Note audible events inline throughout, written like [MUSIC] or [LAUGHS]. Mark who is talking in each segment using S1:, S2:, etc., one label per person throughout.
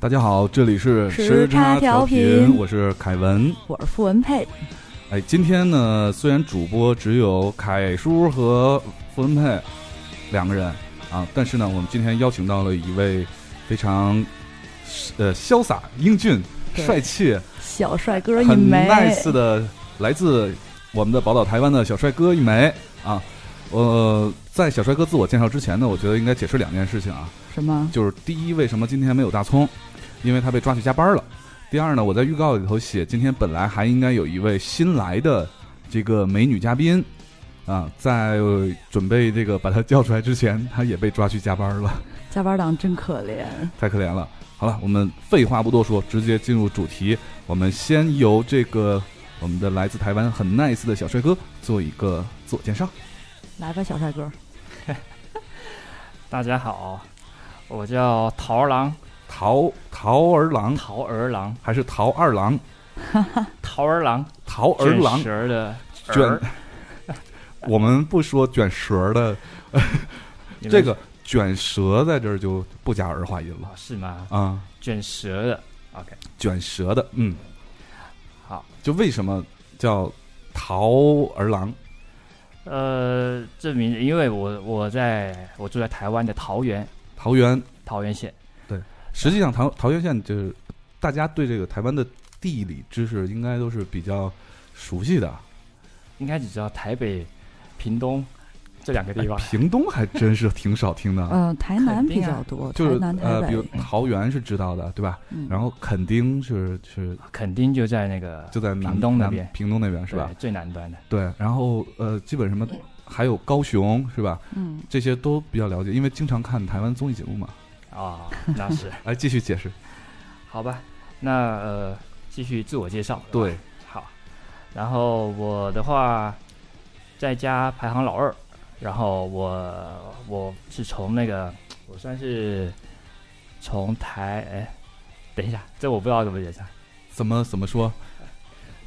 S1: 大家好，这里是
S2: 时
S1: 时
S2: 差调频
S1: 我是凯文。
S2: 我是傅文佩，
S1: 哎，今天呢，虽然主播只有凯叔和傅文佩两个人啊，但是呢，我们今天邀请到了一位非常呃潇洒、英俊、
S2: 对
S1: 帅气、
S2: 小帅哥一
S1: 很
S2: 枚，
S1: nice 的来自我们的宝岛台湾的小帅哥一枚啊。呃，在小帅哥自我介绍之前呢，我觉得应该解释两件事情啊，
S2: 什么？
S1: 就是第一，为什么今天没有大葱？因为他被抓去加班了。第二呢，我在预告里头写，今天本来还应该有一位新来的这个美女嘉宾啊，在呃准备这个把她叫出来之前，她也被抓去加班了， [LAUGHS]
S2: 加班党真可怜。
S1: 太可怜了。好了，我们废话不多说，直接进入主题。我们先由这个我们的来自台湾很 nice 的小帅哥做一个自我介绍。
S2: 来吧，小帅
S1: 啊
S2: 哥，
S3: 大家好，我叫桃儿郎，
S1: 桃桃儿郎
S3: 桃儿郎，
S1: 还是桃二郎？
S3: 桃儿郎，
S1: 桃儿郎
S3: 卷舌儿的
S1: 卷
S3: 儿，
S1: 我们不说卷舌的，
S3: 你们
S1: 这个卷舌在这儿就不加儿化音了
S3: 啊是吗？
S1: 啊，
S3: 卷舌的，OK，
S1: 卷舌的，嗯，
S3: 好，
S1: 就为什么叫桃儿郎？
S3: 呃，这名字，因为我我在我住在台湾的桃园，
S1: 桃园，
S3: 桃园县，
S1: 实际上桃桃源县就是大家对这个台湾的地理知识应该都是比较熟悉的，
S3: 应该只知道台北、屏东这两个地方，
S1: 屏东还真是挺少听的。
S2: 呃，台南
S3: 肯定
S2: 比
S3: 啊
S2: 较多，
S1: 就
S2: 台
S1: 是
S2: 南、台
S1: 呃，比
S2: 北
S1: 如，桃园是知道的，对吧？
S2: 嗯
S1: 然后垦丁是是
S3: 肯定就在那个
S1: 就在南
S3: 屏东那
S1: 南
S3: 边
S1: 屏东那边是吧
S3: 对？最南端的，
S1: 对，然后呃，基本什么还有高雄是吧？
S2: 嗯，
S1: 这些都比较了解，因为经常看台湾综艺节目嘛。
S3: 啊、那
S1: [LAUGHS]
S3: 是
S1: 来，继续解释。
S3: 好吧？那呃，继续自我介绍，吧
S1: 对，
S3: 好，然后我的话在家排行老二，然后我我是从那个我算是从台哎，等一下，这我不知道怎么解释
S1: 怎么怎么说？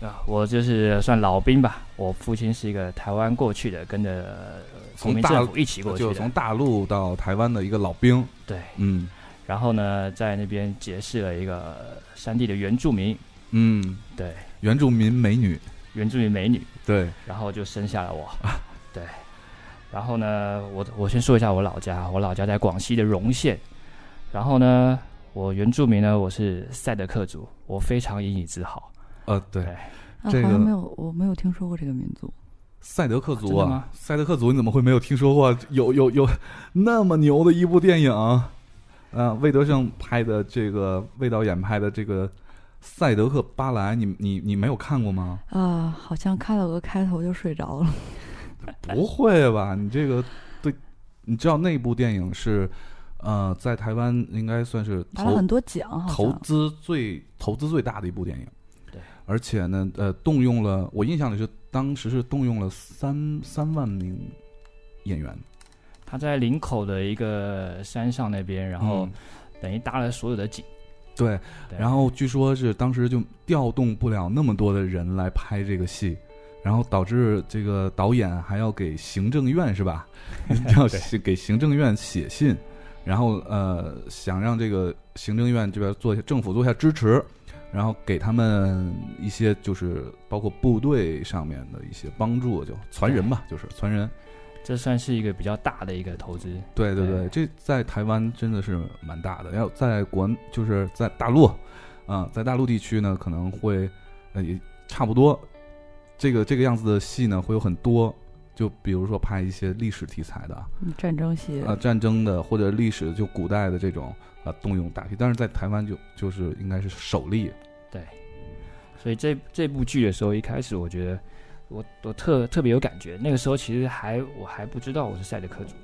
S3: 啊，我就是算老兵吧。我父亲是一个台湾过去的，跟着呃国
S1: 从
S3: 民
S1: 大
S3: 政府一起过去
S1: 就
S3: 的，
S1: 从大陆到台湾的一个老兵，
S3: 对。
S1: 嗯
S3: 然后呢，在那边结识了一个山地的原住民，
S1: 嗯，
S3: 对，
S1: 原住民美女，
S3: 原住民美女，
S1: 对，
S3: 然后就生下了我。 [LAUGHS] 对，然后呢，我我先说一下我老家，我老家在广西的荣县。然后呢，我原住民呢，我是赛德克族，我非常引以自豪。
S1: 呃，对，
S3: 对
S2: 啊，好
S1: 这个
S2: 像没有，我没有听说过这个民族。
S1: 赛德克族
S3: 真的
S1: 啊
S3: 吗，
S1: 赛德克族，你怎么会没有听说过？有有有那么牛的一部电影，啊、魏德圣拍的这个魏导演拍的这个《赛德克巴莱》，你你你没有看过吗？
S2: 啊，好像看了个开头就睡着了。
S1: 不会吧？你这个对，你知道那部电影是，呃，在台湾应该算是
S2: 拿了
S1: 投
S2: 很多奖，好
S1: 投
S2: 像
S1: 资最投资最大的一部电影。
S3: 对，
S1: 而且呢，呃，动用了我印象里是当时是动用了三三万名演员，
S3: 他在林口的一个山上那边，然后
S1: 嗯
S3: 等于搭了所有的景。
S1: 对，
S3: 对
S1: 然后据说是当时就调动不了那么多的人来拍这个戏。然后导致这个导演还要给行政院是吧？ [LAUGHS] 要写给行政院写信，然后呃，想让这个行政院这边做一些政府做一下支持，然后给他们一些就是包括部队上面的一些帮助，就传人吧，就是传人。
S3: 这算是一个比较大的一个投资。
S1: 对对对，这在台湾真的是蛮大的，要在国就是在大陆，啊、在大陆地区呢可能会呃也差不多，这个这个样子的戏呢会有很多。就比如说拍一些历史题材的，
S2: 嗯战争戏
S1: 啊，战争的或者历史就古代的这种啊动用大批，但是在台湾就就是应该是首例， [LAUGHS]
S3: 对，所以这这部剧的时候，一开始我觉得我我特特别有感觉。那个时候其实还我还不知道我是赛德克族，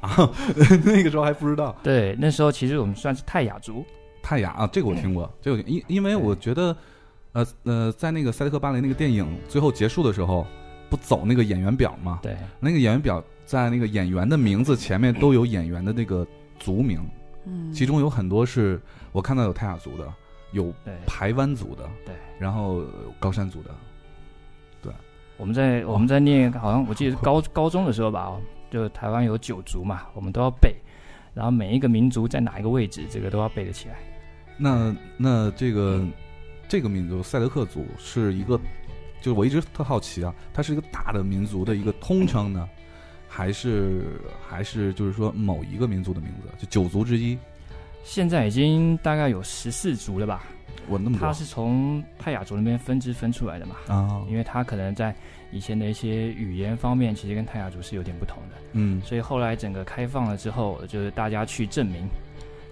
S1: 啊 [LAUGHS] 那个时候还不知道
S3: 对，那时候其实我们算是泰雅族。
S1: 泰雅啊，这个我听过，这个我听因因为
S3: 嗯对
S1: 我觉得，呃呃，在那个《赛德克巴雷》那个电影最后结束的时候，不走那个演员表嘛，
S3: 对，
S1: 那个演员表在那个演员的名字前面都有演员的那个族名，
S2: 嗯，
S1: 其中有很多是我看到有泰雅族的，有
S3: 对，
S1: 排湾族的，
S3: 对，
S1: 然后有高山族的，
S3: 我们在
S1: 哦
S3: 我们在念，好像我记得是
S1: [LAUGHS]
S3: 高高中的时候吧，就台湾有九族嘛，我们都要背，然后每一个民族在哪一个位置，这个都要背得起来。
S1: 那那这个这个民族赛德克族是一个，就是我一直特好奇啊，它是一个大的民族的一个通称呢，还是还是就是说某一个民族的名字，就九族之一？
S3: 现在已经大概有十四族了吧？
S1: 我那么多
S3: 它是从泰雅族那边分支分出来的嘛，
S1: 啊，
S3: 因为它可能在以前的一些语言方面，其实跟泰雅族是有点不同的。
S1: 嗯
S3: 所以后来整个开放了之后，就是大家去证明，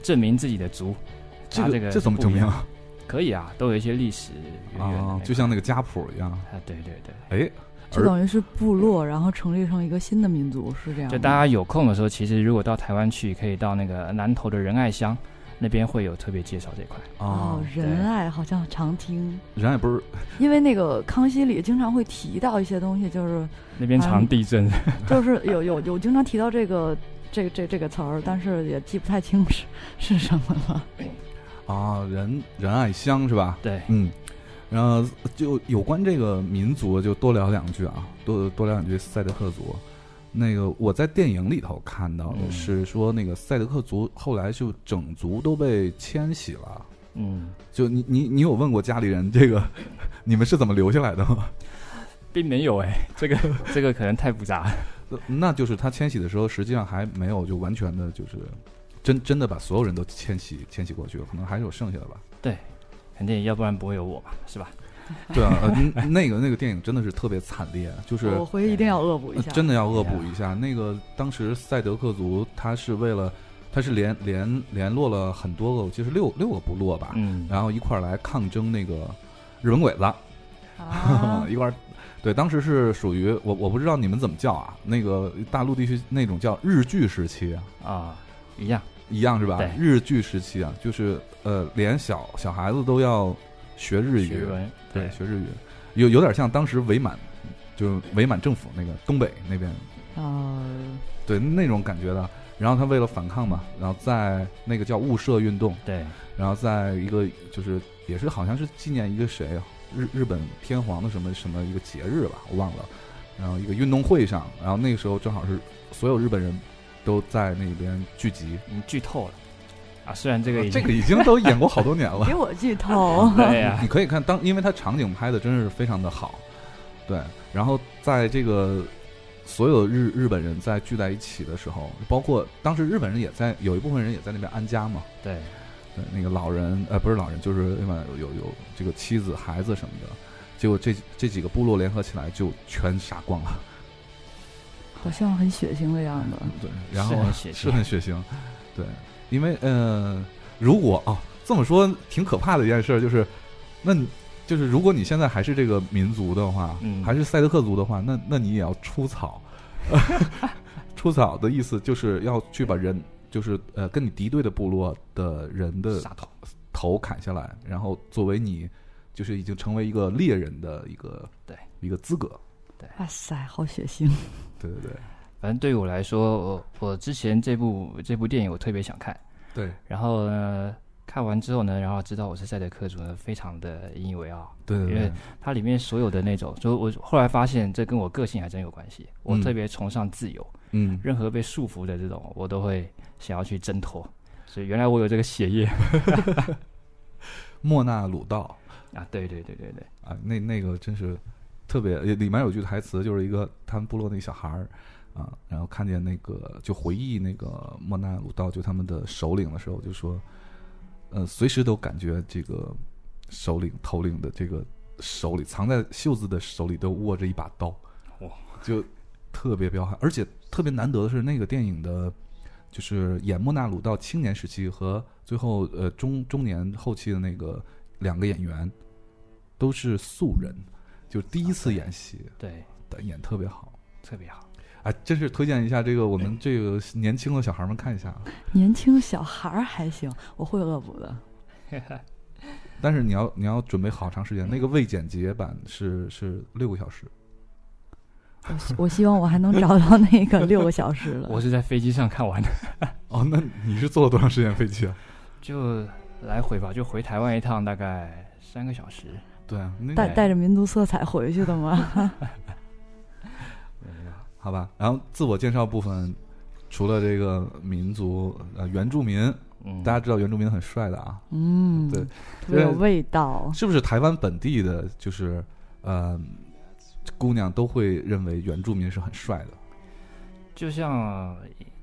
S3: 证明自己的族，
S1: 这
S3: 拿
S1: 个
S3: 这个
S1: 这怎么证明
S3: 不一样
S1: 啊？
S3: 可以啊，都有一些历史渊源的那
S1: 啊
S3: 个。，
S1: 就像那个家谱一样，
S3: 啊，对对对，
S1: 哎，
S2: 就等于是部落，然后成立成一个新的民族，是这样吗。
S3: 就大家有空的时候，其实如果到台湾去，可以到那个南投的仁爱乡那边会有特别介绍这块。
S1: 啊
S2: 哦，，仁爱好像常听，
S1: 人也不是
S2: 因为那个康熙里经常会提到一些东西，就是
S3: 那边常地震，
S1: [LAUGHS]
S2: 就是有有有经常提到这个这这这个词儿，但是也记不太清是是什么了。
S1: 啊，仁仁爱乡是吧？
S3: 对，
S1: 嗯，然后就有关这个民族，就多聊两句啊，多多聊两句赛德克族。那个我在电影里头看到的
S3: 嗯
S1: 是说，那个赛德克族后来就整族都被迁徙了。
S3: 嗯，
S1: 就你你你有问过家里人这个， [LAUGHS] 你们是怎么留下来的吗？ [LAUGHS]
S3: 并没有哎、这个这个可能太复杂了。
S1: 那就是他迁徙的时候，实际上还没有就完全的，就是真真的把所有人都迁徙迁徙过去了，可能还是有剩下的吧。
S3: 肯定要不然不会有我嘛，是吧？
S1: 对啊，呃那个那个电影真的是特别惨烈，就是
S2: 我回去一定要恶补一
S1: 呃
S2: 下。
S1: 真的要恶
S3: 哎
S1: 补一下。那个当时赛德克族，他是为了，他是联联联络了很多个，我记得是六六个部落吧，
S3: 嗯，
S1: 然后一块儿来抗争那个日本鬼子，[LAUGHS]
S2: 哦啊
S1: 一块儿。对，当时是属于我，我不知道你们怎么叫啊？那个大陆地区那种叫日据时期啊，
S3: 啊，一样，
S1: 一样是吧
S3: 对？
S1: 日据时期啊，就是呃，连小小孩子都要学日语，
S3: 学文，
S1: 对，
S3: 对，
S1: 学日语，有有点像当时伪满，就是伪满政府那个东北那边
S2: 呃，
S1: 对那种感觉的。然后他为了反抗嘛，然后在那个叫雾社运动，
S3: 对，
S1: 然后在一个就是也是好像是纪念一个谁啊日日本天皇的什么什么一个节日吧，我忘了。然后一个运动会上，然后那个时候正好是所有日本人都在那边聚集。
S3: 你嗯剧透了啊，虽然这个
S1: [LAUGHS]
S3: 已
S1: 这
S3: 经。
S1: 个已经都演过好多年了
S2: 给，我剧透
S1: [LAUGHS]
S3: 对呀、
S1: 你可以看当，因为它场景拍的真是非常的好，对。然后在这个所有日日本人在聚在一起的时候，包括当时日本人也在有一部分人也在那边安家嘛，
S3: 对，
S1: 对，那个老人呃不是老人，就是那边有有有这个妻子孩子什么的，结果这这几个部落联合起来就全杀光了，
S2: 好像很血腥的样子。
S1: 对，然后
S3: 是很血腥
S1: 是很血腥，对，因为呃，如果哦这么说挺可怕的一件事儿就是，那你就是如果你现在还是这个民族的话，
S3: 嗯
S1: 还是赛德克族的话，那那你也要出
S3: [LAUGHS]
S1: 草，出草的意思就是要去把人就是呃跟你敌对的部落的人的
S3: 杀头，
S1: 头砍下来，然后作为你就是已经成为一个猎人的一个
S3: 对
S1: 一个资格，
S2: 哇塞，好血腥！
S1: 对对对
S3: 反正对我来说，我我之前这部这部电影我特别想看，
S1: 对
S3: 然后呢，看完之后呢，然后知道我是赛德克族呢，非常的引以为傲。
S1: 对对
S3: 因为
S1: 对，
S3: 它里面所有的那种，就我后来发现这跟我个性还真有关系。我
S1: 嗯
S3: 特别崇尚自由，
S1: 嗯。
S3: 任何被束缚的这种，我都会想要去挣脱。所以原来我有这个血液 [LAUGHS]
S1: 莫纳鲁道
S3: 啊！对对对对对，
S1: 啊，那那个真是特别，里面有句台词，就是一个他们部落那小孩儿啊，然后看见那个就回忆那个莫纳鲁道就他们的首领的时候，就说，呃，随时都感觉这个首领头领的这个手里藏在袖子的手里都握着一把刀，
S3: 哇，
S1: 就特别彪悍，而且特别难得的是那个电影的。就是演莫纳鲁道青年时期和最后呃中中年后期的那个两个演员，都是素人，就第一次演戏，
S3: 对，
S1: 但演特别好。
S3: 特别好。
S1: 哎，真是推荐一下这个我们这个年轻的小孩们看一下。啊
S2: 年轻小孩儿还行，我会恶补的。
S1: 但是你要你要准备好长时间，那个未剪辑版是是六个小时。
S2: 我希我希望我还能找到那个六个小时的。
S3: 我是在飞机上看完的，
S1: 哦，那你是坐了多长时间飞机啊？
S3: 就来回吧，就回台湾一趟，大概三个小时。
S1: [LAUGHS] 对啊，那
S2: 带
S1: 个
S3: 对
S2: 带着民族色彩回去的吗？ [LAUGHS]
S1: 好吧。然后自我介绍部分，除了这个民族呃原住民
S3: 嗯，
S1: 大家知道原住民很帅的啊，
S2: 嗯，
S1: 对，
S2: 特别有味道。
S1: 是不是台湾本地的，就是呃，姑娘都会认为原住民是很帅的？
S3: 就像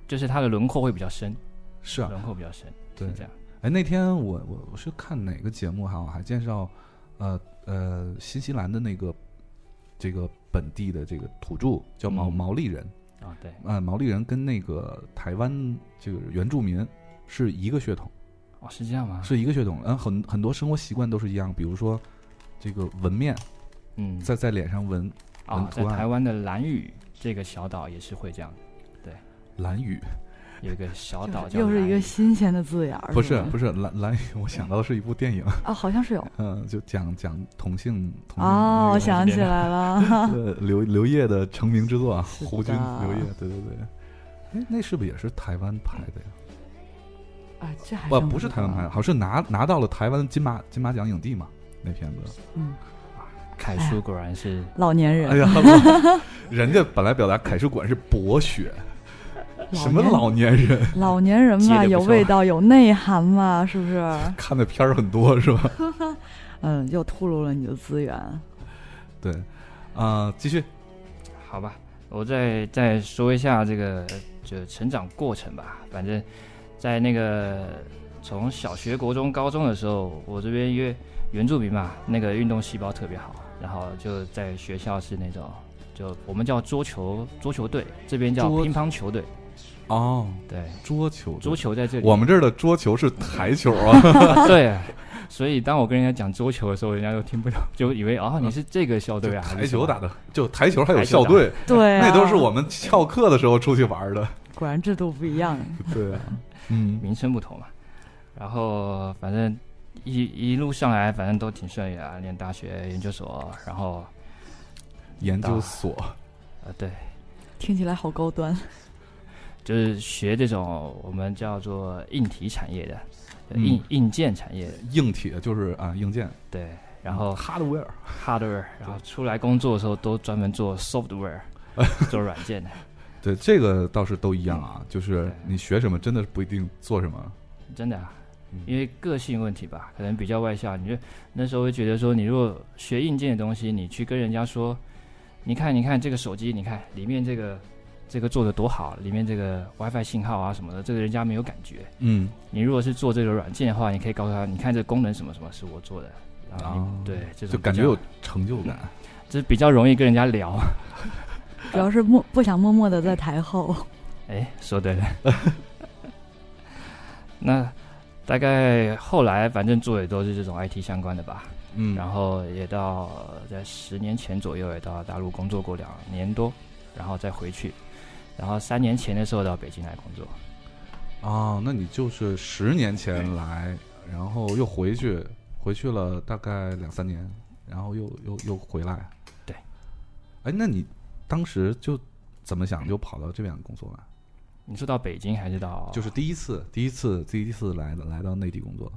S3: 就是它的轮廓会比较深，
S1: 是啊，
S3: 轮廓比较深，
S1: 对
S3: 是这样。
S1: 哎，那天我我我是看哪个节目哈，我还介绍，呃呃，新西兰的那个这个本地的这个土著叫毛、
S3: 嗯
S1: 毛利人，
S3: 啊，对，
S1: 啊、毛利人跟那个台湾这个原住民是一个血统，
S3: 哦，是这样吗？，
S1: 是一个血统，嗯，很很多生活习惯都是一样，比如说这个纹面，
S3: 嗯，
S1: 在在脸上纹
S3: 啊，
S1: 图
S3: 在
S1: 案
S3: 台湾的兰屿这个小岛也是会这样的，
S1: 蓝雨，
S3: 有一个小岛
S2: 就是
S3: 叫
S2: 又是
S3: 兰
S2: 一个
S3: 屿
S2: 新鲜的字眼儿，
S1: 不是
S2: 吧
S1: 不是蓝蓝雨，我想到的是一部电影，
S2: 啊，好像是有
S1: 嗯，就讲讲同性同性那
S2: 哦，
S1: 个
S2: 我想起来了，
S1: 呃，刘刘烨的成名之作啊，
S2: 啊是
S1: 胡军
S2: 的
S1: 刘烨，对对对。哎，那是不是也是台湾拍的呀？
S2: 啊，这还
S1: 不，
S2: 真
S1: 哦不是
S2: 知
S1: 台湾拍的，
S2: 道啊
S1: 好像是拿拿到了台湾金马金马奖影帝嘛，那片子。
S2: 嗯，
S3: 凯叔果然是
S2: 老年
S1: 哎
S2: 人，
S1: 呀，
S2: [LAUGHS]
S1: 我人家本来表达凯叔馆是博学，什么
S2: 年
S1: 老年人？ [LAUGHS]
S2: 老年人嘛，
S3: 接得不
S2: 有
S3: 错
S2: 味道，有内涵嘛，是不是？
S1: [LAUGHS] 看的片儿很多是吧？ [LAUGHS]
S2: 嗯，又吐露了你的资源。 [LAUGHS]
S1: 对，啊、继续，
S3: 好吧，我再再说一下这个就成长过程吧。反正，在那个从小学、国中、高中的时候，我这边因为原住民嘛，那个运动细胞特别好，然后就在学校是那种，就我们叫桌球桌球队，这边叫
S1: 桌
S3: 乒乓球队，
S1: 哦，
S3: 对，
S1: 桌球，
S3: 桌，球在这里。
S1: 我们这儿的桌球是台球啊，
S3: 啊对，所以当我跟人家讲桌球的时候，人家都听不懂，就以为啊、你是这个校队啊，
S1: 台球打
S3: 的。
S1: 的，嗯就台球还有
S3: 台球
S1: 校
S3: 打
S1: 队，
S2: 对、啊，
S1: 那都是我们翘课的时候出去玩儿的。 [LAUGHS]
S2: 果然制度不一样。
S1: 对
S2: 哎
S1: 啊，嗯，
S3: 名称不同嘛。然后反正一一路上来，反正都挺顺利的啊，念大学、研究所，然后
S1: 研究所
S3: 呃，对，
S2: 听起来好
S1: [LAUGHS]
S2: 高端，
S3: 就是学这种我们叫做硬体产业的、呃
S1: 嗯
S3: 硬硬件产业的，
S1: 硬体就是啊，硬件，
S3: 对。然后
S1: hardware，
S3: hardware，然后出来工作的时候都专门做 software，做软件的。
S1: 对这个倒是都一样啊，就是
S3: 对
S1: 你学什么真的不一定做什么。
S3: 真的、啊
S1: 嗯，
S3: 因为个性问题吧，可能比较外向。你就那时候会觉得说，你如果学硬件的东西，你去跟人家说，你看，你看这个手机，你看里面这个这个做的多好，里面这个 WiFi 信号啊什么的，这个人家没有感觉。
S1: 嗯，
S3: 你如果是做这个软件的话，你可以告诉他，你看这个功能什么什么是我做的，然后你、
S1: 啊
S3: 对，这种
S1: 就感觉
S3: 比较
S1: 有，成就感。
S3: 这比较容易跟人家聊。 [LAUGHS]
S2: 主要是默不想默默的在
S1: [LAUGHS]
S2: 台后。
S3: 哎，说对了。 [LAUGHS] 那大概后来反正做也都是这种 IT 相关的吧。
S1: 嗯，
S3: 然后也到呃在十年前左右也到大陆工作过两年多，然后再回去，然后三年前的时候到北京来工作，
S1: 啊，那你就是十年前来，然后又回去，回去了大概两三年，然后又又又回来。
S3: 对，
S1: 哎，那你当时就怎么想就跑到这边工作来？
S3: 你说到北京还是到？
S1: 就是第一次，第一次，第一次来来到内地工作。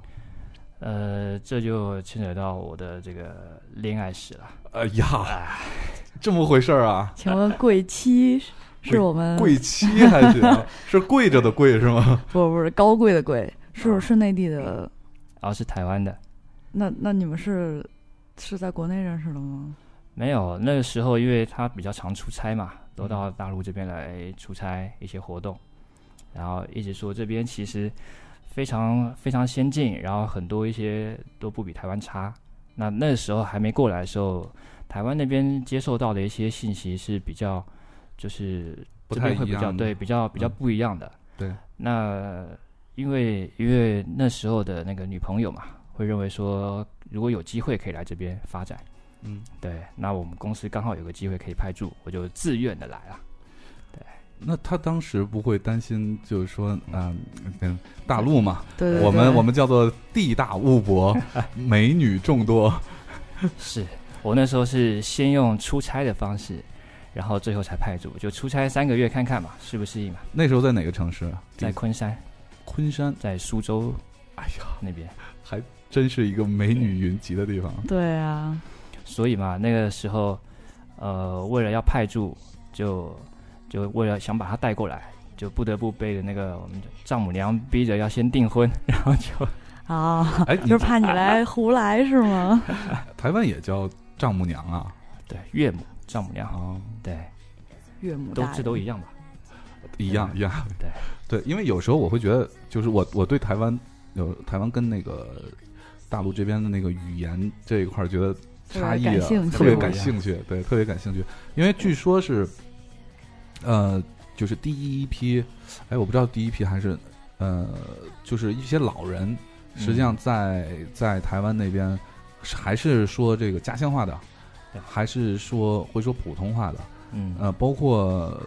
S3: 呃，这就牵扯到我的这个恋爱史了。
S1: 哎呀，这么回事儿啊？
S2: 请问贵妻是我们
S1: 跪妻还 [LAUGHS] 行，是跪着的跪是吗？
S2: 不不是高贵的贵，
S1: 啊
S2: 是是内地的。
S3: 然后是台湾的，
S2: 那那你们是是在国内认识的吗？
S3: 没有那个时候，因为他比较常出差嘛，都到大陆这边来出差一些活动，然后一直说这边其实非常非常先进，然后很多一些都不比台湾差。那那时候还没过来的时候，台湾那边接受到的一些信息是比较，就是
S1: 不
S3: 这
S1: 太
S3: 边会
S1: 一
S3: 比较
S1: 样，
S3: 对，比较比较
S1: 嗯
S3: 不一样的。
S1: 对，
S3: 那因为因为那时候的那个女朋友嘛，会认为说如果有机会可以来这边发展。
S1: 嗯，
S3: 对，那我们公司刚好有个机会可以派驻，我就自愿的来啊了。
S1: 那他当时不会担心，就是说啊、嗯，大陆嘛，
S2: 对对对，
S1: 我们我们叫做地大物博，美女众多，
S3: 是我那时候是先用出差的方式，然后最后才派驻，就出差三个月看看嘛，适不适应嘛。
S1: 那时候在哪个城市？啊
S3: 在昆山，
S1: 昆山，
S3: 在苏州
S1: 哎呀，
S3: 那边，
S1: 真是一个美女云集的地方。
S2: 对啊，
S3: 所以嘛，那个时候，呃，为了要派驻，就就为了想把他带过来，就不得不被那个我们丈母娘逼着要先订婚，然后就
S2: 啊，
S1: 哎，你
S2: [LAUGHS] 就是怕你来胡来是
S1: [LAUGHS]
S2: 吗？
S1: 台湾也叫丈母娘啊？
S3: 对岳母、丈母娘，
S1: 啊，
S3: 对，
S2: 岳母
S3: 都
S2: 大
S3: 这
S2: 人
S3: 都一样吧？
S1: 一样一样。
S3: 嗯对
S1: [LAUGHS] 对，因为有时候我会觉得，就是我我对台湾有台湾跟那个大陆这边的那个语言这一块儿觉得差异啊
S2: 特别感兴，趣
S1: 特别感兴趣，对，特别感兴趣，因为据说是，呃，就是第一批，哎，我不知道第一批还是呃，就是一些老人，
S3: 嗯
S1: 实际上在在台湾那边是还是说这个家乡话的
S3: 对，
S1: 还是说会说普通话的，
S3: 嗯，
S1: 呃，包括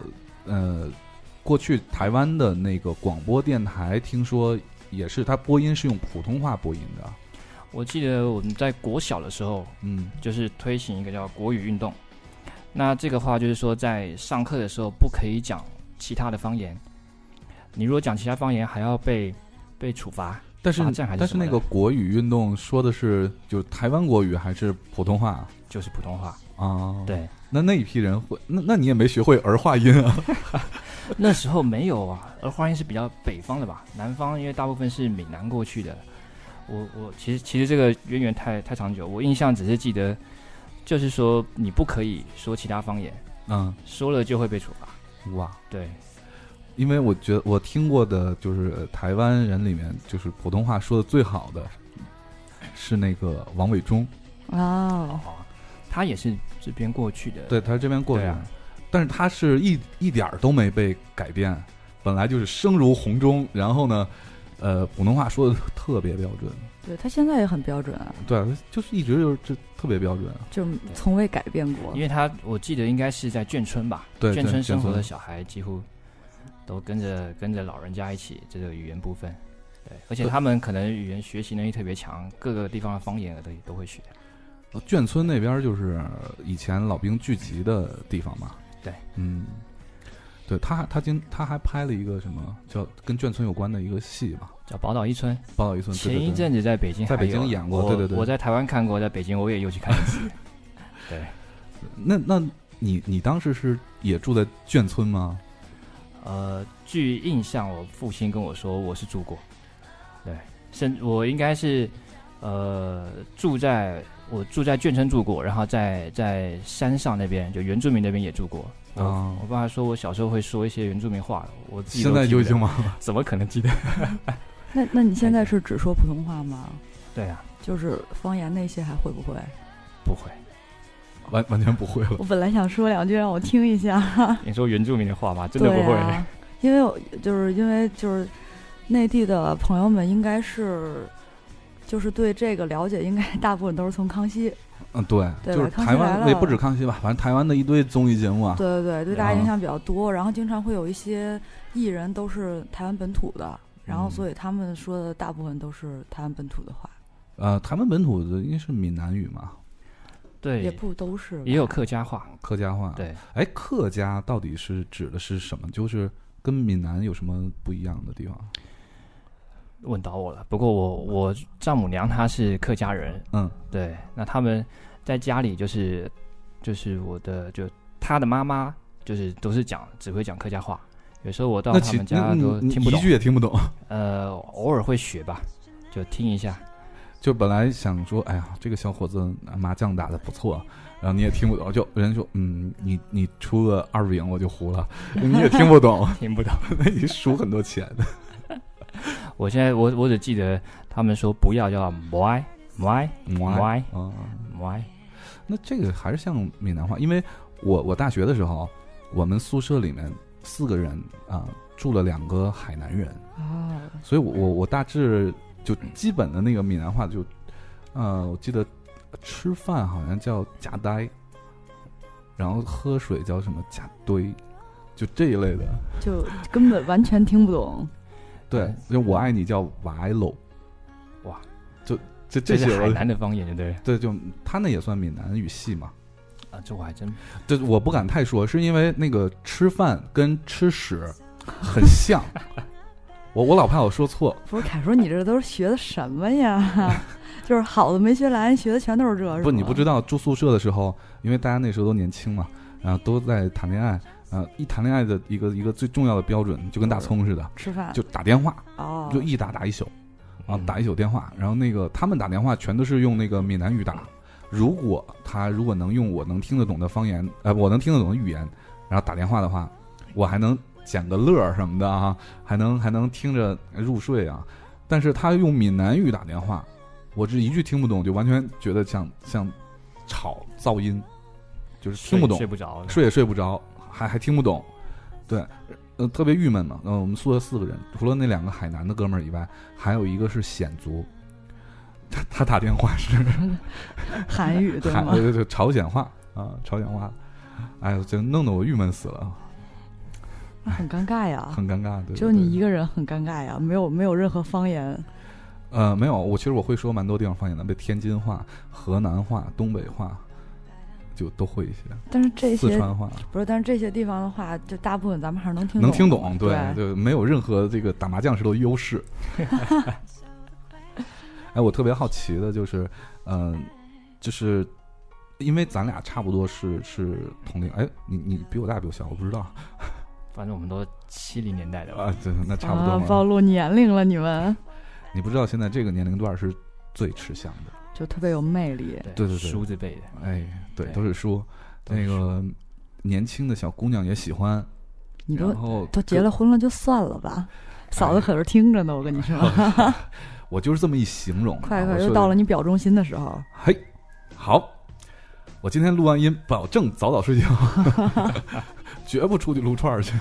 S1: 呃，过去台湾的那个广播电台，听说也是它播音是用普通话播音的。
S3: 我记得我们在国小的时候，
S1: 嗯，
S3: 就是推行一个叫国语运动。那这个话就是说，在上课的时候不可以讲其他的方言。你如果讲其他方言，还要被被处罚。
S1: 但是、
S3: 罚啊站还是
S1: 但
S3: 什
S1: 是
S3: 么
S1: 那
S3: 的
S1: 个国语运动说的是就是台湾国语还是普通话
S3: 就是普通话，
S1: 啊？，
S3: 对，
S1: 那那一批人会，那那你也没学会儿化音啊？
S3: 那时候没有啊，儿化音是比较北方的吧，南方因为大部分是闽南过去的。我我其实其实这个渊源太太长久，我印象只是记得，就是说你不可以说其他方言，
S1: 嗯，
S3: 说了就会被处罚。
S1: 哇。
S3: 对，
S1: 因为我觉得我听过的，就是呃台湾人里面，就是普通话说的最好的，是那个王伟忠，
S2: 哦，
S3: 哦，他也是这边过去的。
S1: 对，他是这边过去
S3: 对
S1: 的。
S3: 啊，
S1: 但是他是一一点儿都没被改变，本来就是声如洪钟，然后呢，呃，普通话说的特别标准，
S2: 对他现在也很标准啊，
S1: 对，就是一直就是这特别标准，
S2: 就从未改变过
S3: 因。为他我记得应该是在眷村吧，
S1: 对
S3: 眷
S1: 眷
S3: 村生活
S1: 眷村
S3: 的小孩几乎都跟着跟着老人家一起这个语言部分，对，而且
S1: 对
S3: 他们可能语言学习能力特别强，各个地方的方言都都会学。
S1: 眷村那边就是以前老兵聚集的地方嘛。
S3: 对，
S1: 嗯，对他他今他还拍了一个什么叫跟眷村有关的一个戏嘛，
S3: 叫宝岛一村，
S1: 《宝岛一村》嗯对
S3: 前一，阵子在北京还
S1: 在
S3: 有，
S1: 北京演过
S3: 我
S1: 对对对
S3: 我在台湾看过，在北京我也又去看一次。
S1: 对
S3: 对，
S1: 对那那你你当时是也住在眷村吗？
S3: 呃，据印象，我父亲跟我说我是住过，对，甚我应该是呃住在我住在眷村住过，然后在在山上那边就原住民那边也住过。我、
S1: 哦
S3: 我爸说我小时候会说一些原住民话，我自己都
S1: 现在
S3: 记不
S1: 就已
S3: 得
S1: 经忘了。
S3: 怎么可能记得？ [LAUGHS]
S2: 那那你
S3: 哎
S2: 现在是只说普通话吗？
S3: 对啊，
S2: 就是方言那些还会不会？
S3: 不会。
S1: 完完全不会了，
S2: 我本来想说两句让我听一下，
S3: 你说原住民的话吗？真
S2: 啊对
S3: 的不会。 [LAUGHS]
S2: 啊、因为我就是因为就是内地的朋友们应该是。就是对这个了解，应该大部分都是从康熙，
S1: 嗯，对，
S2: 对
S1: 就是
S2: 吧康熙
S1: 台
S2: 来
S1: 湾
S2: 了
S1: 也不止康熙吧，反正台湾的一堆综艺节目啊，
S2: 对对对，对大家
S1: 嗯
S2: 影响比较多。然后经常会有一些艺人都是台湾本土的，然后
S1: 嗯
S2: 所以他们说的大部分都是台湾本土的话，
S1: 呃，台湾本土的应该是闽南语嘛，
S3: 对，
S2: 也不都是吧，
S3: 也有客家话。
S1: 客家话。，
S3: 对，
S1: 哎，客家到底是指的是什么？就是跟闽南有什么不一样的地方？
S3: 问倒我了。不过我我丈母娘她是客家人，
S1: 嗯
S3: 对，那他们在家里就是就是我的就他的妈妈就是都是讲只会讲客家话，有时候我到
S1: 那
S3: 他
S1: 其
S3: 们
S1: 那
S3: 家都
S1: 你
S3: 听不
S1: 一
S3: 懂，
S1: 句也听不懂。
S3: 呃，偶尔会学吧，就听一下。
S1: 就本来想说，哎呀，这个小伙子麻将打的不错，然后你也听不懂，就人家说，嗯，你你出个二饼我就胡了， [LAUGHS] 你也听不懂， [LAUGHS]
S3: 听不懂。
S1: 那你输很多钱。
S3: 我现在我我只记得他们说不要叫 my my
S1: 歪啊，
S3: my，
S1: 那这个还是像闽南话，因为我我大学的时候，我们宿舍里面四个人啊、住了两个海南人，
S2: 啊，
S1: 所以我我我大致就基本的那个闽南话就，呃，我记得吃饭好像叫夹呆，然后喝水叫什么夹堆，就这一类的。
S2: 就根本完全听不懂。
S1: 对，就我爱你叫瓦喽，
S3: 嗯哇，
S1: 就就这
S3: 这
S1: 些
S3: 是海
S1: 我。
S3: 南的方言，对不
S1: 对，
S3: 对？
S1: 就他那也算闽南语系嘛。
S3: 啊，这我还真
S1: 这我不敢太说，是因为那个吃饭跟吃屎很像。我我老怕我说错，
S2: 不是凯叔，你这都是学的什么 [LAUGHS] 呀？就是好的没学来，学的全都是这，是
S1: 不，你
S2: 吗
S1: 不知道住宿舍的时候，因为大家那时候都年轻嘛，然后都在谈恋爱，啊、一谈恋爱的一个一个最重要的标准，就跟大葱似的，
S2: 吃饭
S1: 就打电话，
S2: 哦，
S1: 就一打打一宿，啊
S3: 嗯，
S1: 打一宿电话。然后那个他们打电话全都是用那个闽南语打，如果他如果能用我能听得懂的方言，呃，我能听得懂的语言，然后打电话的话，我还能捡个乐儿什么的啊， [LAUGHS] 还能还能听着入睡啊。但是他用闽南语打电话，我这一句听不懂，就完全觉得像像吵噪音，就是听不
S3: 睡
S1: 懂
S3: 睡，不着了，
S1: 睡也睡不着，还还听不懂，对，呃，特别郁闷嘛。嗯、我们宿舍四个人，除了那两个海南的哥们儿以外，还有一个是鲜族，他他打电话是 [LAUGHS]
S2: 韩语对
S1: 韩，
S2: 吗
S1: 对？对对，朝鲜话啊，朝鲜话，哎呦，就弄得我郁闷死了，
S2: 那 [LAUGHS] 很尴尬呀，
S1: 很尴尬。对，
S2: 啊只有你一
S1: 个，
S2: 个人很尴尬呀，没有没有任何方言。
S1: 呃，没有，我其实我会说蛮多地方方言的，比如天津话、河南话、东北话，就都会一些，
S2: 但是这
S1: 四
S2: 些
S1: 川话。
S2: 不是，但是这些地方的话，就大部分咱们还是能听
S1: 能听
S2: 懂
S1: 懂，
S2: 的
S1: 对对，
S2: 对
S1: 没有任何这个打麻将时候的优
S2: [LAUGHS]
S1: 势。哎，我特别好奇的就是，嗯、就是因为咱俩差不多是是同龄，哎，你你比我大比我小，我不知道
S3: 反正我们都七零年代的吧，
S1: 啊，对，那差不多
S2: 啊
S1: 嘛。，
S2: 暴露年龄了，你们
S1: 你不知道现在这个年龄段是最吃香的，
S2: 就特别有魅力。
S1: 呃对对对
S3: 梳子辈的，
S1: 哎，对，
S3: 对
S1: 都是叔，
S3: 都是
S1: 那个年轻的小姑娘也喜欢，
S2: 你
S1: 然
S2: 都
S1: 后哎
S2: 都结了婚了，就算了吧。嫂子可是听着呢，我跟你说，
S1: 我就是这么一形容，
S2: 快
S1: 啊
S2: 快
S1: 我
S2: 又
S1: 说
S2: 到了你表忠心的时候。
S1: 嘿，好，我今天录完音，保证早早睡觉，绝不出去撸串儿去。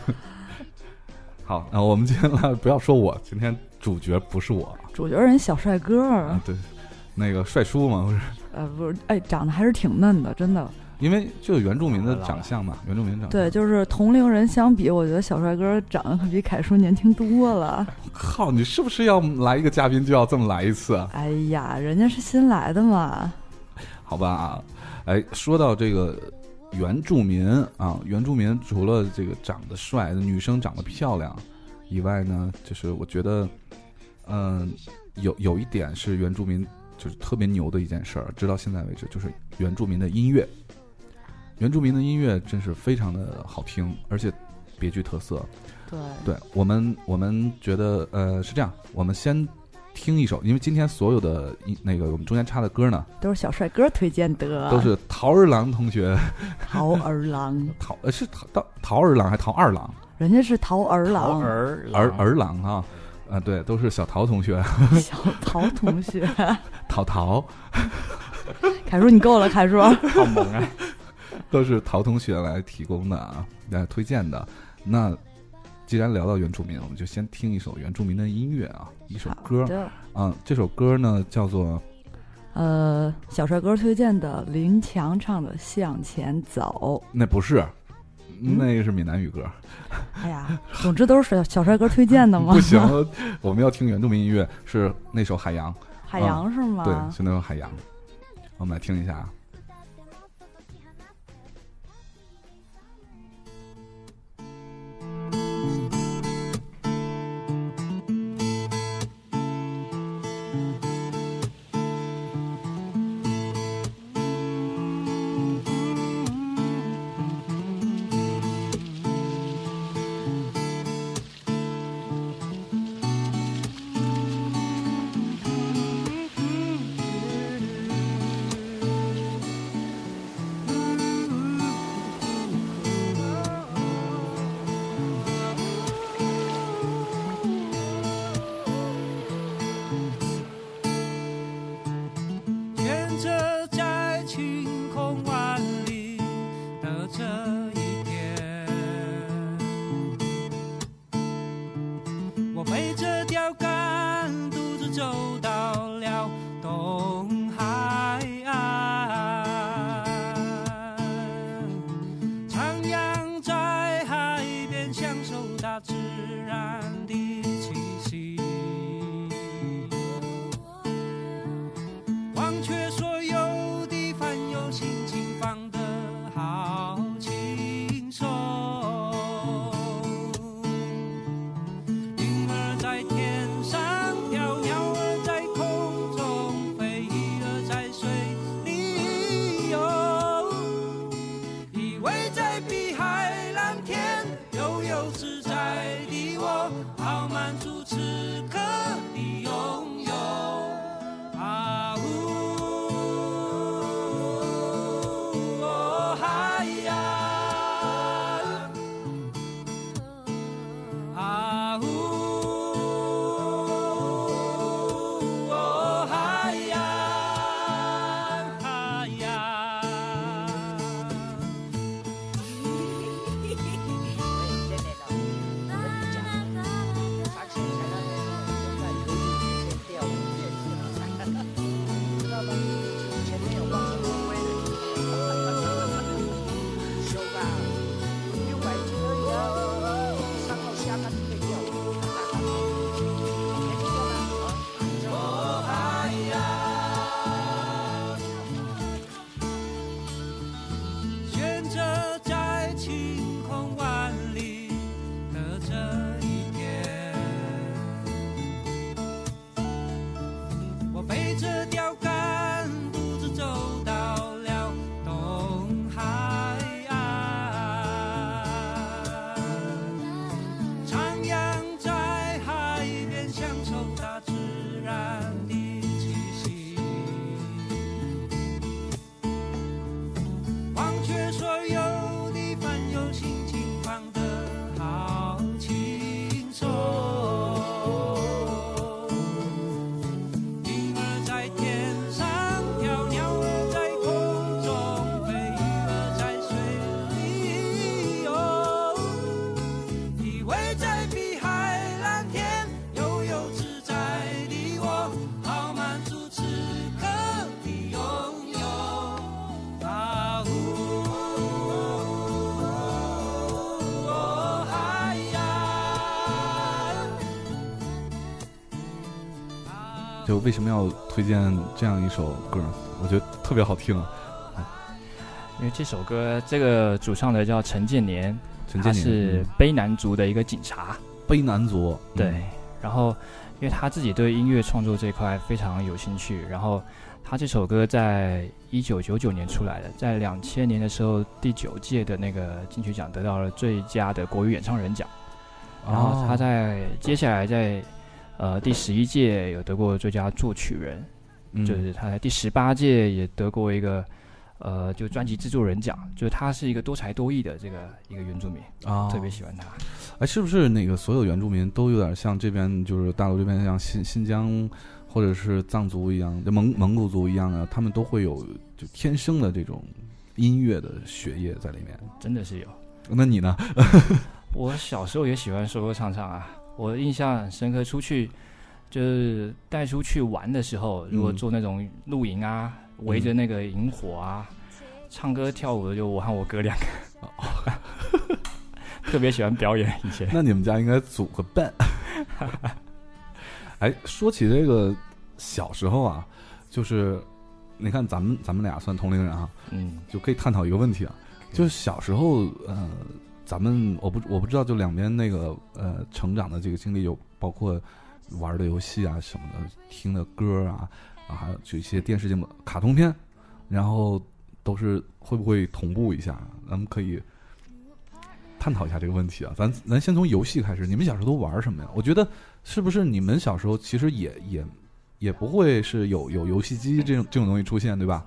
S1: [LAUGHS] 好，那我们今天来，不要说我，今天主角不是我
S2: 主角人小帅哥儿，
S1: 啊，对，那个帅叔嘛，不是，
S2: 呃，不是，哎，长得还是挺嫩的，真的。
S1: 因为就是原住民的长相嘛，原住民长相。
S2: 对，就是同龄人相比，我觉得小帅哥长得可比凯叔年轻多了。
S1: 嗯靠，你是不是要来一个嘉宾就要这么来一次啊？
S2: 哎呀，人家是新来的嘛，
S1: 好吧啊，哎，说到这个原住民啊，原住民除了这个长得帅，女生长得漂亮以外呢，就是我觉得，嗯、有有一点是原住民就是特别牛的一件事儿，直到现在为止，就是原住民的音乐，原住民的音乐真是非常的好听，而且别具特色。
S2: 对，
S1: 对我们，我们觉得呃是这样，我们先听一首，因为今天所有的一那个我们中间插的歌呢，
S2: 都是小帅哥推荐的，
S1: 都是桃儿郎同学。 [LAUGHS]
S2: 桃儿郎，
S1: 桃呃是桃桃桃儿郎还桃二郎
S2: 人家是桃儿
S3: 桃
S2: 郎，
S3: 儿
S1: 儿
S3: 郎
S1: 儿郎啊啊对，都是小桃同学， [LAUGHS]
S2: [LAUGHS] 小桃同学，
S1: 桃桃
S2: 凯叔你够了，凯叔，
S3: 好萌啊！
S1: 都是桃同学来提供的啊，来推荐的。那既然聊到原住民，我们就先听一首原住民的音乐啊，一首歌
S2: 好的
S1: 啊，这首歌呢叫做
S2: 呃，小帅哥推荐的林强唱的《向前走
S1: 那不是，
S2: 嗯
S1: 那个是闽南语歌，》，
S2: 哎呀，总之都是小小帅哥推荐的嘛，
S1: 不行，我们要听原住民音乐，是那首《海洋》，
S2: [LAUGHS] 海洋是吗？
S1: 嗯对，是那首《海洋》，我们来听一下啊。
S4: 沿着在晴空万里的这一天，我背着钓竿，独自走到了东海岸，徜徉在海边，享受大自然的气息。忘却所有的烦忧，心情放得好轻松。云儿在天上飘，鸟儿在空中飞，鱼儿在水里游，依偎在碧海蓝天 oh, 啊哦啊
S1: 就为什么要推荐这样一首歌呢？我觉得特别好听。啊
S3: 因为这首歌这个主唱的叫陈建年，
S1: 陈
S3: 他
S1: 建
S3: 是
S1: 年，
S3: 卑南族的一个警察，
S1: 悲男族，嗯
S3: 对，然后因为他自己对音乐创作这块非常有兴趣，然后他这首歌在一九九九年出来的，在两千年的时候，第九届的那个金曲奖得到了最佳的国语演唱人奖，然
S1: 哦
S3: 后他在接下来在呃第十一届有得过最佳作曲人，
S1: 嗯
S3: 就是他在第十八届也得过一个。呃，就专辑制作人奖，就是他是一个多才多艺的这个一个原住民，
S1: 啊，
S3: 特别喜欢他。
S1: 哎，是不是那个所有原住民都有点像这边就是大陆这边像新新疆或者是藏族一样，就蒙蒙古族一样啊，他们都会有就天生的这种音乐的血液在里面。
S3: 真的是有。
S1: 那你呢？
S3: 我小时候也喜欢说说唱唱啊，我印象很深刻。出去就是带出去玩的时候，如果做那种露营啊，围着那个萤火啊，唱歌跳舞的就我和我哥两个， [LAUGHS] 特别喜欢表演。以前
S1: 那你们家应该组个伴。 [LAUGHS] 哎，说起这个小时候啊，就是你看咱们咱们俩算同龄人啊，
S3: 嗯，
S1: 就可以探讨一个问题啊，就是小时候，呃，咱们我不我不知道，就两边那个呃成长的这个经历，有包括玩的游戏啊什么的，听的歌啊，啊，还有就一些电视节目、卡通片，然后都是会不会同步一下？咱们可以探讨一下这个问题啊。咱咱先从游戏开始，你们小时候都玩什么呀？我觉得是不是你们小时候其实也也也不会是有有游戏机这种这种东西出现，对吧？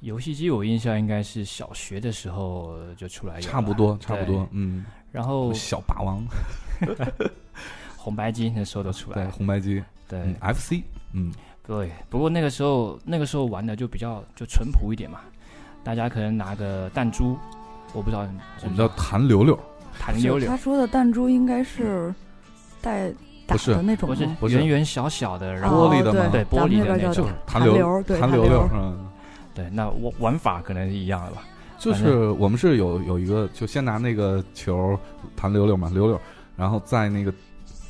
S3: 游戏机我印象应该是小学的时候就出来有了，
S1: 差不多，差不多
S3: 对。，
S1: 嗯。
S3: 然后
S1: 小霸王，
S3: 红白机那时候都出
S1: 对
S3: 来，
S1: 红白机，
S3: 对
S1: 嗯，FC，嗯，
S3: 对，不过那个时候那个时候玩的就比较就淳朴一点嘛，大家可能拿个弹珠，我不知道你知
S1: 我
S3: 不
S1: 们
S3: 知
S1: 叫
S3: 道
S1: 弹溜溜，
S3: 弹溜溜
S2: 他，说的弹珠应该是带打
S1: 不是
S2: 的那种
S3: 不是
S2: 吗？
S1: 不是
S3: 圆圆小小的，然
S1: 玻
S3: 后
S1: 璃的
S2: 哦
S1: 吗
S3: 对
S2: 咱
S3: 玻
S2: 们
S3: 璃
S2: 那
S3: 的
S2: 边
S3: 那
S2: 叫
S3: 种
S1: 就是，
S2: 弹
S1: 溜
S2: 溜儿对
S1: 弹
S2: 弹溜
S1: 溜
S2: 儿，
S1: 嗯，
S3: 对，那玩玩法可能是一样的吧，
S1: 就是我们是有有一个，就先拿那个球弹溜溜嘛，溜溜，然后在那个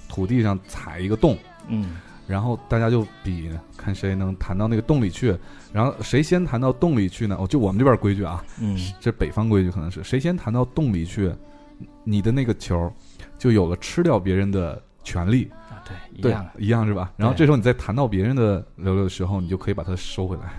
S1: 土地上踩一个洞，
S3: 嗯，
S1: 然后大家就比看谁能弹到那个洞里去，然后谁先弹到洞里去呢？哦，就我们这边规矩啊，
S3: 嗯，
S1: 这北方规矩可能是谁先弹到洞里去，你的那个球就有了吃掉别人的权利。
S3: 啊，对，一
S1: 对
S3: 样，，
S1: 一样是吧？然后
S3: 对
S1: 这时候你再谈到别人的流流的时候，你就可以把它收回来。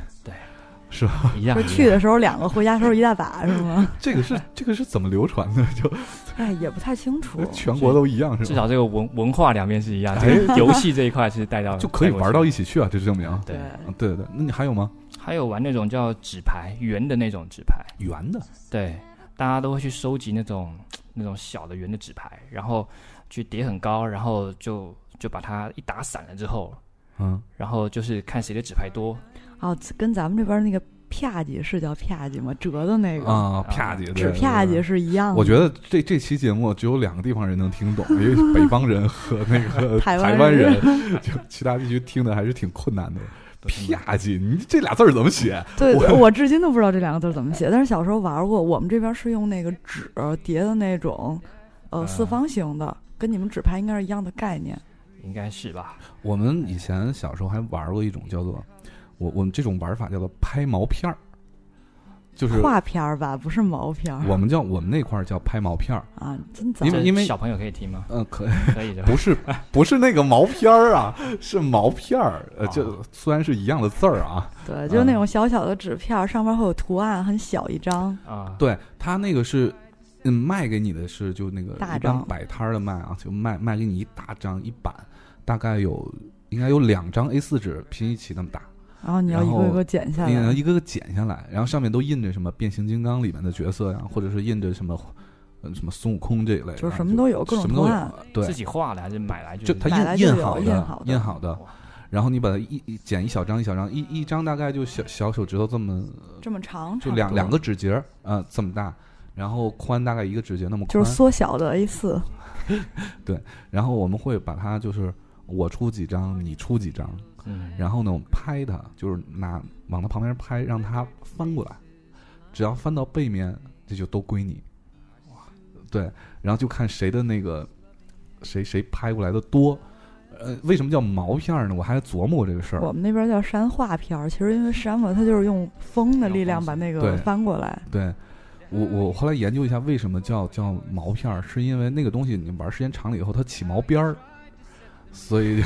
S3: 一样
S2: 就，
S3: [LAUGHS] 一
S2: 去
S3: 样
S2: 的时候两个，回家时候一大把，是吗？ [LAUGHS]
S1: 这个是这个是怎么流传的？ [LAUGHS] 就
S2: 哎，也不太清楚。
S1: 全国都一样是
S3: 至
S1: 吧？
S3: 少这个文文化两边是一样，这个游戏这一块是带到
S1: 哎 [LAUGHS] 就可以玩到一起去啊！这是证明啊。
S3: 对，
S1: 嗯对对对，那你还有吗？
S3: 还有玩那种叫纸牌圆的那种纸牌，
S1: 圆的
S3: 对，大家都会去收集那种那种小的圆的纸牌，然后去叠很高，然后就就把它一打散了之后，
S1: 嗯，
S3: 然后就是看谁的纸牌多，
S2: 哦，跟咱们这边那个啪叽是叫啪叽吗？折的那个
S1: 啊，啪叽，
S2: 纸
S1: 对
S2: 啪叽。
S1: 对对
S2: 是一样的。
S1: 我觉得这这期节目只有两个地方人能听懂，因为北方人和那 [LAUGHS] 个
S2: 台湾
S1: 台湾人， [LAUGHS] 就其他地区听的还是挺困难的。啪叽，你这俩字儿怎么写？
S2: 对，
S1: 我
S2: 对我至今都不知道这两个字怎么写，但是小时候玩过。我们这边是用那个纸叠的那种，呃，
S3: 嗯
S1: 啊
S2: 四方形的，跟你们纸牌应该是一样的概念。
S3: 应该是吧？
S1: 我们以前小时候还玩过一种叫做，我我们这种玩法叫做拍毛片儿，就是
S2: 画片儿吧，不是毛片儿
S1: 我们叫我们那块儿叫拍毛片儿，
S2: 啊，真早
S1: 因。为
S3: 这
S1: 因为
S3: 小朋友可以听吗？
S1: 嗯、可
S3: 可以的吧
S1: 不。是不是那个毛片儿啊， [LAUGHS] 是毛片儿，呃，
S3: 哦
S1: 就虽然是一样的字儿啊，
S2: 对，就是那种小小的纸片儿，上面会有图案，很小一张。
S3: 啊，
S1: 对，它那个是。嗯，卖给你的是就那个
S2: 大
S1: 一般
S2: 张
S1: 摆摊儿的卖啊，就卖卖给你一大张一板，大概有应该有两张 A4 纸拼一起那么大，
S2: 然后你要
S1: 然
S2: 一
S1: 后
S2: 个一个剪下
S1: 你能
S2: 来，
S1: 一个个剪下来，然后上面都印着什么变形金刚里面的角色呀、或者是印着什么，呃，什么孙悟空这一类的，啊
S2: 就是什么都有，各种
S1: 什么
S2: 图
S1: 都
S2: 案。
S1: 有，啊
S3: 自
S1: 对，
S3: 己画的还是买来就
S1: 就是它
S2: 买来
S1: 印
S2: 就
S1: 印
S2: 有
S1: 好
S2: 印
S1: 的
S2: 好，的哦
S1: 印好的
S3: 哇，
S1: 然后你把它一一剪一小张一小张，一一张大概就小小手指头这么，
S2: 这么长，
S1: 就
S2: 差不
S1: 两
S2: 多
S1: 两个指节儿，呃，这么大，然后宽大概一个指节那么宽，
S2: 就是缩小的 A 四，
S1: 然后我们会把它就是我出几张，你出几张，
S3: 嗯，
S1: 然后呢，我们拍它，就是拿往它旁边拍，让它翻过来，只要翻到背面，这就都归你。对，然后就看谁的那个谁谁拍过来的多，呃，为什么叫毛片儿呢？我还琢磨过这个事儿。
S2: 我们那边叫山画片儿，其实因为山嘛，它就是用风的力量把那
S1: 对
S2: 个翻过来。
S1: 对，我我后来研究一下，为什么叫叫毛片儿，是因为那个东西你玩时间长了以后，它起毛边儿，所以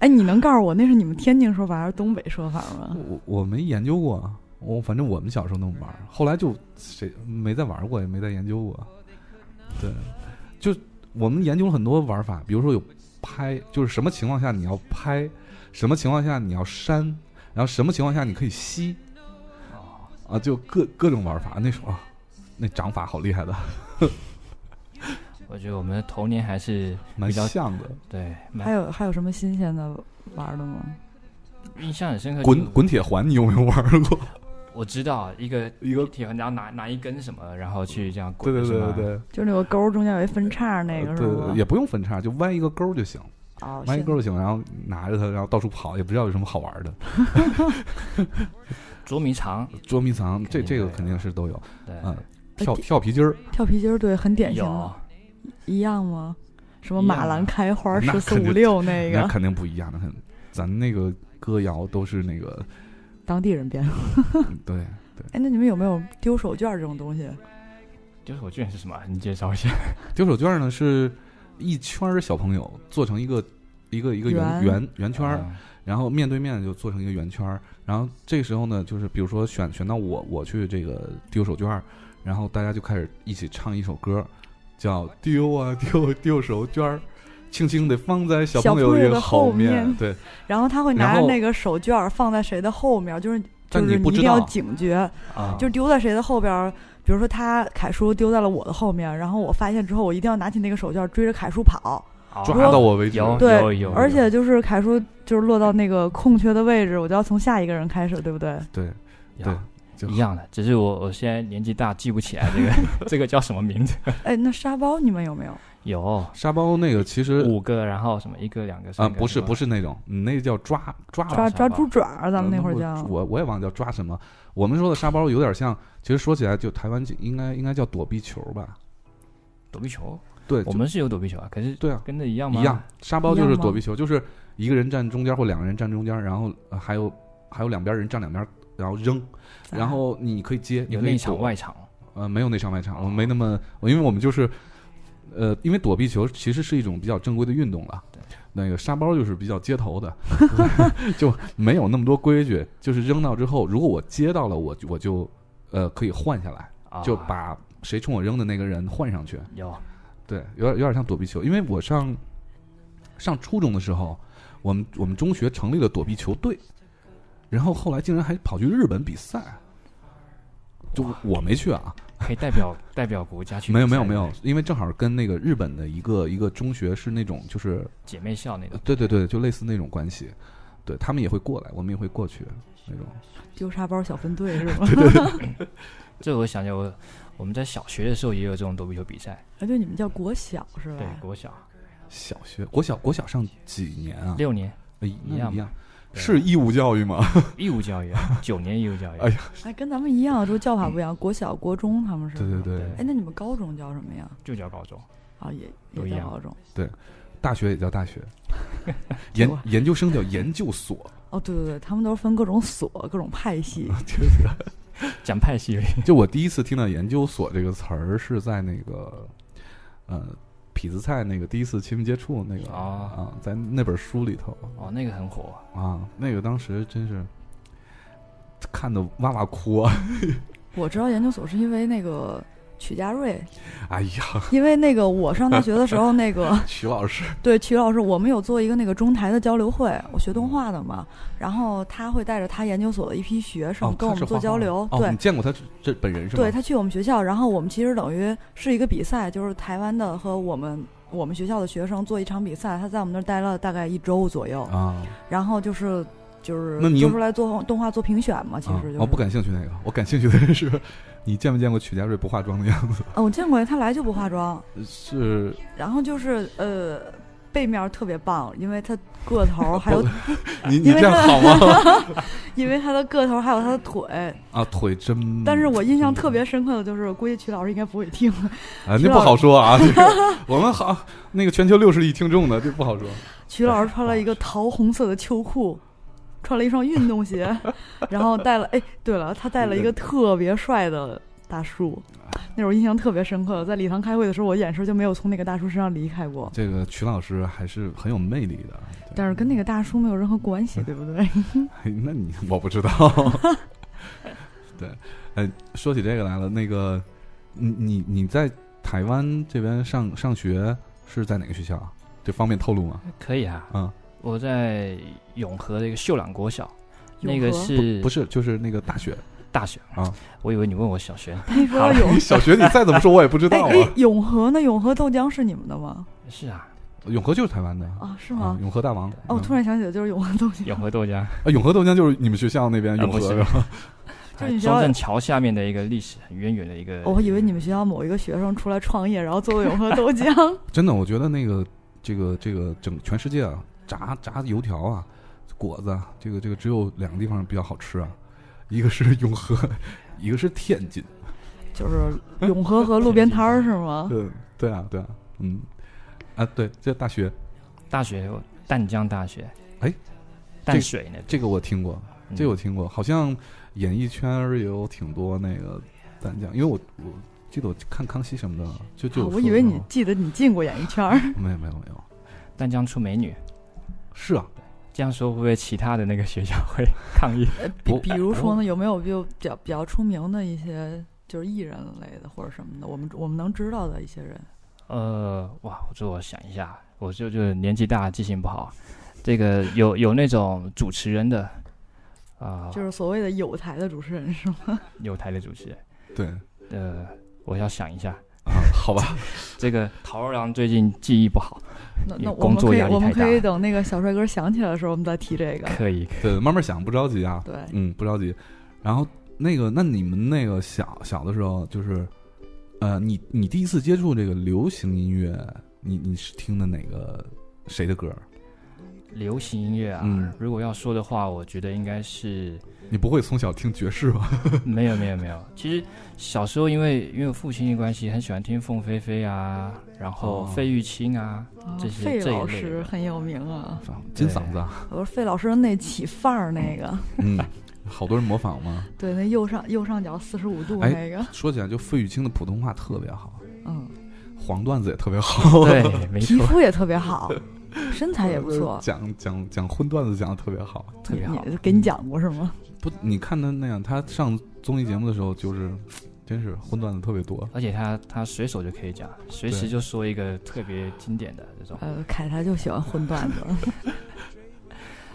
S2: 哎，你能告诉我那是你们天津说法还是东北说法
S3: 啊
S2: 吗？
S1: 我我没研究过啊，我反正我们小时候那么玩儿，后来就谁没再玩过，也没再研究过。对，就我们研究了很多玩法，比如说有拍，就是什么情况下你要拍，什么情况下你要删，然后什么情况下你可以吸
S3: 哦，
S1: 啊，就各各种玩法。那时候啊，那掌法好厉害的，
S3: 我觉得我们的童年还是
S1: 蛮
S3: 比较
S1: 像的。
S3: 对，
S2: 还
S1: 哎
S3: 蛮
S2: 有还有什么新鲜的玩的吗？
S3: 印象很深刻。
S1: 滚！滚铁环，你有没有玩过？
S3: 我知道一个
S1: 一个，
S3: 铁环，然后拿拿一根什么，然后去这样
S1: 对
S3: 滚，
S1: 对对
S3: 是
S1: 对
S3: 吗
S1: 对，
S2: 就那个钩儿中间有一分叉那个
S1: 呃
S2: 是吗
S1: 对，？也不用分叉，就弯一个钩儿就行，
S2: 哦，
S1: 弯一个
S2: 行
S1: 钩儿就行，然后拿着它，然后到处跑，也不知道有什么好玩的。
S3: 捉迷藏，
S1: 捉迷藏，这
S3: 肯定哎
S1: 这个
S3: 会
S1: 肯定是都有，
S3: 对，
S1: 嗯，跳跳皮筋儿，
S2: 跳皮筋儿，对，很典型
S3: 有
S2: 的，一样吗？什么
S3: 一样
S2: 马
S3: 啊
S2: 兰开花
S1: 那
S2: 十四
S1: 肯定
S2: 五六
S3: 哎
S2: 那
S1: 那
S2: 个
S1: 肯定不一样的，很，咱那个歌谣都是那
S3: [LAUGHS]
S1: 个，
S2: 当地人编的。
S1: 嗯对，
S2: 哎，那你们有没有丢手绢儿这种东西？
S3: 丢手绢是什么？你介绍一下。
S1: 丢手绢儿呢是一圈儿小朋友做成一个一个一个圆
S2: 圆
S1: 圆圆 [LAUGHS] 圈儿，
S3: 嗯
S1: 然后面对面就做成一个圆圈儿，然后这时候呢，就是比如说选选到我我去这个丢手绢儿，然后大家就开始一起唱一首歌，叫丢啊 [LAUGHS] 丢丢手绢儿，轻轻地放在小
S2: 小
S1: 朋友
S2: 朋友
S1: 这个
S2: 的后
S1: 后面
S2: 面，
S1: 对。
S2: 然后他会
S1: 然
S2: 拿着
S1: 后
S2: 那个手绢儿放在谁的后面，就是就
S1: 但
S2: 是
S1: 你不
S2: 一
S1: 知
S2: 定要
S1: 道，
S2: 警觉，
S3: 嗯
S1: 啊
S2: 就是丢在谁的后边儿。比如说他凯叔丢在了我的后面，然后我发现之后，我一定要拿起那个手绢儿追着凯叔跑。
S3: 哦
S1: 抓
S2: 如果
S1: 到我为止。
S3: 有
S2: 对
S3: 有有，
S2: 而且就是凯叔就是落到那个空缺的位置，我就要从下一个人开始，对不对？
S1: 对，
S3: 有
S1: 对就
S3: 一样的，只是我我现在年纪大，记不起来
S1: [LAUGHS]
S3: 这个这个叫什么名字。
S2: 哎，那沙包你们有没有？
S1: 啊
S3: 有
S1: 沙包那个其实
S3: 五个，然后什么一个两个
S1: 啊、
S3: 三个，
S1: 不是不
S3: 是
S1: 是那种，你那叫抓抓
S2: 抓
S3: 沙
S2: 抓
S3: 包
S2: 猪爪儿，啊咱们那会儿
S1: 呃我
S2: 叫。
S1: 我我也忘了叫抓什么。我们说的沙包有点像，其实说起来就台湾应该应该叫躲避球吧？
S3: 躲避球，
S1: 对，
S3: 我
S1: 就
S3: 们是有躲避球啊，可是
S1: 对啊，
S3: 跟这一样吗？
S1: 一样，沙包
S2: 一
S1: 就
S2: 样
S1: 是
S2: 吗
S1: 躲避球，就是一个人站中间或两个人站中间，然后呃还有还有两边人站两边，然后扔，然后你可以接，你
S3: 有
S1: 可以
S3: 内场
S1: 躲
S3: 外场，
S1: 呃，没有内场外场，我没那么，我因为我们就是，呃，因为躲避球其实是一种比较正规的运动了
S3: 对。
S1: 那个沙包就是比较街头的， [LAUGHS] 就没有那么多规矩。就是扔到之后，如果我接到了，我就我就呃可以换下来，
S3: 啊
S1: 就把谁冲我扔的那个人换上去。
S3: 有
S1: 对，有点有点像躲避球。因为我上上初中的时候，我们我们中学成立了躲避球队，然后后来竟然还跑去日本比赛，就我没去啊，
S3: 可以代表 [LAUGHS] 代表国家去比赛，
S1: 没有没有没有，因为正好跟那个日本的一个一个中学是那种就是
S3: 姐妹校那
S1: 呃
S3: 种，
S1: 对对对，就类似那种关系，对他们也会过来，我们也会过去那种。
S2: 丢沙包小分队是吗？ [LAUGHS]
S3: 这我想起来我我们在小学的时候也有这种躲避球比赛，
S2: 哎，对，你们叫国小是
S3: 对
S1: 嗯
S2: 吧？
S3: 国小
S1: 小学、国小、国小上几年啊？
S3: 六年
S1: 哎那
S3: 一样
S1: 一样，
S3: 对
S1: 是义务教育吗？ [LAUGHS]
S3: 义务教育，啊九年义务教育
S1: 哎，
S2: 哎，跟咱们一样，就是叫法不一样，国小、国中他们是。
S1: 对对对，
S2: 哎，那你们高中叫什么呀？
S3: 就叫高中，
S2: 啊，也
S3: 都一
S2: 也叫
S3: 样
S2: 高中。
S1: 大学也叫大
S2: [LAUGHS]
S1: 学，研
S2: 我
S1: 研究生叫研究所，
S2: 哦，对对对，他们都是分各种所、各种
S1: [LAUGHS]
S2: 派系。
S3: 讲派系里
S1: 就我第一次听到“研究所”这个词儿是在那个，呃，痞子蔡那个第一次亲密接触那个
S3: 哦
S1: 啊，在那本书里头
S3: 哦，那个很火，
S1: 啊，那个当时真是看的哇哇哭啊！ [LAUGHS]
S2: 我知道研究所是因为那个曲家瑞，
S1: 哎呀，
S2: 因为那个我上大学的时候，
S1: [LAUGHS]
S2: 那个
S1: 曲老师，
S2: 对曲老师，我们有做一个那个中台的交流会，我学
S1: 嗯
S2: 动画的嘛，然后他会带着他研究所的一批学生
S1: 哦，
S2: 跟我们做交流，
S1: 他是画画的哦，
S2: 对
S1: 你。见过他这本人是吗？
S2: 对他去我们学校，然后我们其实等于是一个比赛，就是台湾的和我们我们学校的学生做一场比赛，他在我们那儿待了大概一周左右，
S1: 啊，
S2: 然后就是就是
S1: 那你
S2: 做
S1: 有
S2: 出来做动画做评选嘛，其
S1: 啊
S2: 实就是、
S1: 我不感兴趣那个，我感兴趣的是你见没见过曲家瑞不化妆的样子？
S2: 哦，我见过他来就不化妆，
S1: 呃是
S2: 然后就是呃。背面特别棒，因为它个头儿还
S1: 哦
S2: 有，
S1: 你你
S2: 因为
S1: 这样好吗？
S2: [LAUGHS] 因为它的个头儿还有它的腿。
S1: 啊，腿真……
S2: 但是我
S1: 嗯
S2: 印象特别深刻的就是，估计曲老师应该不会听，
S1: 啊，那不好说啊。这个 [LAUGHS] 我们好，那个全球六十亿听众呢，这不好说。
S2: 曲老师穿了一个桃红色的秋裤，穿了一双运
S1: [LAUGHS]
S2: 动鞋，然后带了哎，对了，他带了一个特别帅的大叔，
S1: 啊
S2: 那会儿印象特别深刻。在礼堂开会的时候，我眼神就没有从那个大叔身上离开过，
S1: 这个曲老师还是很有魅力的。啊对
S2: 但是跟那个大叔没有任何关系，对不
S3: [LAUGHS]
S2: 对？
S1: 嘿那你我不知
S2: [LAUGHS]
S1: 道。对，呃，说起这个来了，那个，你你你在台湾这边上上学是在哪个学校啊？这方便透露吗？
S3: 可以啊，
S1: 嗯，
S3: 我在永和的一个秀朗国小，那
S2: 永
S3: 个
S2: 和
S3: 是
S1: 不是，就是那个大
S2: [LAUGHS]
S1: 学
S3: 大学
S1: 啊？
S3: 我以为你问我小学，
S2: 一说到永
S1: 你小学你再怎么说我也不知
S2: 哎
S1: 道啊。
S2: 哎，永和呢？永和豆浆是你们的吗？
S1: [LAUGHS]
S3: 是啊，
S1: 永和就是台湾的
S3: 哦
S2: 啊，是吗
S1: 啊？永和大王。
S2: 哦，我
S1: 嗯
S2: 突然想起来，就是永和豆浆，
S3: 永和豆浆，
S1: 啊，永和豆浆就是你们学校那边 [LAUGHS]
S3: 啊
S1: 永
S3: [LAUGHS]
S1: 和
S3: 不是
S2: [LAUGHS]
S1: 是吧？
S2: 就你学校
S3: 中正桥下面的一个历史很渊源的一个，
S2: [LAUGHS] 我以为你们学校某一个学生出来创业，然后做的永和
S1: [LAUGHS]
S2: 豆浆。
S1: 真的，我觉得那个这个这个整全世界啊，炸炸油条啊，果子啊，这个这个只有两个地方比较好吃啊，一个是永和，一个是天津。
S2: 就是永和和路边摊儿
S1: [LAUGHS]
S2: 是吗？
S1: 对对啊对啊，嗯啊对，这大学
S3: 大学淡江大学，
S1: 哎，
S3: 淡水那边
S1: 这个我听过，
S3: 嗯
S1: 这个我听过，好像演艺圈儿也有挺多那个淡江，因为我我记得我看康熙什么的，就就有
S2: 啊
S1: 说
S2: 我以为
S1: 这
S2: 你
S1: 种
S2: 记得你进过演
S1: [LAUGHS]
S2: 艺圈儿，
S1: 没有没有没有，
S3: 淡江出美女，
S1: 是啊，
S3: 这样说会不会其他的那个学校会 [LAUGHS] 抗议？
S2: 比
S1: 我
S2: 比如说呢，有没有就比较比较出名的一些就是艺人类的或者什么的，我们我们能知道的一些人，
S3: 呃，哇，我这我想一下，我就就是年纪大，记性不好。这个有有那种主持人的啊，
S2: 就是所谓的有台的主持人是吗？
S3: 有台的主持人，
S1: 对
S3: 呃，我要想一下，
S1: 啊，好吧，
S3: 这个陶二郎最近记忆不好，
S2: 那
S3: 也
S2: 那我
S3: 工
S2: 们
S3: 作
S2: 可以
S3: 压力
S2: 我们
S3: 太大
S2: 可以等那个小帅哥想起来的时候，我们再提这
S1: 啊
S2: 个。
S3: 可以，
S1: 对，慢慢想，不着急啊，
S2: 对，
S1: 嗯，不着急。然后那个，那你们那个小小的时候，就是，呃，你你第一次接触这个流行音乐，你你是听的哪个谁的歌？
S3: 流行音乐啊，
S1: 嗯
S3: 如果要说的话，我觉得应该是 [LAUGHS]
S1: 你不会从小听爵士
S2: [LAUGHS]
S1: 吧？
S3: 没有没有没有。其实小时候因为因为我父亲的关系，很喜欢听凤飞飞啊，然后
S1: 哦
S3: 费玉清
S1: [LAUGHS]
S3: 啊，
S2: 啊
S3: 这些
S2: 费
S3: 这一类
S2: 老
S3: 的嗯
S2: 师
S3: 人
S2: 很有名啊，
S1: 金嗓子，
S2: [LAUGHS]
S1: 啊，
S2: 我说费老师的那起范儿那个，
S1: 嗯，好多人模仿嘛。
S2: 对，那右上右上角四十五度
S1: 哎
S2: 那个，
S1: 说起来，就费玉清的普通话特别好，
S3: [LAUGHS]
S2: 嗯，
S1: 黄段子也特别好，。
S3: 对，没
S2: 皮
S3: 错，
S2: 肤也特别好，身材也不错
S1: 讲讲讲荤段子讲的特别好。
S3: [LAUGHS] 特别好嗯
S2: 你。给你讲过是吗？
S1: 不，你看他那样，他上综艺节目的时候，就是真是荤段子特别多。
S3: 而且他他随手就可以讲，随时
S1: 对
S3: 就说一个特别经典的这种。
S2: 呃，凯他就喜欢荤段
S3: [LAUGHS]
S2: 子，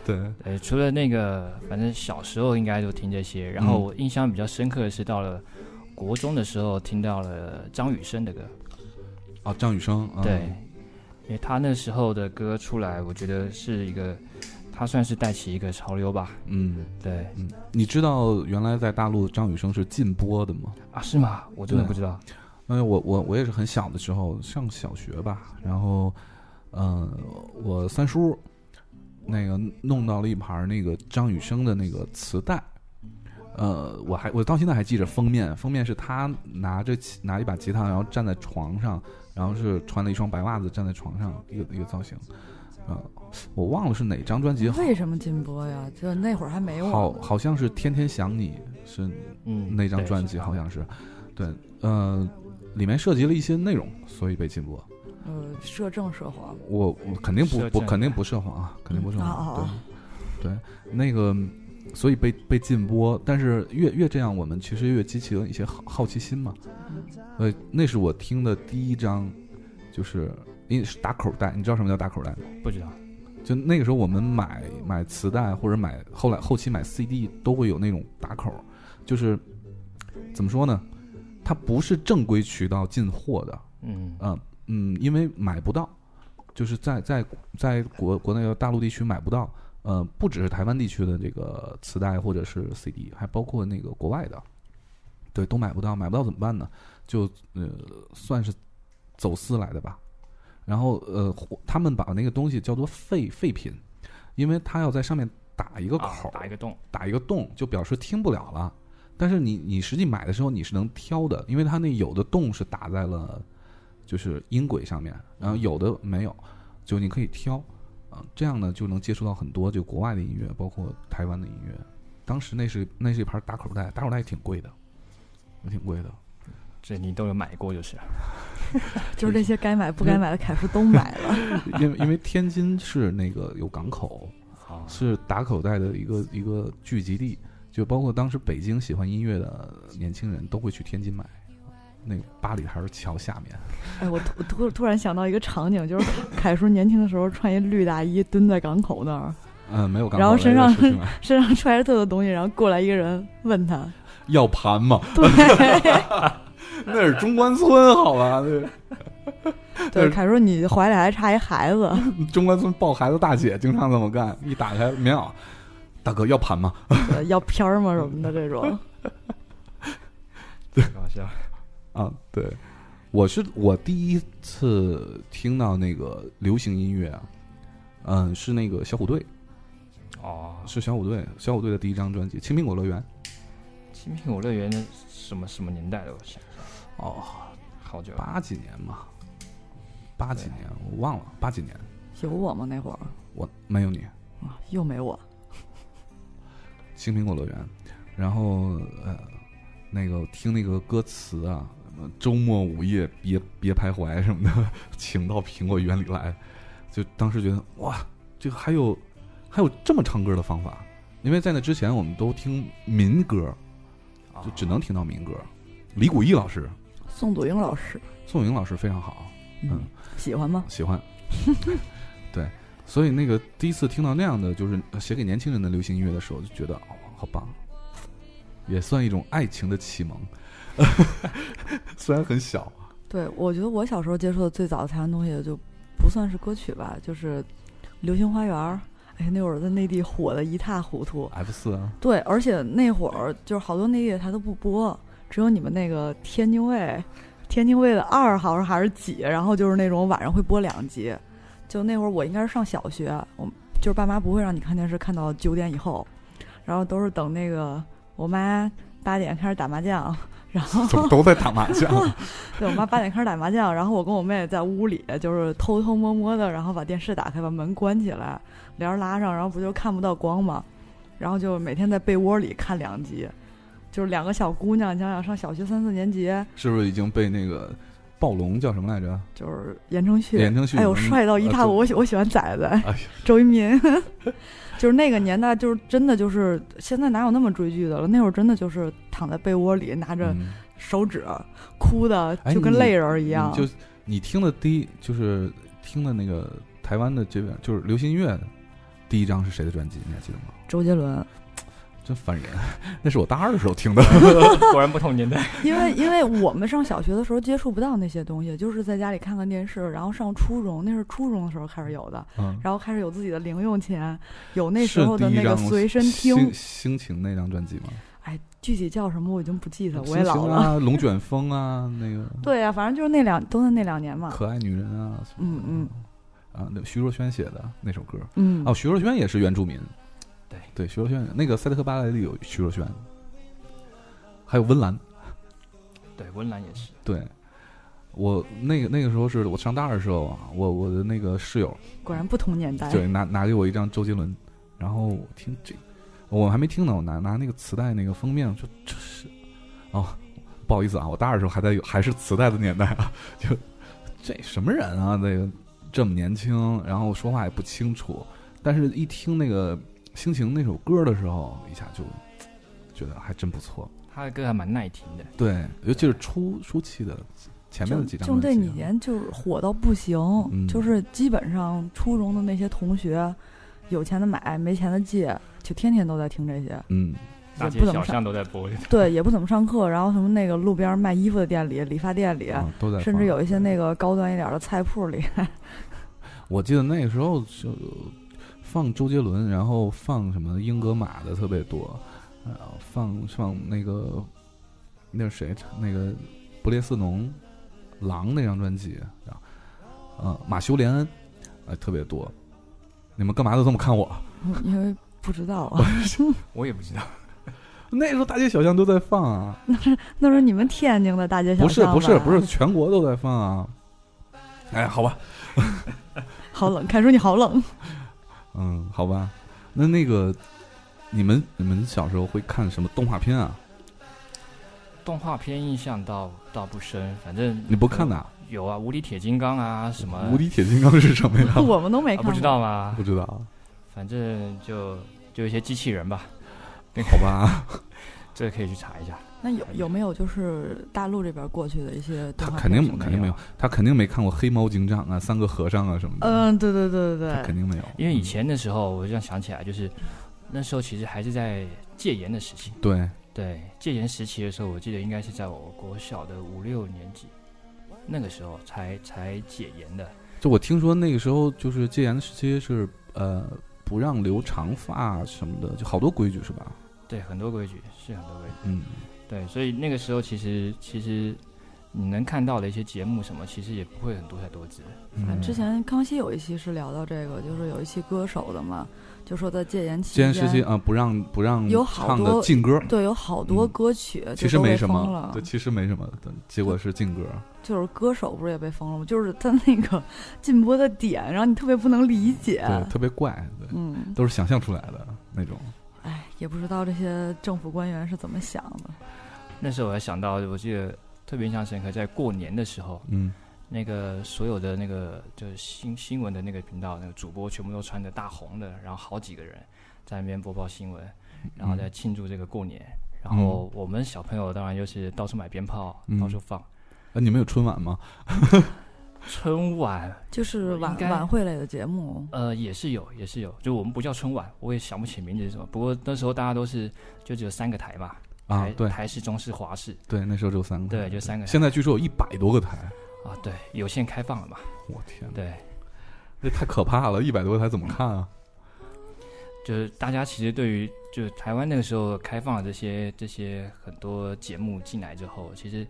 S1: 对，
S3: 呃，除了那个，反正小时候应该就听这些。然后
S1: 嗯
S3: 我印象比较深刻的是，到了国中的时候听到了张雨生的歌，
S1: 啊，张雨生，嗯
S3: 对，因为他那时候的歌出来，我觉得是一个，他算是带起一个潮流吧。
S1: 嗯，
S3: 对
S1: 嗯，你知道原来在大陆张雨生是禁播的吗？
S3: 啊，是吗？我真的
S1: 对啊
S3: 不知道。
S1: 因为我我我也是很小的时候上小学吧，然后，呃，我三叔那个弄到了一盘那个张雨生的那个磁带，呃，我还我到现在还记着封面，封面是他拿着吉拿一把吉他，然后站在床上，然后是穿了一双白袜子站在床上一个一个造型，啊、我忘了是哪张专辑好，
S2: 为什么禁播呀？就那会儿还没我
S1: 好
S2: 呢，
S1: 好像是《天天想你》是
S3: 嗯，
S1: 那张
S3: 对
S1: 专辑好像是，对，呃，里面涉及了一些内容，所以被禁播。
S2: 呃，摄政涉黄，
S1: 我我肯定不
S3: 涉
S1: 不
S3: 政
S1: 肯定不涉黄啊，肯定不涉
S2: 嗯啊啊
S1: 黄。
S2: 啊
S1: 对对，那个，所以被被禁播，但是越越这样，我们其实越激起了一些好好奇心嘛。呃，那是我听的第一张，就是因为是打口袋，你知道什么叫打口袋吗？
S3: 不知道。
S1: 就那个时候，我们买买磁带或者买后来后期买 CD 都会有那种打口，就是怎么说呢？它不是正规渠道进货的，
S3: 嗯，
S1: 啊，嗯，因为买不到，就是在在在国国内的大陆地区买不到，呃，不只是台湾地区的这个磁带或者是 CD，还包括那个国外的，对，都买不到，买不到怎么办呢？就呃，算是走私来的吧。然后呃，他们把那个东西叫做废废品，因为它要在上面打一个
S3: 啊
S1: 口儿，
S3: 打一个洞，
S1: 打一个洞，就表示听不了了。但是你你实际买的时候你是能挑的，因为它那有的洞是打在了就是音轨上面，然后有的没有，就你可以挑啊、这样呢就能接触到很多就国外的音乐，包括台湾的音乐。当时那是那是一盘打口袋，打口袋也挺贵的，也挺贵的。
S3: 这你都有买过就是。
S2: 就是这些该买不该买的凯叔都买了。
S1: 因为因为天津是那个有港口，
S3: 哦，
S1: 是打口袋的一个一个聚集地，就包括当时北京喜欢音乐的年轻人都会去天津买，那个八里台桥下面，
S2: 哎，我突突突然想到一个场景，就是凯凯叔年轻的时候穿一绿大衣蹲在港口那儿，
S1: 嗯，没有港口，
S2: 然后身
S1: 来
S2: 上
S1: 来去去
S2: [LAUGHS]
S1: 买
S2: 身上揣着特多东西，然后过来一个人问他，
S1: 要盘嘛，
S2: 对
S1: [LAUGHS] 那是中关村，好吧？那
S2: 对，凯叔你怀里还差一孩子，
S1: 中关村抱孩子大姐经常这么干，一打开棉袄，大哥要盘吗？
S2: 对呃要片儿吗什么的这种，
S3: 搞笑。
S1: 啊，对，我是我第一次听到那个流行音乐啊，嗯，是那个小虎队。
S3: 哦，
S1: 是小虎队，小虎队的第一张专辑《青苹果乐园》。
S3: 青苹果乐园的什么什么年代的？我想一下，
S1: 哦，
S3: 好久了。
S1: 八几年嘛，八几年我忘了，八几年
S2: 有我吗那会儿
S1: 我没有你，《
S2: 啊又没我，
S1: 青苹果乐园》，然后呃，那个听那个歌词啊，什么周末午夜别别徘徊什么的， [LAUGHS] 请到苹果园里来，就当时觉得哇，这个还有还有这么唱歌的方法，因为在那之前我们都听民歌，就只能听到民歌。李谷一老师，
S2: 宋祖英老师，
S1: 宋颖老师非常好。嗯，
S2: 喜欢吗？
S1: 喜欢。 [LAUGHS] 对，所以那个第一次听到那样的就是呃写给年轻人的流行音乐的时候，就觉得哦，好棒，也算一种爱情的启蒙。 [LAUGHS] 虽然很小，
S2: [LAUGHS] 对，我觉得我小时候接触的最早的台湾东西就不算是歌曲吧，就是《流星花园》。哎，那会儿在内地火的一塌糊涂，
S1: F 四啊，
S2: 对，而且那会儿就是好多内地的台都不播，只有你们那个天津卫，天津卫的二好像还是几，然后就是那种晚上会播两集。就那会儿我应该是上小学，我就是爸妈不会让你看电视看到九点以后，然后都是等那个我妈八点开始打麻将，然后
S1: [LAUGHS] 怎么都在打麻将？ [LAUGHS]
S2: [LAUGHS] 对我妈八点开始打麻将，然后我跟我妹在屋里就是偷偷摸摸的，然后把电视打开，把门关起来，帘儿拉上，然后不就看不到光吗？然后就每天在被窝里看两集，就是两个小姑娘，想想上小学三四年级，
S1: 是不是已经被那个暴龙叫什么来着？
S2: 就是言承旭，
S1: 言承旭
S2: 哎呦
S1: 嗯
S2: 帅到一塌糊涂！我喜我喜欢仔仔
S1: 哎呀，
S2: 周渝民， [LAUGHS] 就是那个年代，就是真的就是现在哪有那么追剧的了？那会儿真的就是躺在被窝里拿着
S1: 嗯
S2: 手指，哭的
S1: 哎
S2: 就跟
S1: 你
S2: 泪人儿一
S1: 你
S2: 样。
S1: 嗯就你听的第一就是听的那个台湾的这边就是流行音乐的第一张是谁的专辑？你还记得吗？
S2: 周杰伦，
S1: 真烦人， [LAUGHS] 那是我大二的时候听的。
S3: [LAUGHS] 果然不同年代。
S2: [LAUGHS] 因为因为我们上小学的时候接触不到那些东西，就是在家里看看电视，然后上初中，那是初中的时候开始有的，
S1: 嗯，
S2: 然后开始有自己的零用钱，有那
S1: 是
S2: 时候的
S1: 第一
S2: 那个
S1: 张
S2: 随身听
S1: 心，心情那张专辑吗？
S2: 哎，具体叫什么我已经不记得，我也
S1: 心
S2: 老
S1: 情
S2: 了。
S1: 啊，龙卷风啊，那个
S2: 对呀、反正就是那两都是那两年嘛。
S1: 可爱女人啊，
S2: 嗯嗯
S1: 啊，那徐若瑄写的那首歌
S2: 嗯，
S1: 哦，徐若瑄也是原住民，
S3: 对
S1: 对，徐若瑄那个《赛德克巴莱》里有徐若瑄，还有温岚，
S3: 对，温岚也是。
S1: 对。我那个那个时候是我上大二的时候啊，我我的那个室友
S2: 果然不同年代。
S1: 对拿拿给我一张周杰伦，然后我听这，我还没听呢，我拿拿那个磁带那个封面，就这是，哦，不好意思啊，我大二的时候还在有还是磁带的年代啊，就这什么人啊，这个这么年轻，然后说话也不清楚，但是一听那个《心情》那首歌的时候，一下就觉得还真不错，
S3: 他的歌还蛮耐听的，
S1: 对，尤其是初初期的前面
S2: 就
S1: 的几张
S2: 就那
S1: 专辑
S2: 几
S1: 啊
S2: 年就是火到不行，
S1: 嗯
S2: 就是基本上初中的那些同学，有钱的买，没钱的借，就天天都在听这些。
S1: 嗯，
S3: 大街
S2: 不怎么
S3: 小
S2: 上
S3: 巷都在播。 [LAUGHS]
S2: 对，也不怎么上课，然后什么那个路边卖衣服的店里、理发店里，
S1: 啊都在
S2: 甚
S1: 放
S2: 至有一些那个高端一点的菜铺里，
S1: 我记得那个时候就放周杰伦，然后放什么英格玛的特别多，然后放放那个那是谁唱那个布列斯农狼那张专辑，然后呃，马修·连恩，呃，特别多。你们干嘛都这么看我？
S2: 因为不知道啊。
S5: 我也不知道。
S1: 那时候大街小巷都在放啊，
S2: 那是你们天津的大街小
S1: 不是
S2: 巷吧
S1: 不是不是，，全国都在放啊。哎，好吧，
S2: 好冷，凯叔你
S1: [LAUGHS]
S2: 好冷。
S1: 嗯，好吧。那那个，你们你们小时候会看什么动画片啊？
S3: 动画片印象倒倒不深，反正
S1: 你不看的、啊？
S3: 有啊，无敌铁金刚啊什
S2: 哎
S3: 么，
S1: 无敌铁金刚是什么
S2: [LAUGHS]
S1: 呀？
S2: 我们都没
S3: 啊
S2: 看、
S3: 不知。道吗
S1: 不？知道，啊
S3: 反正就就一些机器人吧，
S1: 好吧。
S3: 这个可以去查一下。
S2: 那有有没有就是大陆这边过去的一些动
S1: 他
S2: 画
S1: 肯
S2: 片
S1: 定
S2: 什么的
S1: 肯定没有，他肯定没看过《黑猫警长》啊，《三个和尚》啊什么的。
S2: 嗯，对对对
S1: 他
S2: 对
S1: 肯
S2: 对，
S1: 定没有，
S3: 因为以前的时候，我这样想起来，就是那时候其实还是在戒严的时期
S1: 嗯。对
S3: 对，戒严时期的时候，我记得应该是在我国小的五六年级，那个时候才才解严的。
S1: 就我听说那个时候就是戒严的时期是呃不让留长发什么的，就好多规矩是吧？
S3: 对，很多规矩是很多规矩。
S1: 嗯，
S3: 对，所以那个时候其实其实你能看到的一些节目什么，其实也不会很多才多姿。
S2: 啊
S1: 嗯
S2: 之前康熙有一期是聊到这个，就是有一期歌手的嘛，就说在戒严期
S1: 戒严
S2: 间，
S1: 时期啊、不让不让
S2: 有好
S1: 唱的
S2: 多
S1: 禁歌，
S2: 对，有好多歌曲
S1: 其
S2: 就
S1: 实
S2: 都
S1: 没
S2: 被
S1: 什
S2: 封
S1: 么，
S2: 了
S1: 对，，其实没什么的，结果是禁歌。
S2: 就是歌手不是也被封了吗？就是他那个 [LAUGHS] 禁播的点，然后你特别不能理解。
S1: 对，特别怪，对，
S2: 哎嗯，
S1: 都是想象出来的那种。
S2: 哎，也不知道这些政府官员是怎么想的。
S3: 那时候我还想到，我记得特别印象深刻，在过年的时候，
S1: 嗯，
S3: 那个所有的那个就是新新闻的那个频道，那个主播全部都穿着大红的，然后好几个人在那边播报新闻，
S1: 嗯
S3: 然后在庆祝这个过年。然后我们小朋友当然就是到处买鞭炮，
S1: 嗯
S3: 到处放。
S1: 呃，你们有春晚吗？
S3: 春晚
S2: 就是
S3: 我
S2: 晚
S3: 应该
S2: 晚会类的节目，
S3: 呃也是有，也是有，就我们不叫春晚，我也想不起名字是什么。不过那时候大家都是就只有三个台嘛，
S1: 啊
S2: 哎
S3: 台，
S1: 对嗯
S3: 台式、中式、华式
S1: 对，那时候只有三个，
S3: 对就三个
S1: 现在据说有一百多个台，
S3: 啊，对，有线开放了嘛，
S1: 我天哪，
S3: 对，
S1: 这太可怕了，一百多个台怎么看啊？
S3: 就是大家其实对于就是台湾那个时候开放了这些这些很多节目进来之后，其实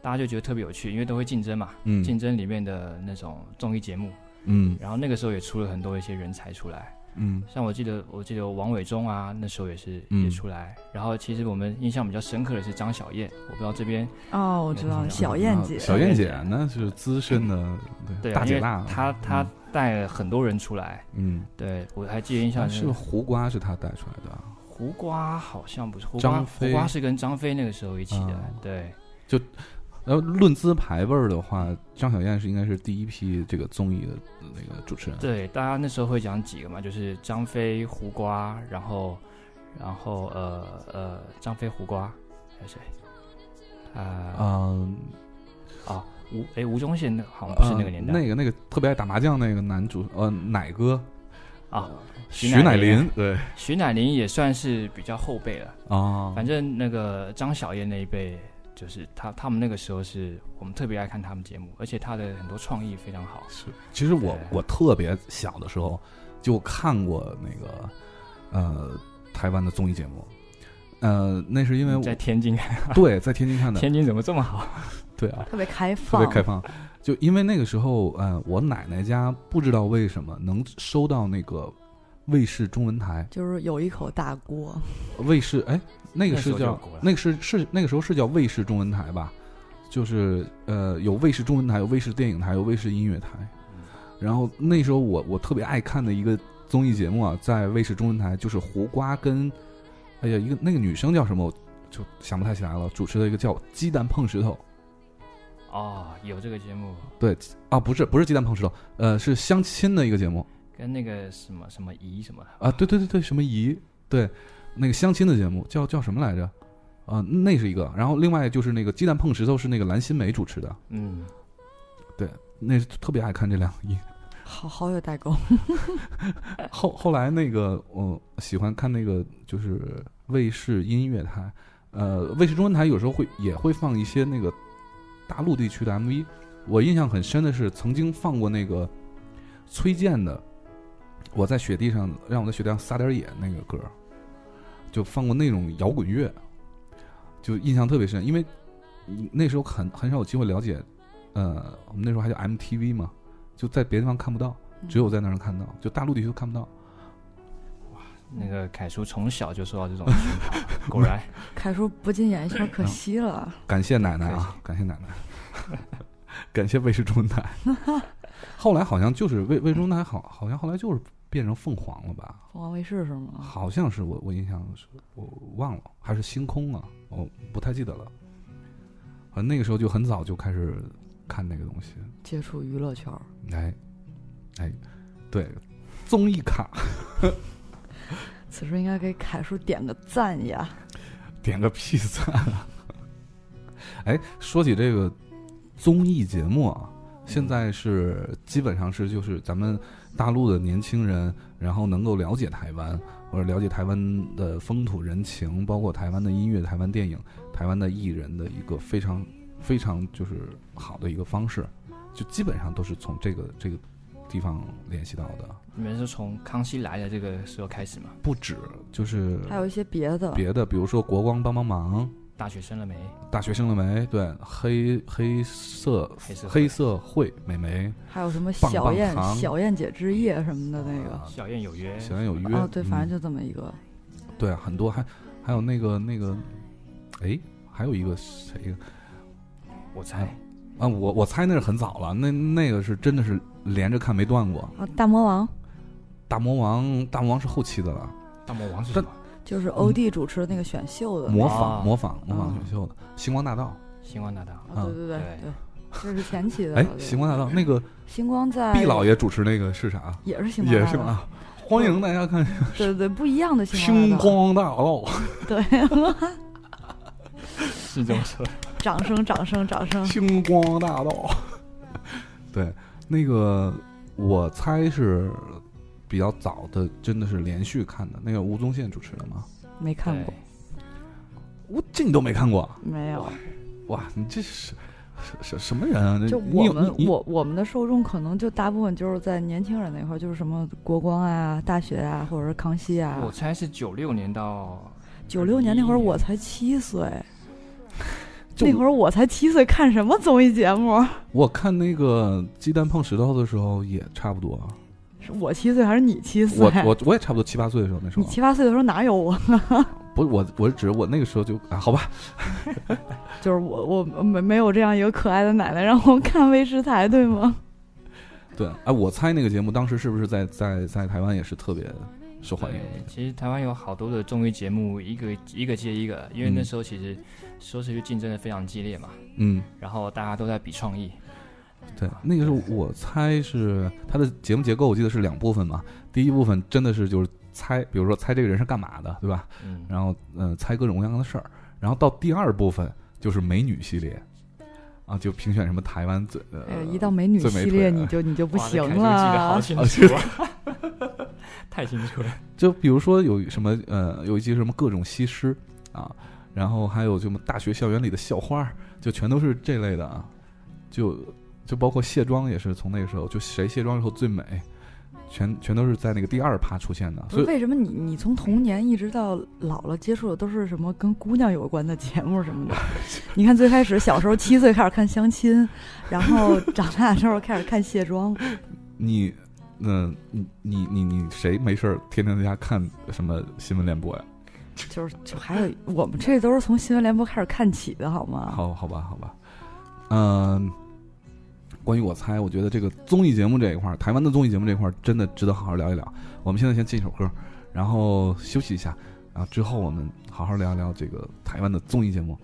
S3: 大家就觉得特别有趣，因为都会竞争嘛，
S1: 嗯
S3: 竞争里面的那种综艺节目，
S1: 嗯
S3: 然后那个时候也出了很多一些人才出来，
S1: 嗯
S3: 像我记得我记得王伟忠啊，那时候也是、
S1: 嗯
S3: 也出来，然后其实我们印象比较深刻的是张小燕，我不知道这边
S2: 哦，我
S3: 没
S2: 知
S3: 听
S2: 道
S3: 过
S2: 小燕
S1: 啊
S2: 姐，
S1: 小燕姐那是资深的
S3: 对、啊，
S1: 大姐
S3: 因为
S1: 大，
S3: 她她带了很多人出来，
S1: 嗯，
S3: 对我还记得印
S1: 她
S3: 象
S1: 是
S3: 是
S1: 胡瓜是她带出来的啊，
S3: 胡瓜好像不是胡瓜，
S1: 张
S3: 胡
S1: 飞
S3: 瓜是跟张飞那个时候一起的，
S1: 啊
S3: 对。
S1: 然后论资排辈儿的话，张小燕是应该是第一批这个综艺的那个主持人，
S3: 对，大家那时候会讲几个嘛，就是张飞、胡瓜，然后，然后呃呃，张飞、胡瓜，还有谁？啊
S1: 嗯，
S3: 啊，吴哎，吴宗宪那好像不是那个年代，
S1: 呃那个那个特别爱打麻将那个男主，呃，奶哥
S3: 啊，
S1: 呃徐
S3: 乃
S1: 乃
S3: 麟
S1: 麟，对
S3: 徐乃麟也算是比较后辈了。
S1: 啊，
S3: 反正那个张小燕那一辈，就是他他们那个时候是我们特别爱看他们节目，而且他的很多创意非常好。
S1: 是，其实我
S3: 对
S1: 我特别小的时候就看过那个呃台湾的综艺节目，呃，那是因为我
S3: 在天津，
S1: 对在天津看的，
S3: 天津怎么这么好？
S1: 对啊，
S2: 特别开
S1: 特
S2: 放，
S1: 别开放。就因为那个时候，呃，我奶奶家不知道为什么能收到那个卫视中文台，
S2: 就是有一口大锅，
S1: 卫视哎，那个
S3: 那时
S1: 是
S3: 候就有
S1: 叫
S3: 国了
S1: 那个是是那个时候是叫卫视中文台吧？就是呃，有卫视中文台，有卫视电影台，有卫视音乐台。
S3: 嗯
S1: 然后那时候我我特别爱看的一个综艺节目啊，在卫视中文台，就是胡瓜跟哎呀一个那个女生叫什么，我就想不太起来了，主持的一个叫《鸡蛋碰石头》
S3: 哦，有这个节目，
S1: 啊，不是不是鸡蛋碰石头，呃，是相亲的一个节目
S3: 跟那个什么什么怡什么的
S1: 啊，对对对对，什么姨对，那个相亲的节目叫叫什么来着？啊、那是一个，然后另外就是那个鸡蛋碰石头是那个蓝心湄主持的，
S3: 嗯，
S1: 那是特别爱看这两个音。
S2: 好好有代沟。
S1: 后后来那个我喜欢看那个就是卫视音乐台，呃，卫视中文台有时候会也会放一些那个大陆地区的 MV。我印象很深的是曾经放过那个崔健的《我在雪地上让我在雪地上撒点野》那个歌，就放过那种摇滚乐，就印象特别深，因为那时候很很少有机会了解，呃，我们那时候还叫 MTV 嘛，就在别的地方看不到，只有在那儿能看到，就大陆地区都看不到。
S3: 那个凯叔从小就受到这种熏陶， [LAUGHS] 果然
S2: 凯叔不进演艺圈可惜了，
S1: 感谢奶奶啊，感谢奶奶， [LAUGHS] 感谢魏氏中文台。 [LAUGHS] 后来好像就是魏魏氏中文台好，好像后来就是变成凤凰了吧？
S2: 凤凰卫视是吗？
S1: 好像是我我印象是我忘了，还是星空啊，我不太记得了。反正那个时候就很早就开始看那个东西，
S2: 接触娱乐圈儿，
S1: 哎，哎，对，综艺卡
S2: 此时应该给凯叔点个赞呀！
S1: 点个屁赞啊！ [LAUGHS] 哎，说起这个综艺节目啊，现在是基本上是就是咱们大陆的年轻人，然后能够了解台湾，或者了解台湾的风土人情，包括台湾的音乐、台湾电影、台湾的艺人的一个非常非常就是好的一个方式，就基本上都是从这个这个地方联系到的，
S3: 你们是从康熙来了这个时候开始吗？
S1: 不止就是
S2: 还有一些别的，
S1: 别的，比如说国光帮帮忙。
S3: 大学生了没？
S1: 大学生了没？对，黑黑色
S3: 黑色
S1: 黑色会美眉，
S2: 还有什么
S1: 棒
S2: 小
S1: 棒
S2: 燕
S1: 糖
S2: 小燕姐之夜什么的那个。
S1: 啊
S3: 小燕有约，
S1: 小燕有约
S2: 哦，对，反正
S1: 就、
S2: 就这么一个，
S1: 嗯对很多，还还有那个那个，哎，还有一个谁
S3: 我猜
S1: 啊？我我猜那是很早了，那那个是真的是连着看没断过。
S2: 啊，大魔王
S1: 大魔王大魔王是后期的了，
S3: 大魔王是什么？
S1: 嗯
S2: 就是欧弟主持的那个选秀的，
S1: 模
S3: 啊
S1: 仿模仿模仿
S2: 啊
S1: 选秀的《星光大道
S3: 星光
S2: [LAUGHS]
S3: 大道，
S2: 啊，对对对
S3: 对
S2: 对，这是前期》的。
S1: 嗯哎，
S2: 对
S1: 《星光大道》那个
S2: 星光在
S1: 毕老爷主持那个是啥？
S2: 也哎是星光
S1: 也
S2: 大
S1: 是
S2: 道
S1: 啊，欢迎大家看《
S2: 对对对，不一样的
S1: 星
S2: 星光
S1: 光大道》。
S2: 大道，
S3: 是这么说的。
S2: 对， [LAUGHS] 掌声掌声掌声，
S1: 星光大道。 [LAUGHS] 对，那个我猜是比较早的，真的是连续看的。那个吴宗宪主持的吗？
S2: 没看过，
S1: 我这你都没看过？啊
S2: 没有，
S1: 哇，你这是什什什么人啊？这
S2: 就
S1: 你
S2: 我
S1: 有
S2: 们
S1: 你你
S2: 我我们的受众可能就大部分就是在年轻人那块儿，就是什么国光啊、大学啊，或者是康熙
S3: 对，
S2: 啊
S3: 我。猜是九六年到
S2: 九六年那会儿我才七岁，
S1: 就
S2: 那会儿我才七岁，看什么综艺节目？
S1: 我看那个鸡蛋碰石头的时候也差不
S2: [LAUGHS]
S1: 多，啊
S2: 是我七岁还是你七岁？
S1: 我我我也差不多七八岁的时候，那时
S2: [LAUGHS] 你
S1: 候
S2: 七八岁的时候哪有我？ [LAUGHS]
S1: 不是我我是指我那个时候就啊，好吧，
S2: 就是我我没没有这样一个可爱的奶奶让我看卫视台，对吗？
S1: 对，哎，我猜那个节目当时是不是在在在台湾也是特别受欢迎
S3: 对，其实台湾有好多的综艺节目，一个一个接一个，因为那
S1: 嗯
S3: 时候其实说是去竞争的非常激烈嘛，
S1: 嗯，
S3: 然后大家都在比创意。
S1: 对，那个是我猜是它的节目结构，我记得是两部分嘛。第一部分真的是就是猜，比如说猜这个人是干嘛的，对吧？
S3: 嗯，
S1: 然后嗯、呃猜各种各样的事儿。然后到第二部分就是美女系列，啊，就评选什么台湾最呃
S2: [LAUGHS] 哎呀，一到美女
S1: 最
S2: 系
S1: 美腿
S2: 列
S1: 啊
S2: 你就你就不
S3: 哇这
S2: 行
S3: 凯叔记得好
S2: 了。
S1: 啊
S3: 清楚啊， [LAUGHS] 太清楚了。
S1: 就比如说有什么呃，有一集什么各种西施啊，然后还有什么大学校园里的校花儿，就全都是这类的啊，就就包括卸妆也是从那个时候，就谁卸妆以后最美，全全都是在那个第二趴出现的，
S2: 不
S1: 所
S2: 是
S1: 以
S2: 为什么你你从童年一直到老了接触的都是什么跟姑娘有关的节目什么的？你看最开始小时候七岁开始看相亲，然后长大之后开始看卸妆，
S1: 你，嗯、你你你你谁没事儿天天在家看什么新闻联播呀？
S2: 就是就还有我们这都是从新闻联播开始看起的好吗？
S1: 好好吧，好吧，嗯、关于我猜，我觉得这个综艺节目这一块儿，台湾的综艺节目这一块儿真的值得好好聊一聊。我们现在先进一首歌，然后休息一下，然后之后我们好好聊一聊这个台湾的综艺节目。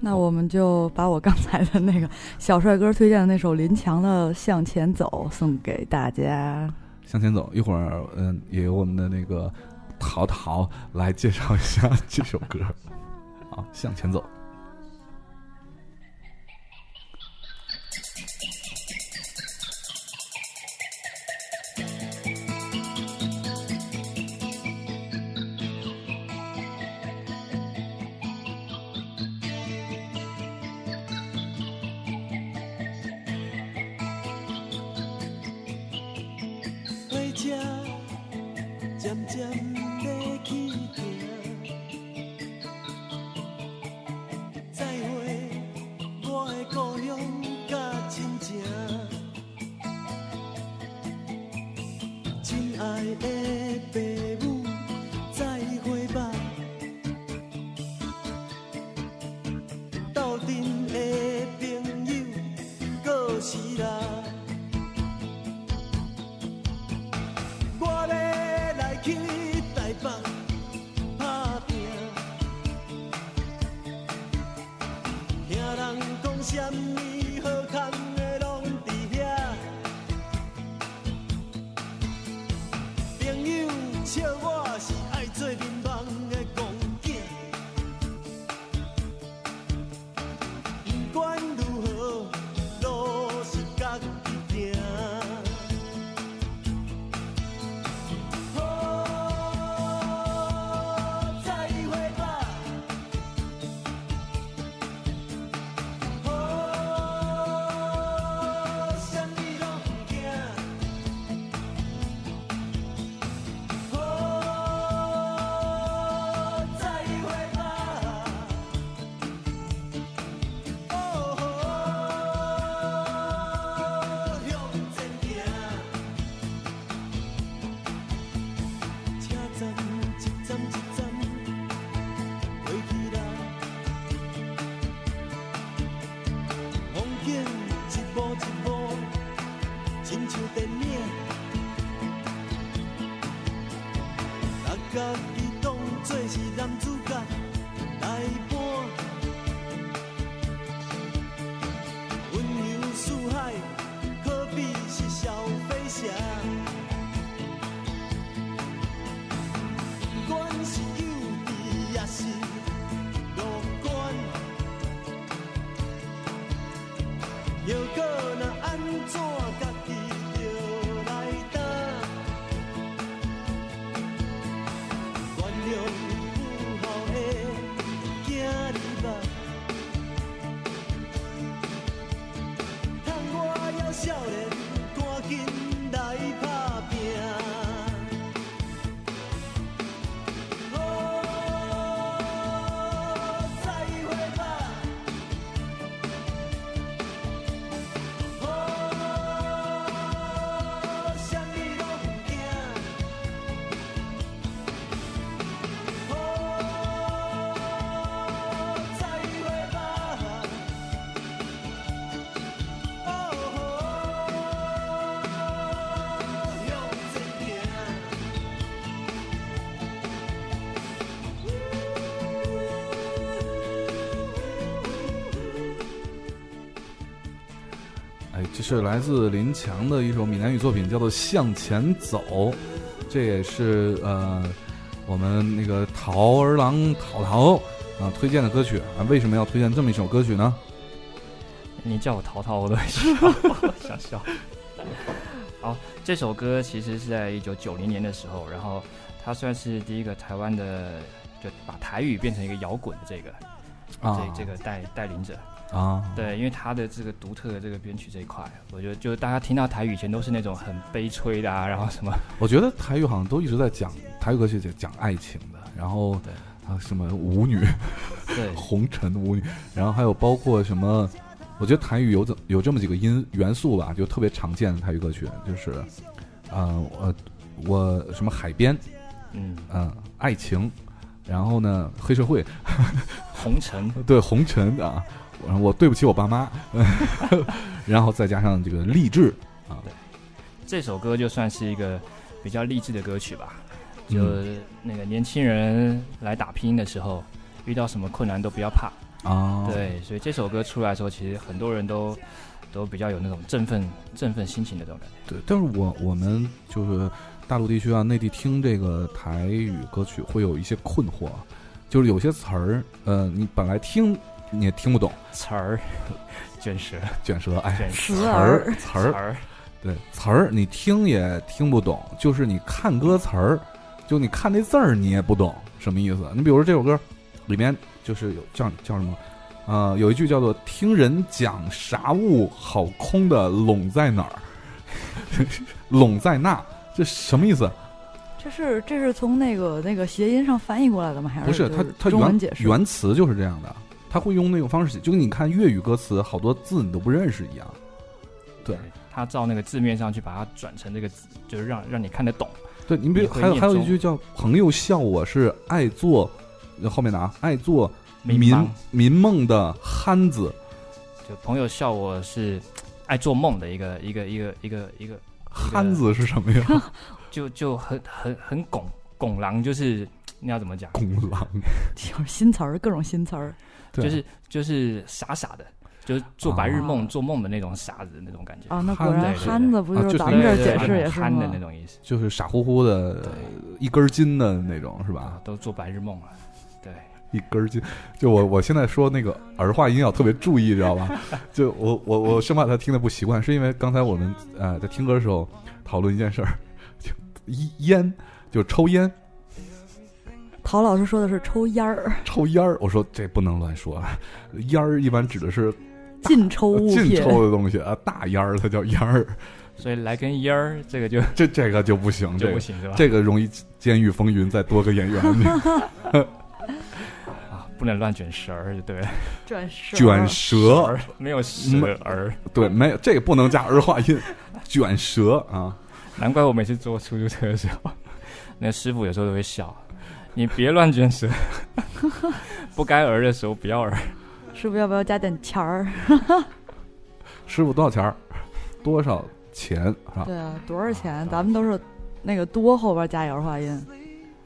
S2: 那我们就把我刚才的那个小帅哥推荐的那首林强的《向前走》送给大家。
S1: 向前走，一会儿，嗯，也由我们的那个淘淘来介绍一下 [LAUGHS] 这首歌。好，向前走。
S4: 火车渐渐要起行，再会我的故乡甲亲情，
S6: 爱的父母，再会吧。斗阵的朋友，过时啦。我要来去台北打拼，听人讲什么好康的拢伫遐。朋友笑我是爱做面盲的戆囝，不管如何，路是家己行。好，再会吧。好，什么拢不惊。哦，再会吧。哦，向前行。车站一站一站过去啦，风景一幕一幕，亲像电影。把家己当作是男主角来扮，温柔似海，可比是小飞侠。不管是幼稚也是乐观，药果若安怎，家己着来担。原谅有好的囝儿吧，趁我还少年，赶紧来打拼。好，再会吧。好，什么拢不惊。哦，再会吧。哦，向前行。
S1: 哎，这是来自林强的一首闽南语作品，叫做《向前走》，这也是呃我们那个桃儿郎淘淘啊推荐的歌曲啊。为什么要推荐这么一首歌曲呢？
S3: 你叫我淘淘，我都会笑， [LAUGHS] 想笑。好，这首歌其实是在一九九零年的时候，然后它算是第一个台湾的，就把台语变成一个摇滚的这个、
S1: 啊，
S3: 这这个带带领者。
S1: 啊，
S3: 对，因为他的这个独特的这个编曲这一块，我觉得就是大家听到台语以前都是那种很悲催的啊，然后什么
S1: 我觉得台语好像都一直在讲台语歌曲，讲爱情的，然后
S3: 对
S1: 啊什么舞女、
S3: [LAUGHS] 对
S1: 红尘舞女，然后还有包括什么。我觉得台语有这有这么几个因元素吧，就特别常见的台语歌曲，就是，呃呃，我什么海边，
S3: 嗯
S1: 嗯，爱情，然后呢，黑社会，
S3: 红尘，
S1: 对红尘啊，我我对不起我爸妈， [LAUGHS] 然后再加上这个励志，
S3: 这首歌就算是一个比较励志的歌曲吧，
S1: 嗯
S3: 就那个年轻人来打拼的时候，遇到什么困难都不要怕。
S1: 啊，，
S3: 对，所以这首歌出来的时候，其实很多人都都比较有那种振奋振奋心情的这种感觉。
S1: 对，但是我我们就是大陆地区啊，内地听这个台语歌曲会有一些困惑，就是有些词儿，呃，你本来听你也听不懂，
S3: 词儿， [LAUGHS] 卷舌，
S1: 卷舌，哎，
S3: 卷
S2: 词
S1: 词
S2: 儿
S1: 儿词儿，
S3: 儿，
S1: 对词儿，你听也听不懂，就是你看歌词儿，就你看那字儿你也不懂什么意思。你比如说这首歌里面就是有叫叫什么，呃，有一句叫做“听人讲啥物好空的拢在哪儿， [LAUGHS] 拢在那”，这什么意思？
S2: 这是这是从那个那个谐音上翻译过来的吗？还
S1: 不是
S2: 是
S1: 它
S2: 就
S1: 它
S2: 中文
S1: 原
S2: 解释？
S1: 原词就是这样的，他会用那种方式写，就跟你看粤语歌词好多字你都不认识一样。对，
S3: 它他照那个字面上去把它转成这个字，就是让让你看得懂。
S1: 对，你比如
S3: 你会
S1: 还有
S3: 念
S1: 还有一
S3: 中
S1: 句叫“朋友笑我是爱做”，后面的啊，爱做
S3: 民
S1: 民
S3: 盲
S1: 民梦的憨子，
S3: 就朋友笑我是爱做梦的一个一个一个一个一个，
S1: 憨子是什么呀？ [LAUGHS]
S3: 就就很很很拱拱狼，就是那要怎么讲？
S1: 拱
S3: [LAUGHS]
S1: 狼，
S2: [LAUGHS] 就是新词儿，各种新词儿。
S1: 对
S3: 就是就是傻傻的，就是做白日
S1: 哦
S3: 梦、
S2: 啊
S3: 做梦的那种傻子那种感觉。
S2: 啊，那果
S1: 憨
S2: 然
S3: 对对
S2: 憨子不
S1: 啊
S2: 就
S1: 就是是
S2: 咱
S1: 那
S2: 们这儿
S3: 对
S2: 解
S3: 对
S2: 释
S3: 对
S2: 也是
S3: 憨的
S2: 吗
S3: 那？种意思，
S1: 就是傻乎乎的一根筋的那种是吧
S3: [LAUGHS] 啊？，都做白日梦了。对，
S1: 一根筋，就我我现在说那个儿化音要特别注意，知道
S3: [LAUGHS]
S1: 吧？就我我我生怕他听的不习惯，是因为刚才我们呃在听歌的时候讨论一件事儿， [LAUGHS] 就一烟就抽烟
S2: 陶老师说的是抽烟儿，
S1: 抽烟儿，我说这不能乱说，啊，烟儿一般指的是
S2: 禁抽
S1: 呃
S2: 物
S1: 禁
S2: 品。
S1: 抽的东西啊，大烟儿它叫烟儿，
S3: 所以来根烟儿，这个就
S1: 这这个就不行，
S3: 就
S1: 这
S3: 不
S1: 个
S3: 行是吧？
S1: [LAUGHS] 这个容易监狱风云再多个
S2: [LAUGHS]
S1: 演员
S3: 啊，不能乱卷舌儿，对了，
S2: 卷舌
S1: 卷舌，
S3: 儿没有舌儿，
S1: 对，没有这个不能加儿化音，卷舌啊。
S3: 难怪我每次坐出租车的时候， [LAUGHS] 那师傅有时候都会笑，你别乱
S2: [LAUGHS]
S3: 卷舌，不该儿的时候不要儿。
S2: 师傅要不要加点钱儿？
S1: 师傅多少钱儿？多少钱是吧？
S2: 对啊，多少钱？咱们都是那个多后边加儿化音，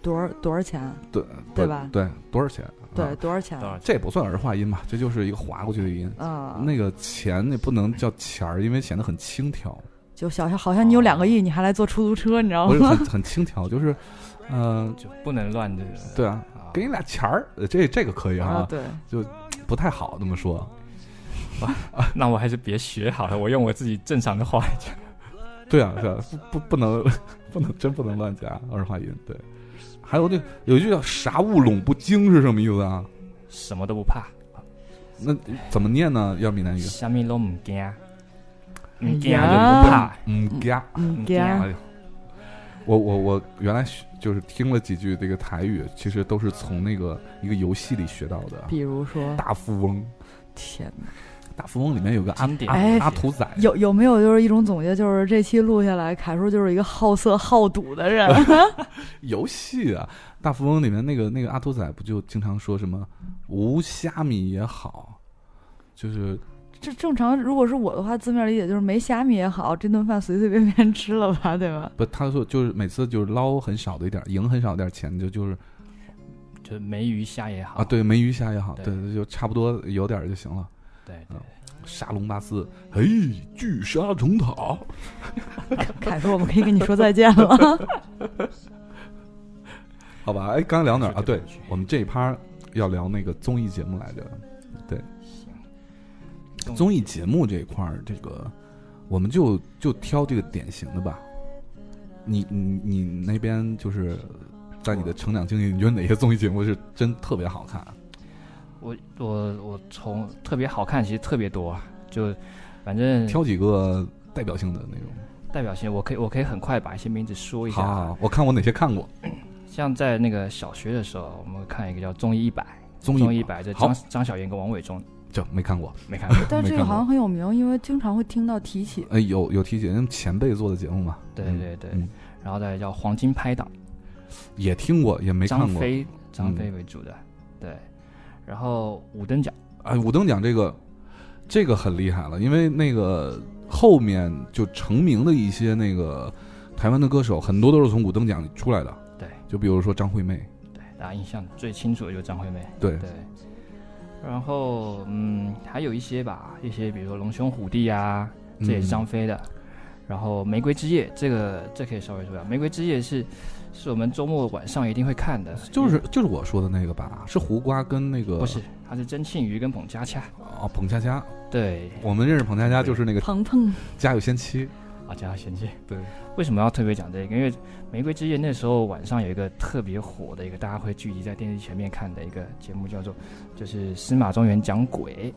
S2: 多少多少钱？
S1: 对
S2: 对吧
S1: 对，多少钱？
S2: 对，
S1: 啊，
S2: 多少钱？
S3: 多少
S1: 这不算儿化音吧？这就是一个划过去的音。
S2: 啊，
S1: 那个钱那不能叫钱儿，因为显得很轻佻，
S2: 就小像好像你有两个
S1: 哦
S2: 亿，你还来坐出租车，你知道
S1: 不
S2: 吗
S1: 是？很很轻佻，就是，嗯，
S3: [LAUGHS] 就不能乱这个。
S1: 对啊，
S3: 啊，
S1: 给你俩钱儿，呃这这个可以
S2: 啊
S1: 啊，，
S2: 对，
S1: 不太好这么说。
S3: [LAUGHS] 那我还是别学好了，我用我自己正常的话来讲。
S1: 对啊，对啊，不不不能 [LAUGHS] 不能真不能乱加儿化音。对，还有那有一句叫“啥物拢不精”是什么意思啊？
S3: 什么都不怕，
S1: 那怎么念呢？要闽南语，
S3: 虾米都唔惊，
S2: 哎
S3: 唔惊啊就
S2: 呀
S3: 不怕。
S1: 嗯嘎。
S2: 嗯，
S3: 这样
S2: 点
S1: 哎呦，我我我原来学就是听了几句这个台语，其实都是从那个一个游戏里学到的。
S2: 比如说，
S1: 大富翁，
S2: 天哪，
S1: 大富翁里面有个阿
S3: 经典
S1: 阿
S2: 哎
S1: 阿土仔，
S2: 有有没有就是一种总结，就是这期录下来，凯叔就是一个好色好赌
S1: [LAUGHS]
S2: 的人，
S1: 游戏啊，大富翁里面那个那个阿土仔不就经常说什么无虾米也好，就是
S2: 这正常，如果是我的话，字面理解就是没虾米也好，这顿饭随随便便吃了吧，对
S1: [LAUGHS]
S2: 吧？
S1: 不他说就是每次就是捞很少的一点儿，赢很少一点儿钱，就就是
S3: 就是梅鱼虾也好
S1: 啊，对没鱼虾也好，
S3: 哦对嗯
S1: 对就差不多有点儿就行了。
S3: 对
S1: 嗯
S3: 对
S1: 沙龙巴斯，
S3: 哎
S1: 嘿，巨沙虫塔。
S2: 凯叔，我们可以跟你说再见
S1: [LAUGHS]
S2: 了。
S1: 好吧，哎，刚才聊哪儿
S3: 是
S1: 啊？
S3: 这
S1: 对
S3: 个问题，
S1: 我们这一趴要聊那个综艺节目来着。
S3: 对
S1: 综艺节目这一块儿，这个我们就就挑这个典型的吧。你你你那边就是在你的成长经历，你觉得哪些综艺节目是真特别好看？啊
S3: 我我我从特别好看，其实特别多，啊，就反正
S1: 挑几个代表性的那种。
S3: 代表性，我可以我可以很快把一些名字说一下
S1: 好好，
S3: 啊。
S1: 好我看我哪些看过
S3: 像在那个小学的时候，我们看一个叫《综艺一百》，
S1: 综
S3: 综艺
S1: 艺
S3: 一，百就
S1: 好
S3: 张张小燕跟王伟忠，
S1: 就没看过。
S3: 没看
S1: [LAUGHS]
S3: 过。
S2: 但
S1: 没
S2: 这个
S1: 看过
S2: 好像很有名，因为经常会听到提起。
S1: 哎，有有提前前辈做的节目嘛？
S3: 对
S1: 嗯
S3: 对对
S1: 嗯
S3: 然后再来叫《黄金拍档
S1: 也听过，也没》，看
S3: 张
S1: 过。嗯
S3: 飞张飞为主的，对。然后五等奖，
S1: 哎，五等奖这个，这个很厉害了，因为那个后面就成名的一些那个台湾的歌手，很多都是从五等奖里出来的。
S3: 对，
S1: 就比如说张惠妹，
S3: 对大家印象最清楚的就是张惠妹。
S1: 对，
S3: 对，然后嗯，还有一些吧，一些比如说龙兄虎弟啊，
S1: 嗯
S3: 这也是张飞的。然后《玫瑰之夜》这个这可以稍微说一下，《玫瑰之夜是》是我们周末晚上一定会看的，
S1: 就是就是我说的那个吧，是胡瓜跟那个
S3: 不是，他是曾庆瑜跟彭佳佳，
S1: 哦，彭佳佳，
S3: 对，
S1: 我们认识彭佳佳就是那个《
S2: 鹏鹏，
S1: 家有仙妻》，
S3: 啊，加衔接。
S1: 对，
S3: 为什么要特别讲这个？因为《玫瑰之夜》那时候晚上有一个特别火的一个，大家会聚集在电视前面看的一个节目，叫做就是司马庄园讲鬼，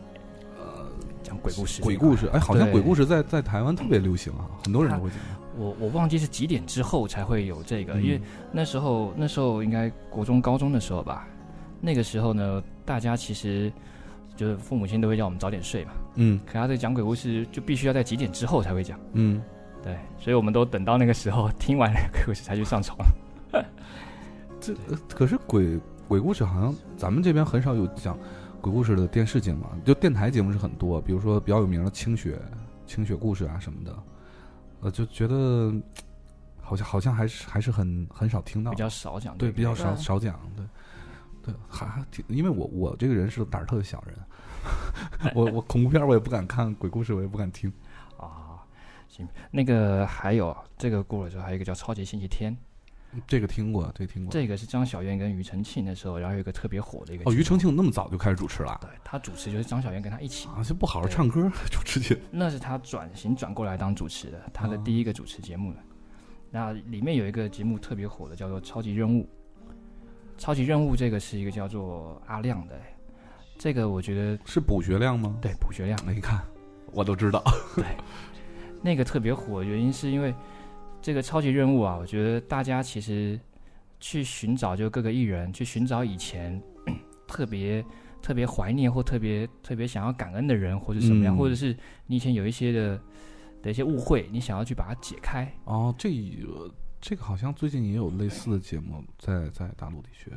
S1: 呃，
S3: 讲鬼故事，
S1: 鬼故。事，哎，好像
S3: 对
S1: 鬼故事在在台湾特别流行啊，很多人都
S3: [LAUGHS]
S1: 会讲。
S3: 我我忘记是几点之后才会有这个，
S1: 嗯
S3: 因为那时候那时候应该国中高中的时候吧，那个时候呢，大家其实就是父母亲都会叫我们早点睡嘛。
S1: 嗯
S3: 可他这个讲鬼故事就必须要在几点之后才会讲，
S1: 嗯，
S3: 对，所以我们都等到那个时候听完了鬼故事才去上床。
S1: 这呃可是鬼鬼故事好像咱们这边很少有讲鬼故事的电视节目啊，就电台节目是很多，比如说比较有名的清雪清雪故事啊什么的，呃，就觉得好像好像还是还是很很少听到
S3: 比，较少讲这
S1: 哦对，
S3: 个
S1: 比较少
S2: 对
S1: 少讲，对对，还还挺，因为我我这个人是胆儿特别小人， [LAUGHS] 我我恐怖片儿我也不敢看，鬼故事我也不敢听，
S3: 啊。行，那个还有这个过了之后，还有一个叫《超级星期天》，
S1: 这个听过，这个听过。
S3: 这个是张小燕跟庾澄庆那时候，然后有一个特别火的一个
S1: 哦，
S3: 节
S1: 庾澄
S3: 目，
S1: 庆那么早就开始主持了
S3: 对他主持就是张小燕跟他一起，
S1: 啊，就不好好唱歌 [LAUGHS] 主持去。
S3: 那是他转型转过来当主持的，他的
S1: 哦
S3: 第一个主持节目了。那里面有一个节目特别火的，叫做《超级任务》。《超级任务》这个是一个叫做阿亮的，这个我觉得
S1: 是卜学亮吗？
S3: 对卜学亮
S1: 你看， [LAUGHS] 我都知道。
S3: 那个特别火，原因是因为这个超级任务啊，我觉得大家其实去寻找，就各个艺人去寻找以前 [CLEARS THROAT] 特别特别怀念或特别特别想要感恩的人，或者什么样，
S1: 嗯
S3: 或者是你以前有一些的的一些误会，你想要去把它解开。
S1: 哦，这呃这个好像最近也有类似的节目在在大陆地区，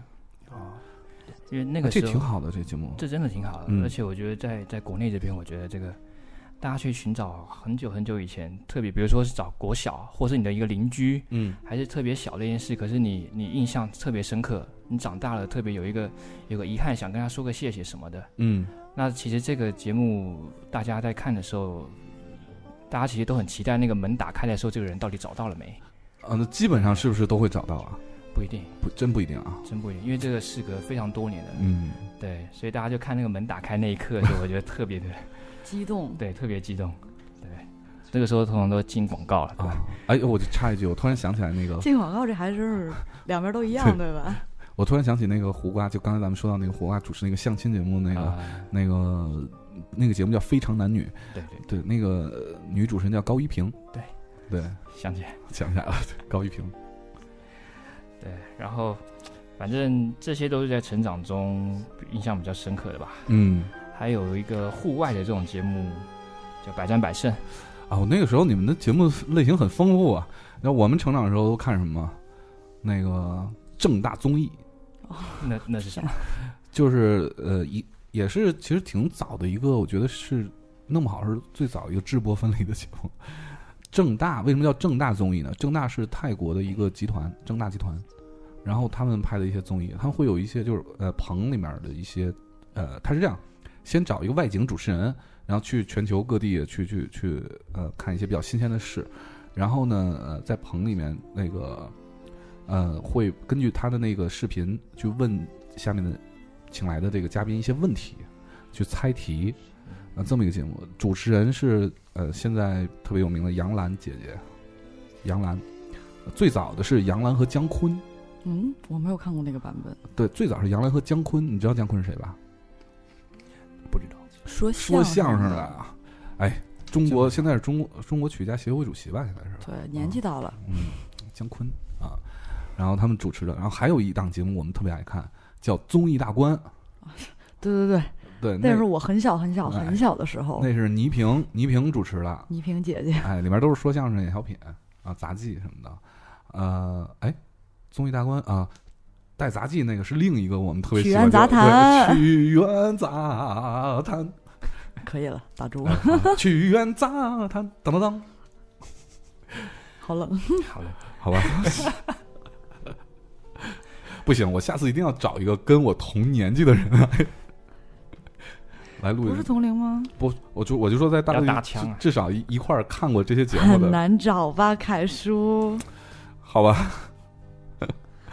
S3: 因为那
S1: 那
S3: 个
S1: 啊这
S3: 时
S1: 挺
S3: 候，
S1: 好的，这节目。
S3: 这真的挺好的，
S1: 嗯
S3: 而且我觉得在在国内这边，我觉得这个大家去寻找很久很久以前，特别比如说是找国小，或是你的一个邻居，
S1: 嗯
S3: 还是特别小的一件事，可是你你印象特别深刻，你长大了特别有一个有个遗憾，想跟他说个谢谢什么的。
S1: 嗯，
S3: 那其实这个节目大家在看的时候，大家其实都很期待那个门打开的时候，这个人到底找到了没？
S1: 啊，那基本上是不是都会找到啊？
S3: 不一定，
S1: 不，真不一定啊。
S3: 真不一定，因为这个事隔非常多年了，
S1: 嗯，
S3: 对，所以大家就看那个门打开那一刻，就我觉得特别的，
S2: 激动
S3: 对，特别激动，对，这个时候通常都进广告了，对吧？
S1: 啊，哎，我就插一句，我突然想起来那个，
S2: 进广告这还真是两边都一样，对吧？
S1: 我突然想起那个胡瓜，就刚才咱们说到那个胡瓜主持那个相亲节目那个、
S3: 啊
S1: 那个那个节目叫《非常男女》，
S3: 对对，
S1: 对，那个呃女主持人叫高一平，
S3: 对
S1: 对，
S3: 想起来。
S1: 想起来了，对高一平。
S3: 对，然后反正这些都是在成长中印象比较深刻的吧。
S1: 嗯，
S3: 还有一个户外的这种节目叫《百战百胜》， [LAUGHS]
S1: 啊，我那个时候你们的节目类型很丰富啊。那我们成长的时候都看什么？那个正大综艺，
S3: 那那是什么？
S1: 就是呃，一也是其实挺早的一个，我觉得是弄不好是最早一个直播分 [LAUGHS] 类的节目。正大为什么叫正大综艺呢？正大是泰国的一个集团，正大集团，然后他们拍的一些综艺，他们会有一些就是呃棚里面的一些呃，他是这样，先找一个外景主持人，然后去全球各地去去去呃看一些比较新鲜的事，然后呢呃在棚里面那个呃会根据他的那个视频去问下面的请来的这个嘉宾一些问题，去猜题，啊，这么一个节目。主持人是呃，现在特别有名的杨澜姐姐，杨澜。呃最早的是杨澜和姜昆，
S2: 嗯，我没有看过那个版本。
S1: 对，最早是杨澜和姜昆，你知道姜昆是谁吧？
S3: 不知道。
S2: 说
S1: 说相声
S2: 声
S1: 的，啊，哎，中国现在是中国中国曲艺家协会主席吧，现在是，
S2: 对，年纪到了，
S1: 嗯，姜昆啊，然后他们主持的，然后还有一档节目我们特别爱看，叫《综艺大观》，
S2: 对对对，
S1: 对，那
S2: 那是我很小很小
S1: 哎
S2: 很小的时候，
S1: 那是倪萍，倪萍主持的，
S2: 倪萍姐姐，
S1: 哎，里面都是说相声、演小品啊、杂技什么的。呃，哎，综艺大观啊，带杂技那个是另一个我们特别
S2: 曲
S1: 喜欢
S2: 苑
S1: 叫
S2: 杂谈
S1: 对曲苑杂
S2: [LAUGHS]
S1: 谈，
S2: 可以了，打住，
S1: 啊曲苑杂谈，当当当，
S2: 好冷，
S3: 好了，
S1: 好吧。 [LAUGHS] 不行，我下次一定要找一个跟我同年纪的人来来录
S2: 不
S1: 一
S2: 是
S1: 个。
S2: 同龄吗？
S1: 不，我就我就说在大
S3: 要
S1: 陆
S3: 搭腔啊
S1: 至至少一一块儿看过这些
S2: [LAUGHS]
S1: 节目
S2: 很
S1: 的，
S2: 难找吧，凯叔，
S1: 好吧？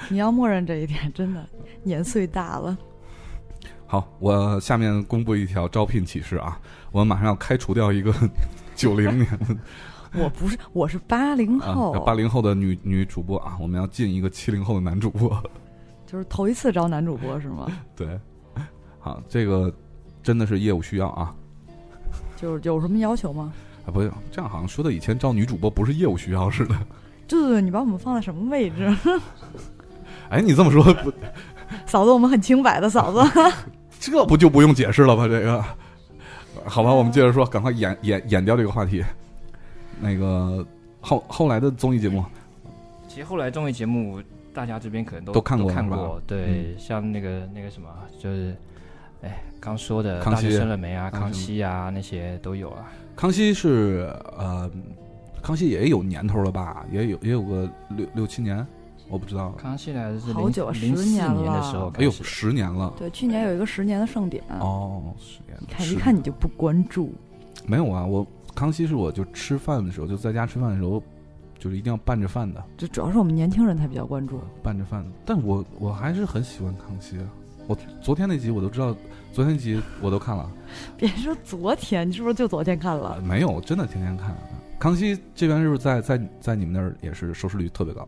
S2: 你要默认这一点，真的，年岁大了，
S1: 好，我下面公布一条招聘启事啊，我马上要开除掉一个 [LAUGHS] 九零年
S2: 我不是，我是八零后
S1: 啊，八零后的女女主播啊，我们要进一个七零后的男主播。 [LAUGHS]
S2: 就是头一次招男主播是吗？
S1: 对，好，这个真的是业务需要啊
S2: 就是有什么要求吗？
S1: 啊，不是这样，好像说的以前招女主播不是业务需要似的。 [LAUGHS]
S2: 对对对，你把我们放在什么位置？
S1: 哎，你这么说不 [LAUGHS]
S2: 嫂子，我们很清白的，嫂子。
S1: 这不就不用解释了吧？这个，好吧，我们接着说，赶快演演演掉这个话题。那个后后来的综艺节目，
S3: 其实后来综艺节目，大家这边可能都
S1: 都看过
S3: 看
S1: 是嗯
S3: 过。对，像那个那个什么，就是，哎，刚说的
S1: 康
S3: 大
S1: 熙
S3: 学生了没啊，
S1: 康
S3: 康
S1: 熙哦
S3: 熙啊，那些都有啊。
S1: 康熙是呃，康熙也有年头了吧？也有也有个六六七年，我不知道。
S3: 康熙来的是
S2: 好久啊
S3: 零零
S2: 10
S3: 四
S2: 年了
S3: 的时候
S1: 哎呦，
S3: 开始的，
S1: 十年了
S2: 对，去年有一个十年的盛典，
S1: 哦，十年了。
S2: 看
S1: 十
S2: 一
S1: 年
S2: 看你就不关注，
S1: 没有啊，我康熙是我就吃饭的时候，就在家吃饭的时候，就是一定要拌着饭的，
S2: 这主要是我们年轻人才比较关注。 [LAUGHS]
S1: 拌着饭的。但我我还是很喜欢康熙啊。我昨天那集我都知道，昨天那集我都看了，
S2: 别说昨天，你是不是就昨天看
S1: 啊
S2: 了？
S1: 没有真的天天看。啊康熙这边是不是在在在你们那儿也是收视率特别高？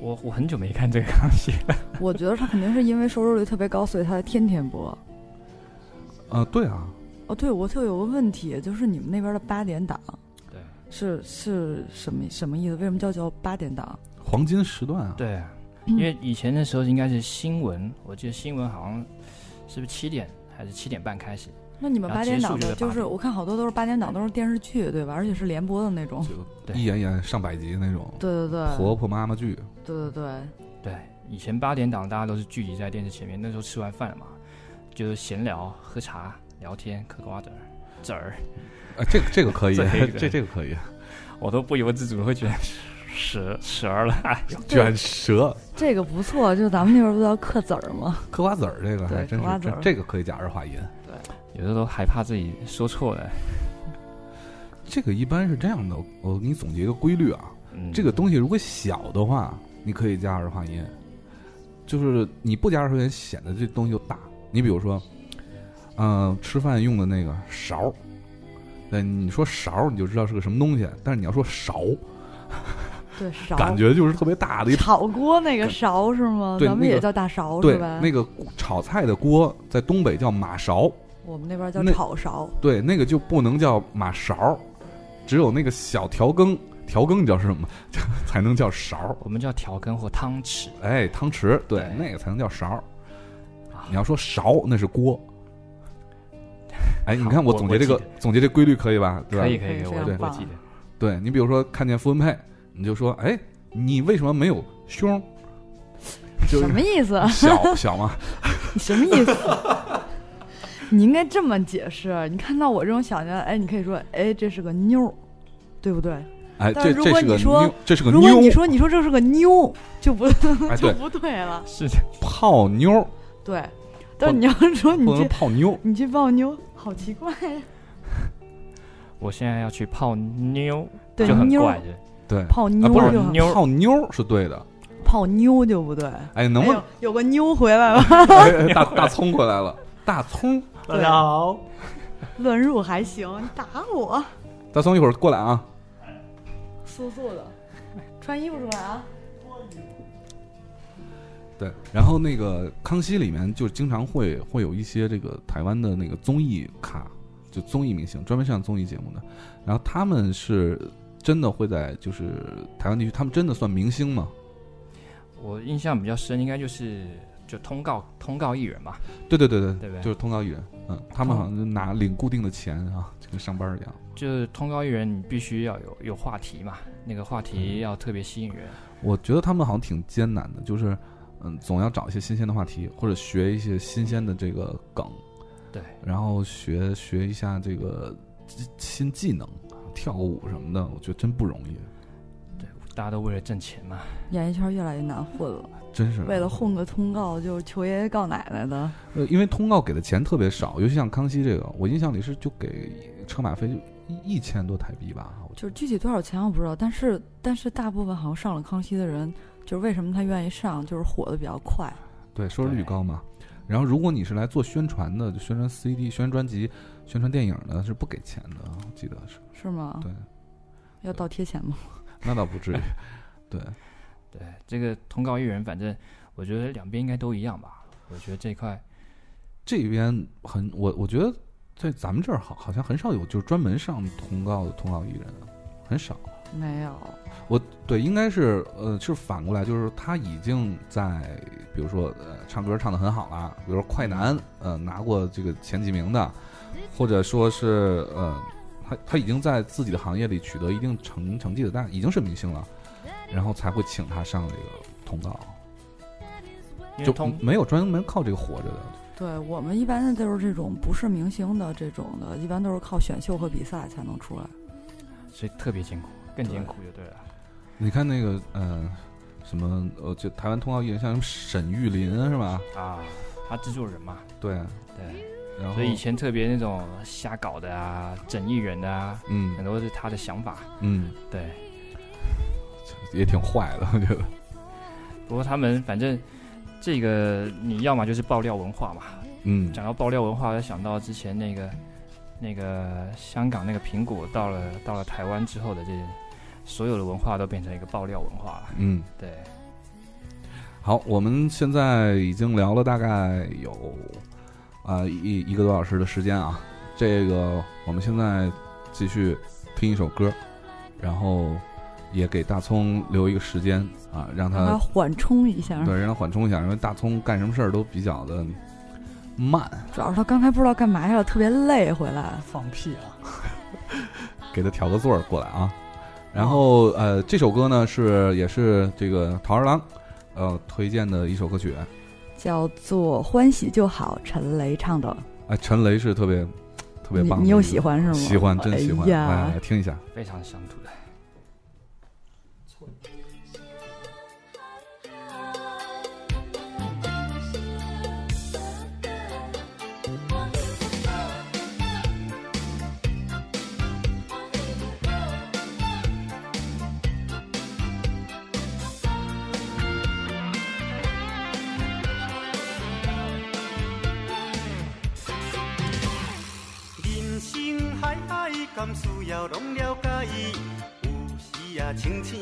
S3: 我我很久没看这个康熙了。
S1: [LAUGHS]
S2: 我觉得他肯定是因为收视率特别高，所以他才天天播。
S1: 呃，对啊，
S2: 哦，对，我特有个问题，就是你们那边的八点档
S3: 对
S2: 是是什么什么意思？为什么叫叫八点档？
S1: 黄金时段啊。
S3: 对，
S2: 嗯
S3: 因为以前的时候应该是新闻，我记得新闻好像是不是七点还是七点半开始？
S2: 那你们
S1: 啊
S2: 八
S3: 然后
S2: 点
S3: 结束
S2: 档
S3: 就
S2: 的，
S3: 是
S2: 就
S3: 八
S2: 是
S3: 点
S2: 我看好多都是八点档，都是电视剧，对吧？而且是联播的那种。
S1: 就
S3: 对
S1: 一演演上百集那种
S2: 对对对，
S1: 婆婆妈妈剧，
S2: 对对对，
S3: 对，以前八点档大家都是聚集在电视前面，那时候吃完饭了嘛，就是闲聊、喝茶、聊天、嗑瓜子儿、籽儿，
S1: 啊，这个这个可以，
S3: 这个
S1: [LAUGHS] 这这个可以，
S3: 我都不由自主地会觉得蛇蛇儿了。哎呦
S1: 卷舌
S2: 这个不错，就咱们那边不叫嗑籽儿吗？
S1: 嗑瓜子儿，这个还
S2: 对
S1: 真
S2: 嗑瓜
S1: 是
S2: 子儿
S1: 这这个可以加儿化音。
S3: [LAUGHS] 有的都害怕自己说错了。
S1: 这个一般是这样的，我我给你总结一个规律啊，
S3: 嗯，
S1: 这个东西如果小的话，你可以加儿化音，就是你不加儿化音，显得这东西就大。你比如说，嗯、吃饭用的那个勺儿，对，你说勺儿你就知道是个什么东西，但是你要说勺，
S2: 对，勺
S1: 感觉就是特别大的一
S2: 炒锅那个勺是吗？
S1: 对
S2: 咱们
S1: 那个
S2: 也叫大勺
S1: 对
S2: 是，吧？
S1: 那个炒菜的锅在东北叫马勺，
S2: 我们那边叫
S1: 那
S2: 炒勺，
S1: 对，那个就不能叫马勺，只有那个小调羹，调羹你知道是什么吗？ [LAUGHS] 才能叫勺。
S3: 我们叫调羹或汤匙。
S1: 哎，汤匙，对，
S3: 对
S1: 那个才能叫勺
S3: 啊。
S1: 你要说勺，那是
S2: [LAUGHS]
S1: 锅。哎，你
S3: 好
S1: 看我
S3: 我
S1: 总
S3: 我
S1: 结这
S3: 记
S1: 个总结这规律可以吧？对吧？
S3: 可以可以可
S2: 非
S3: 以，
S2: 常
S3: 我
S1: 对
S3: 我
S2: 棒
S3: 记得。
S1: 对你比如说看见傅文佩，你就说，哎，你为什么没有胸？就
S2: 什
S1: 是
S2: 么意思？啊 [LAUGHS]
S1: 小小嘛，
S2: 你什么意思？ [LAUGHS] 你应该这么解释。啊你看到我这种小娘，哎，你可以说，哎，这是个妞儿，对不对？
S1: 哎，
S2: 但是
S1: 这
S2: 如
S1: 这
S2: 果
S1: 是个
S2: 你说
S1: 妞，这是个
S2: 如果
S1: 妞
S2: 你，说你说这是个妞，就不、
S1: 哎，
S2: 就
S1: 对，
S2: 不对了。
S3: 是
S1: 泡妞
S2: 对，但是你要是 [LAUGHS] 说你
S1: 不能
S2: 去
S1: 泡妞，
S2: 你去泡妞，好奇怪。
S3: 我现在要去泡妞，
S2: 对
S3: 就很
S2: 妞
S3: 怪
S2: 儿
S3: 的。
S1: 对，
S2: 泡
S1: 啊，
S2: 妞
S1: 不
S2: 就是很
S3: 妞儿
S1: 泡妞是对的。
S2: 泡妞就不对。
S1: 哎，能不能
S2: 哎呦有个妞回来了？
S1: 哎大大葱回来了？大葱，
S2: 大家
S3: 好，
S2: 乱入还行，你打我，
S1: 大葱一会儿过来啊！
S2: 素素的，穿衣服出来啊。
S1: 对，然后那个《康熙》里面就经常会会有一些这个台湾的那个综艺咖，就综艺明星，专门上综艺节目的。然后他们是真的会在就是台湾地区，他们真的算明星吗？
S3: 我印象比较深，应该就是就通告通告艺人嘛，
S1: 对对对对，
S3: 对不对
S1: 就是通告艺人，嗯，他们好像就拿领固定的钱啊，就跟上班一样。
S3: 就是通告艺人，你必须要有有话题嘛，那个话题要特别吸引人。
S1: 我觉得他们好像挺艰难的，就是嗯，总要找一些新鲜的话题，或者学一些新鲜的这个梗，
S3: 对，
S1: 然后学学一下这个技新技能，跳个舞什么的，我觉得真不容易，
S3: 大家都为了挣钱嘛。
S2: 演艺圈越来越难混了，
S1: 真是
S2: 为了混个通告就求爷爷告奶奶的。
S1: 呃，因为通告给的钱特别少，尤其像康熙这个，我印象里是就给车马费就一一千多台币吧，我觉
S2: 就是具体多少钱我不知道，但是但是大部分好像上了康熙的人，就是为什么他愿意上，就是火的比较快。
S1: 得对收视率
S3: 对
S1: 高嘛。然后，如果你是来做宣传的，就宣传 CD、宣传专辑、宣传电影的，是不给钱的，我记得是。
S2: 是吗？
S1: 对，
S2: 要倒贴钱吗？
S1: 那倒不至于。对，
S3: 对，这个通告艺人，反正我觉得两边应该都一样吧。我觉得这一块
S1: 这边很我我觉得在咱们这儿好好像很少有就是专门上通告的通告艺人啊，很少。
S2: 没有，
S1: 对，应该是呃，就是反过来，就是他已经在，比如说呃，唱歌唱的很好了，比如说快男，呃，拿过这个前几名的，或者说是呃，他他已经在自己的行业里取得一定成成绩的，但已经是明星了，然后才会请他上这个通告，
S3: 因为
S1: 就嗯
S3: 通
S1: 没有专门靠这个活着的。
S2: 对我们一般的都是这种不是明星的这种的，一般都是靠选秀和比赛才能出来。
S3: 所以特别艰苦，更艰苦就对了。
S1: 你看那个呃，什么呃，就台湾通告艺人，像什么沈玉琳是吧？
S3: 啊，他制作人嘛，
S1: 对，
S3: 对，
S1: 然后
S3: 所以以前特别那种瞎搞的啊，整艺人的啊，很
S1: 嗯
S3: 多是他的想法。
S1: 嗯，
S3: 对，
S1: 也挺坏的，我觉得。
S3: 不过他们反正这个你要么就是爆料文化嘛，
S1: 嗯，
S3: 讲到爆料文化，我就想到之前那个那个香港那个苹果到了到了台湾之后的这所有的文化都变成一个爆料文化了。
S1: 嗯，
S3: 对，
S1: 好，我们现在已经聊了大概有啊、一一个多小时的时间啊。这个我们现在继续听一首歌，然后也给大葱留一个时间啊，让
S2: 让他
S1: 他
S2: 缓冲一下，
S1: 对让他缓冲一下，因为大葱干什么事儿都比较的慢，
S2: 主要是他刚才不知道干嘛去了，特别累回来。
S7: 放屁啊！
S1: 给他调个座儿过来啊。然后呃，这首歌呢是也是这个桃二郎呃推荐的一首歌曲，
S2: 叫做《欢喜就好》，陈雷唱的，
S1: 哎，陈雷是特别特别
S2: 你
S1: 棒的
S2: 你又
S1: 一个
S2: 喜欢是吗？
S1: 喜欢，真喜欢，
S2: 哎
S1: 来来
S2: 呀
S1: 来，听一下。
S3: 非常乡土的。
S5: 人生海海，甘需要拢了解？有时啊清醒，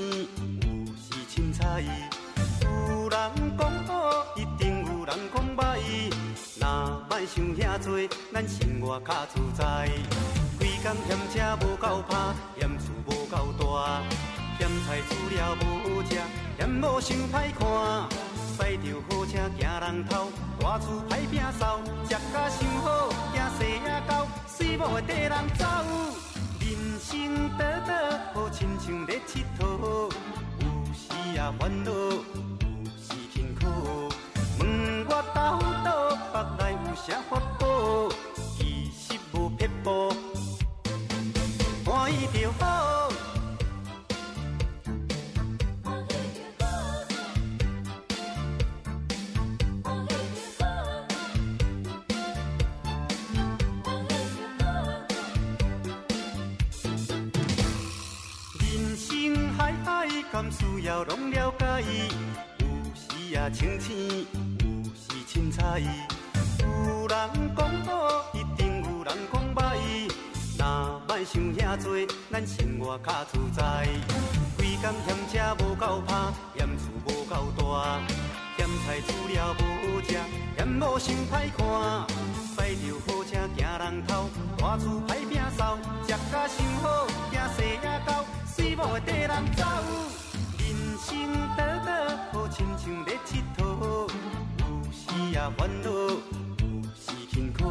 S5: 有时凊彩。有人讲好，一定有人讲歹。若莫想遐多，咱生活较自在。规工嫌车无够拍，嫌厝无够大，嫌菜煮了无好食，嫌某想歹看。驶着好车行人头，大厝歹摒扫，食甲想好，惊细仔狗，水某会缀人走。人生短短，好亲像咧佚佗，有时啊烦恼，有时辛苦。问我到底腹内有啥法宝？其实无撇步，欢喜就好。人生海海，甘需要拢了解。有时啊清醒，有时凊彩。有人讲好，一定有人讲歹。若莫想遐多，咱生活较自在。规工嫌车无够拍，嫌厝无够大，嫌菜煮了无好食，嫌某想歹看。驶着好车行人头，大厝歹摒扫，食甲想好，惊细仔狗，水某会缀人走。人生短短，好亲像咧佚佗，有时啊烦恼，有时辛苦。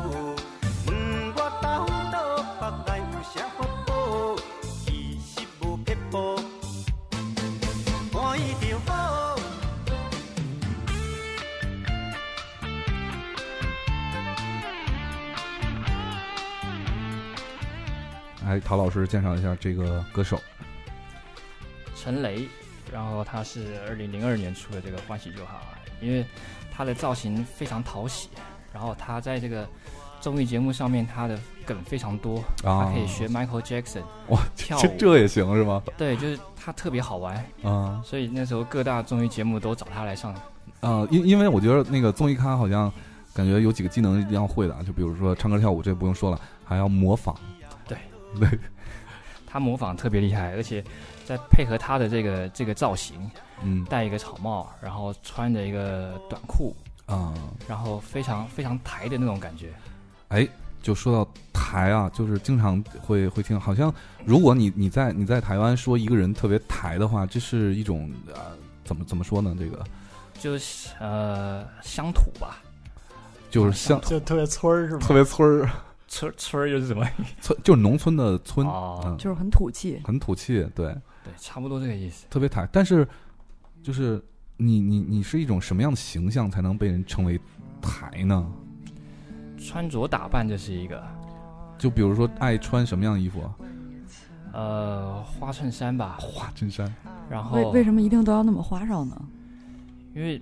S5: 问我到底腹内有啥法宝？其实无撇步，欢喜就好。
S1: 哎，陶老师介绍一下这个歌手。
S3: 陈雷，然后他是二零零二年出的这个《欢喜就好》，因为他的造型非常讨喜，然后他在这个综艺节目上面他的梗非常多，
S1: 啊
S3: 他可以学 Michael Jackson，
S1: 哇，
S3: 跳
S1: 这
S3: 舞
S1: 这也行是吗？
S3: 对，就是他特别好玩，
S1: 啊
S3: 所以那时候各大综艺节目都找他来上。
S1: 啊，因因为我觉得那个综艺咖好像感觉有几个技能一定要会的啊，就比如说唱歌跳舞，这不用说了，还要模仿。
S3: 对
S1: 对，
S3: 他模仿特别厉害，而且再配合他的这个这个造型，
S1: 嗯
S3: 戴一个草帽，然后穿着一个短裤，
S1: 啊，
S3: 然后非常非常台的那种感觉。
S1: 哎，就说到台啊，就是经常会会听，好像如果你你在你在台湾说一个人特别台的话，这是一种呃怎么怎么说呢？这个
S3: 就是呃乡土吧，
S1: 就是
S3: 乡
S1: 像
S3: 土
S7: 就特别村儿是吗？
S1: 特别村儿
S3: 村村儿又是什么？
S1: [LAUGHS] 村，就是农村的村，
S3: [LAUGHS] 哦
S1: 嗯，
S2: 就是很土气。
S1: 很土气，对，
S3: 对，差不多这个意思。
S1: 特别台。但是就是你你你是一种什么样的形象才能被人称为台呢？
S3: 穿着打扮这是一个，
S1: 就比如说爱穿什么样的衣服啊？
S3: 呃，花衬衫吧，
S1: 花衬衫，
S3: 然后
S2: 为为什么一定都要那么花哨呢？
S3: 因为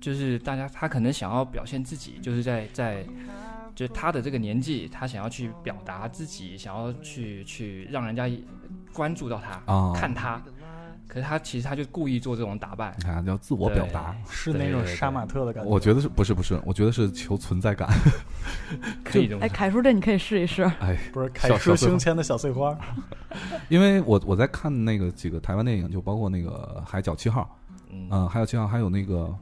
S3: 就是大家他可能想要表现自己，就是在在就是他的这个年纪，他想要去表达自己，想要去去让人家关注到他，
S1: 哦
S3: 看他。可是他其实他就故意做这种打扮
S1: 你，看叫自我表达。
S7: 是那种
S3: 对对对
S7: 杀马特的感觉。
S1: 我觉得是不是不是？我觉得是求存在感。
S3: 可以这么
S2: 哎，
S3: 说
S2: 凯叔，这你可以试一 [LAUGHS] 试。
S1: 哎，
S7: 不是
S1: 小
S7: 凯
S1: 小
S7: 叔
S1: 碎花
S7: 胸前的小碎花，
S1: 因为我我在看那个几个台湾电影，就包括那个《海角七号》，
S3: 嗯，
S1: 嗯，《海角七号》还有那个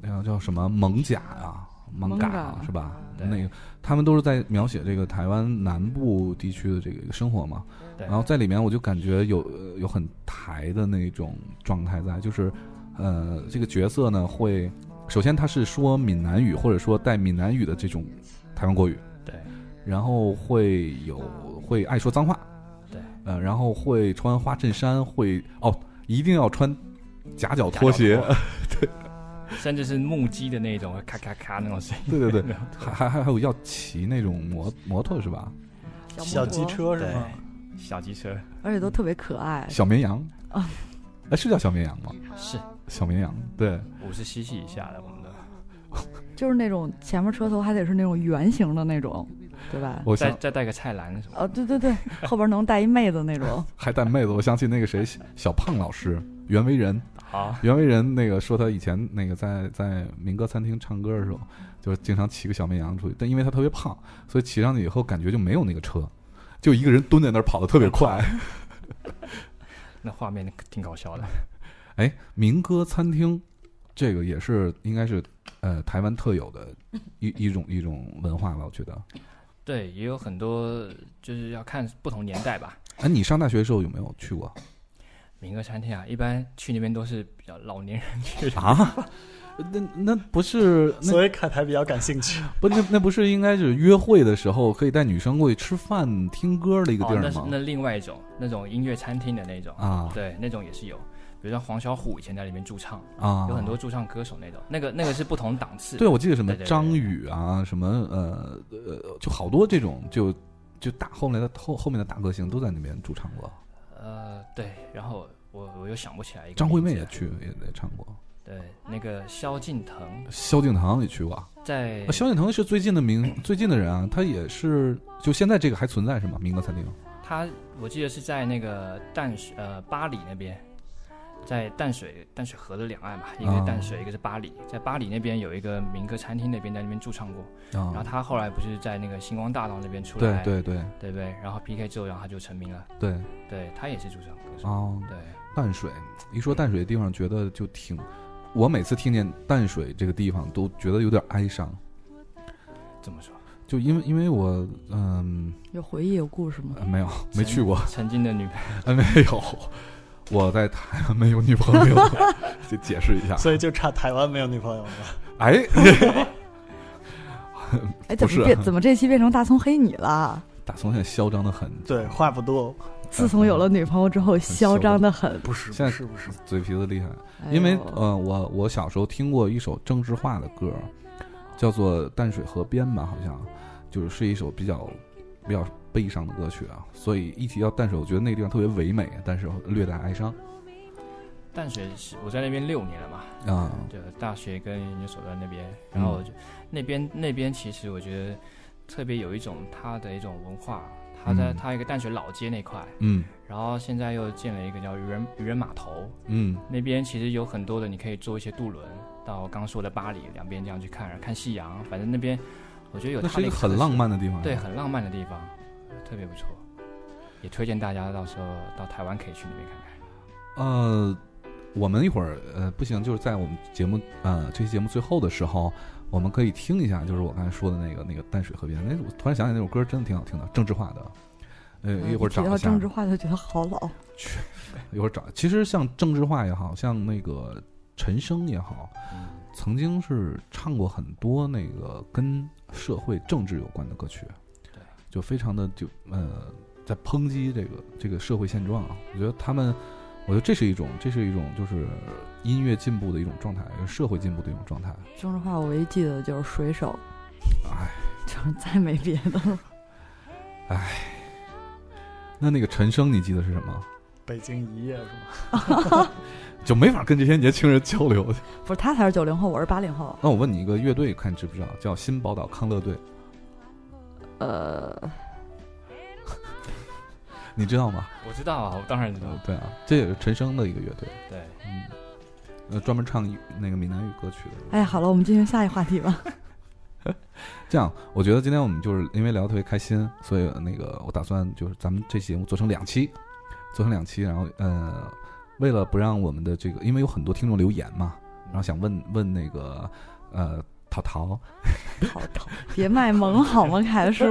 S1: 那个叫什么《猛甲》啊，《猛
S2: 艮
S1: 嘎
S2: 嘎》
S1: 是吧？
S3: 对
S1: 那个他们都是在描写这个台湾南部地区的这个生活嘛。
S3: 对
S1: 然后在里面我就感觉有呃有很台的那种状态在，就是呃这个角色呢会首先他是说闽南语或者说带闽南语的这种台湾国语，
S3: 对，
S1: 然后会有会爱说脏话，
S3: 嗯对，
S1: 呃，然后会穿花衬衫，会哦，一定要穿夹脚拖鞋，
S3: 夹脚拖，甚至是木屐的那种，咔咔咔那种声音，
S1: [LAUGHS] 对对对，还还还还有要骑那种摩摩托是吧？
S7: 小
S2: 摩托
S7: 机，车是
S3: 对
S7: 吗？，
S3: 小机车
S2: 而且都特别可爱。
S1: 小绵羊
S2: 啊，
S1: 哎，是叫小绵羊吗？
S3: 哎哦是
S1: 小绵羊，对，
S3: 五十 cc 以下的我们的，
S2: 就是那种前面车头还得是那种圆形的那种，对吧？
S1: 我
S3: 再
S1: 想
S3: 再带个菜篮什么，
S2: 哦，对对对，后边能带一妹子那种。
S1: 还带妹子，我想起那个谁，小胖老师，袁惟仁，
S3: 好，
S1: 袁惟仁那个说他以前那个在在民歌餐厅唱歌的时候，就是经常骑个小绵羊出去，但因为他特别胖，所以骑上去以后感觉就没有那个车，就一个人蹲在那儿跑得特别快。 [LAUGHS]
S3: 那画面挺搞笑的，
S1: 哎，民歌餐厅这个也是应该是呃台湾特有的一一 [LAUGHS] 种一种文化吧，我觉得。
S3: 对，也有很多就是要看不同年代吧。
S1: 哎，你上大学的时候有没有去过
S3: 民歌餐厅啊，一般去那边都是比较老年人去的，
S1: 啊？ [LAUGHS] 那那不是那
S7: 所以凯台比较感兴趣。
S1: 不那那不是应该是约会的时候可以带女生过去吃饭听歌的一个地
S3: 哦，那
S1: 儿
S3: 是
S1: 吗？
S3: 那另外一种那种音乐餐厅的那种，
S1: 啊
S3: 对，那种也是有，比如像黄小琥以前在里面驻唱，
S1: 啊，
S3: 有很多驻唱歌手那种，那个那个是不同档次，
S1: 对，我记得什么
S3: 对对对
S1: 张宇啊，什么呃呃，就好多这种就就大后来的后后面的大歌星都在那边驻唱过，
S3: 呃，对，然后我我又想不起来一个
S1: 张惠妹啊
S3: 名
S1: 也
S3: 字，
S1: 去也也唱过，
S3: 对，那个萧敬腾
S1: 萧敬腾也去过。啊
S3: 在
S1: 萧敬腾是最近的名最近的人啊，他也是就现在这个还存在是吗？民歌餐厅啊
S3: 他我记得是在那个淡水呃巴黎那边，在淡水淡水河的两岸吧，一个
S1: 啊
S3: 是淡水，一个是巴黎，在巴黎那边有一个民歌餐厅，那边在那边驻唱过。然后
S1: 啊，
S3: 他后来不是在那个星光大道那边出
S1: 对
S3: 来，
S1: 对对
S3: 对不对？然后 PK 之后，然后他就成名了。
S1: 对
S3: 对他也是驻唱歌手，
S1: 哦，
S3: 对，
S1: 淡水一说淡水的地方，觉得就挺，我每次听见淡水这个地方都觉得有点哀伤，
S3: 这么说。
S1: 就因为因为我嗯、
S2: [LAUGHS] 有回忆有故事吗？
S1: 呃没有没去过，
S3: 曾经的女朋友， [LAUGHS]
S1: 哎，没有，我在台湾没有女朋友， [LAUGHS] 就解释一下。
S7: 所以就差台湾没有女朋友了。
S1: 哎，不
S2: 哎，怎
S1: 是
S2: 么变？怎么这期变成大葱黑你了？
S1: 打从现在嚣张的很，
S7: 对，话不多，
S2: 自从有了女朋友之后，嚣张的很。
S7: 不是
S1: 现在
S7: 不是，
S1: 嘴皮子厉害。
S2: 哎呦
S1: 因为呃，我我小时候听过一首郑智化的歌，叫做《淡水河边》吧，好像就是是一首比较比较悲伤的歌曲啊。所以一提到淡水，我觉得那个地方特别唯美，但是略带哀伤
S3: 淡水是我在那边六年了嘛，
S1: 啊。
S3: 对，大学跟研究所在那边，然后我
S1: 嗯
S3: 就、那边那边其实我觉得特别有一种它的一种文化，它在、
S1: 嗯
S3: 它一个淡水老街那块，
S1: 嗯
S3: 然后现在又建了一个叫渔人渔人码头，
S1: 嗯
S3: 那边其实有很多的，你可以坐一些渡轮到刚说的巴黎两边这样去看看夕阳，反正那边我觉得有
S1: 那
S3: 它
S1: 是一
S3: 那
S1: 个
S3: 个
S1: 很
S3: 特色
S1: 浪，漫的啊地方。
S3: 对，很浪漫的地方，特别不错，也推荐大家到时候到台湾可以去那边看看。
S1: 呃，我们一会儿呃不行，就是在我们节目呃这期节目最后的时候，我们可以听一下，就是我刚才说的那个那个淡水河边。哎，我突然想起那首歌真的挺好听的，郑智化的。呃，一会儿
S2: 提
S1: 找
S2: 到
S1: 一下。
S2: 政治化就觉得好老，
S1: 一会儿找。其实像郑智化也好像那个陈升也好，曾经是唱过很多那个跟社会政治有关的歌曲，
S3: 对，
S1: 就非常的就呃，在抨击这个这个社会现状啊。我觉得他们，我觉得这是一种这是一种就是音乐进步的一种状态，社会进步的一种状态。
S2: [LAUGHS] 政治化我唯一记得就是水手，
S1: 哎，
S2: 就是再没别的了。
S1: 那那个陈升，你记得是什么？
S7: 北京一夜是吗？
S1: [LAUGHS] 就没法跟这些年轻人交流。 [LAUGHS]
S2: 不是他才是九零后，我是八零后。
S1: 那我问你一个乐队，看你知不知道，叫新宝岛康乐队，
S2: 呃，
S1: 你知道吗？
S3: 我知道啊，我当然知道。
S1: 对啊，这也是陈升的一个乐队，
S3: 对，
S1: 嗯，呃，专门唱那个闽南语歌曲的。
S2: 哎，好了，我们进行下一话题吧。
S1: 这样，我觉得今天我们就是因为聊得特别开心，所以那个我打算就是咱们这期节目做成两期，做成两期，然后呃，为了不让我们的这个，因为有很多听众留言嘛，然后想问问那个呃淘淘，
S2: 好疼，别卖萌好吗，凯叔？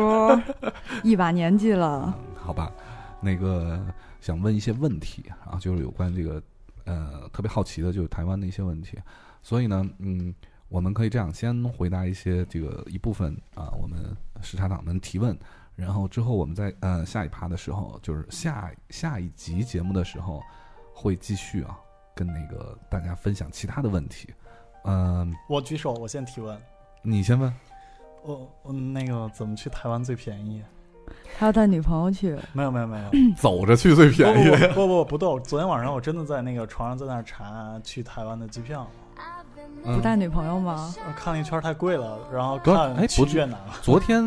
S1: [LAUGHS]
S2: 一把年纪了，
S1: 嗯，好吧，那个想问一些问题啊，就是有关这个呃特别好奇的，就是台湾的一些问题。所以呢，嗯，我们可以这样，先回答一些这个一部分啊，我们时差党们提问，然后之后我们在呃下一趴的时候，就是下下一集节目的时候会继续啊，跟那个大家分享其他的问题。嗯、
S7: 我举手，我先提问。
S1: 你先问，
S7: 我我那个怎么去台湾最便宜？
S2: 他要带女朋友去，
S7: 没有没有没有，
S1: 走着去最便宜。
S7: 不不不不逗！昨天晚上我真的在那个床上在那儿查去台湾的机票，
S1: 嗯
S2: 不带女朋友吗？
S7: 呃看了一圈太贵了，然后
S1: 多少哎
S7: 看去
S1: 不是
S7: 越南了。
S1: 昨天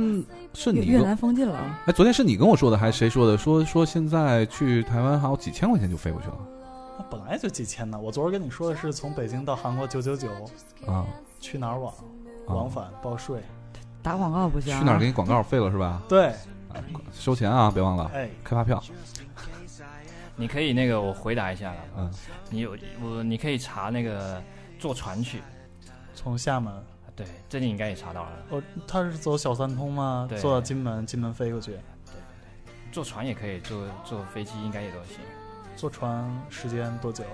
S1: 是
S2: 越
S1: 你
S2: 越
S1: 跟
S2: 南封禁了，
S1: 哎，昨天是你跟我说的，还是谁说的？说说现在去台湾好几千块钱就飞过去了
S7: 那本来就几千呢，我昨儿跟你说的是从北京到韩国九九九，
S1: 啊！
S7: 去哪儿网
S1: 啊
S7: 往返报税。
S2: 打广告不行
S1: 去
S2: 啊。
S1: 哪儿给你广告费了是吧？
S7: 对，
S1: 收钱啊，别忘了
S7: 哎，
S1: 开发票。
S3: 你可以那个我回答一下了。
S1: 嗯，
S3: 你有我，你可以查那个坐船去，
S7: 从厦门，
S3: 对，这你应该也查到了。
S7: 哦，他是走小三通吗
S3: 对？
S7: 坐到金门，金门飞过去，
S3: 坐船也可以，坐坐飞机应该也都行，
S7: 坐船时间多久？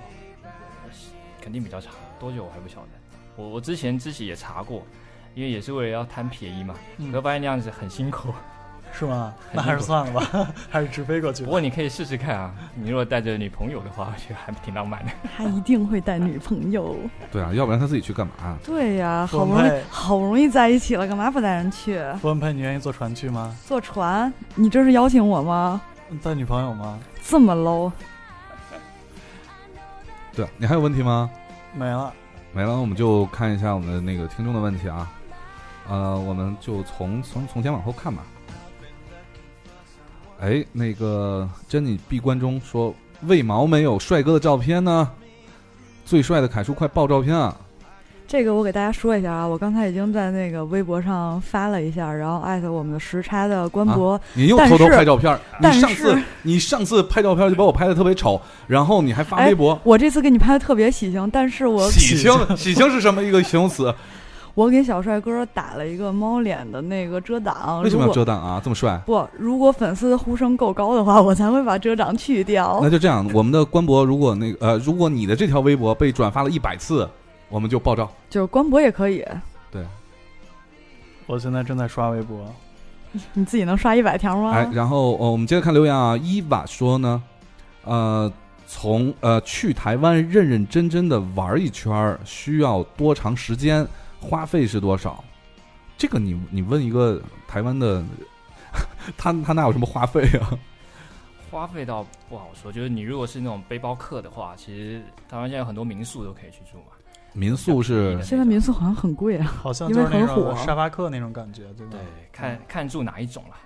S3: 肯定比较长，多久我还不晓得。我我之前自己也查过，因为也是为了要贪便宜嘛，可
S7: 嗯，
S3: 发现那样子很辛苦。
S7: 是吗？那还是算了吧， [LAUGHS] 还是直飞过去
S3: 不
S7: 吧。
S3: 过你可以试试看啊，你如果带着女朋友的话，我觉得还挺浪漫的。
S2: 他一定会带女朋友。
S1: 对啊，要不然他自己去干嘛？
S2: 对呀、好
S7: 分
S2: 不容易
S7: 配
S2: 好不容易在一起了，干嘛不带人去？
S7: 傅文佩，你愿意坐船去吗？
S2: 坐船？你这是邀请我吗？
S7: 带女朋友吗？
S2: 这么 low？
S1: 对啊，你还有问题吗？
S7: 没了，
S1: 没了，我们就看一下我们的那个听众的问题啊。呃，我们就从从从前往后看吧。哎，那个珍妮闭关中说，为毛没有帅哥的照片呢？最帅的凯叔快爆照片啊！
S2: 这个我给大家说一下啊，我刚才已经在那个微博上发了一下，然后艾特我们的时差的官博，
S1: 你又
S2: 但
S1: 偷偷
S2: 是
S1: 拍照片儿，你
S2: 但
S1: 上
S2: 是
S1: 次你上次拍照片就把我拍的特别丑，然后你还发
S2: 哎
S1: 微博，
S2: 我这次给你拍的特别喜庆，但是我
S1: 喜庆喜庆是什么一个形容词？
S2: 哦我给小帅哥打了一个猫脸的那个遮挡，
S1: 为什么
S2: 如
S1: 要
S2: 果
S1: 遮挡啊？这么帅？
S2: 不，如果粉丝的呼声够高的话，我才会把遮挡去掉
S1: 那。就这样，我们的官博如果那个呃，如果你的这条微博被转发了一百次，我们就爆照。
S2: 就是官博也可以，
S7: 我现在正在刷微博。
S2: 你自己能刷一百条吗？
S1: 哎，然后呃，我们接着看留言啊。伊娃说呢，呃，从呃去台湾认认真真的玩一圈儿需要多长时间？花费是多少？这个你你问一个台湾的，他他哪有什么花费啊？ [LAUGHS]
S3: 花费倒不好说，就是你如果是那种背包客的话，其实台湾现在有很多民宿都可以去住嘛。
S1: 民宿是
S2: 现在民宿好像很贵啊，
S7: 好像
S2: 因
S7: 就
S2: 为
S7: 是那
S2: 很火
S7: 种沙发客那种感觉，对吧嗯
S3: 对？，看看住哪一种啦。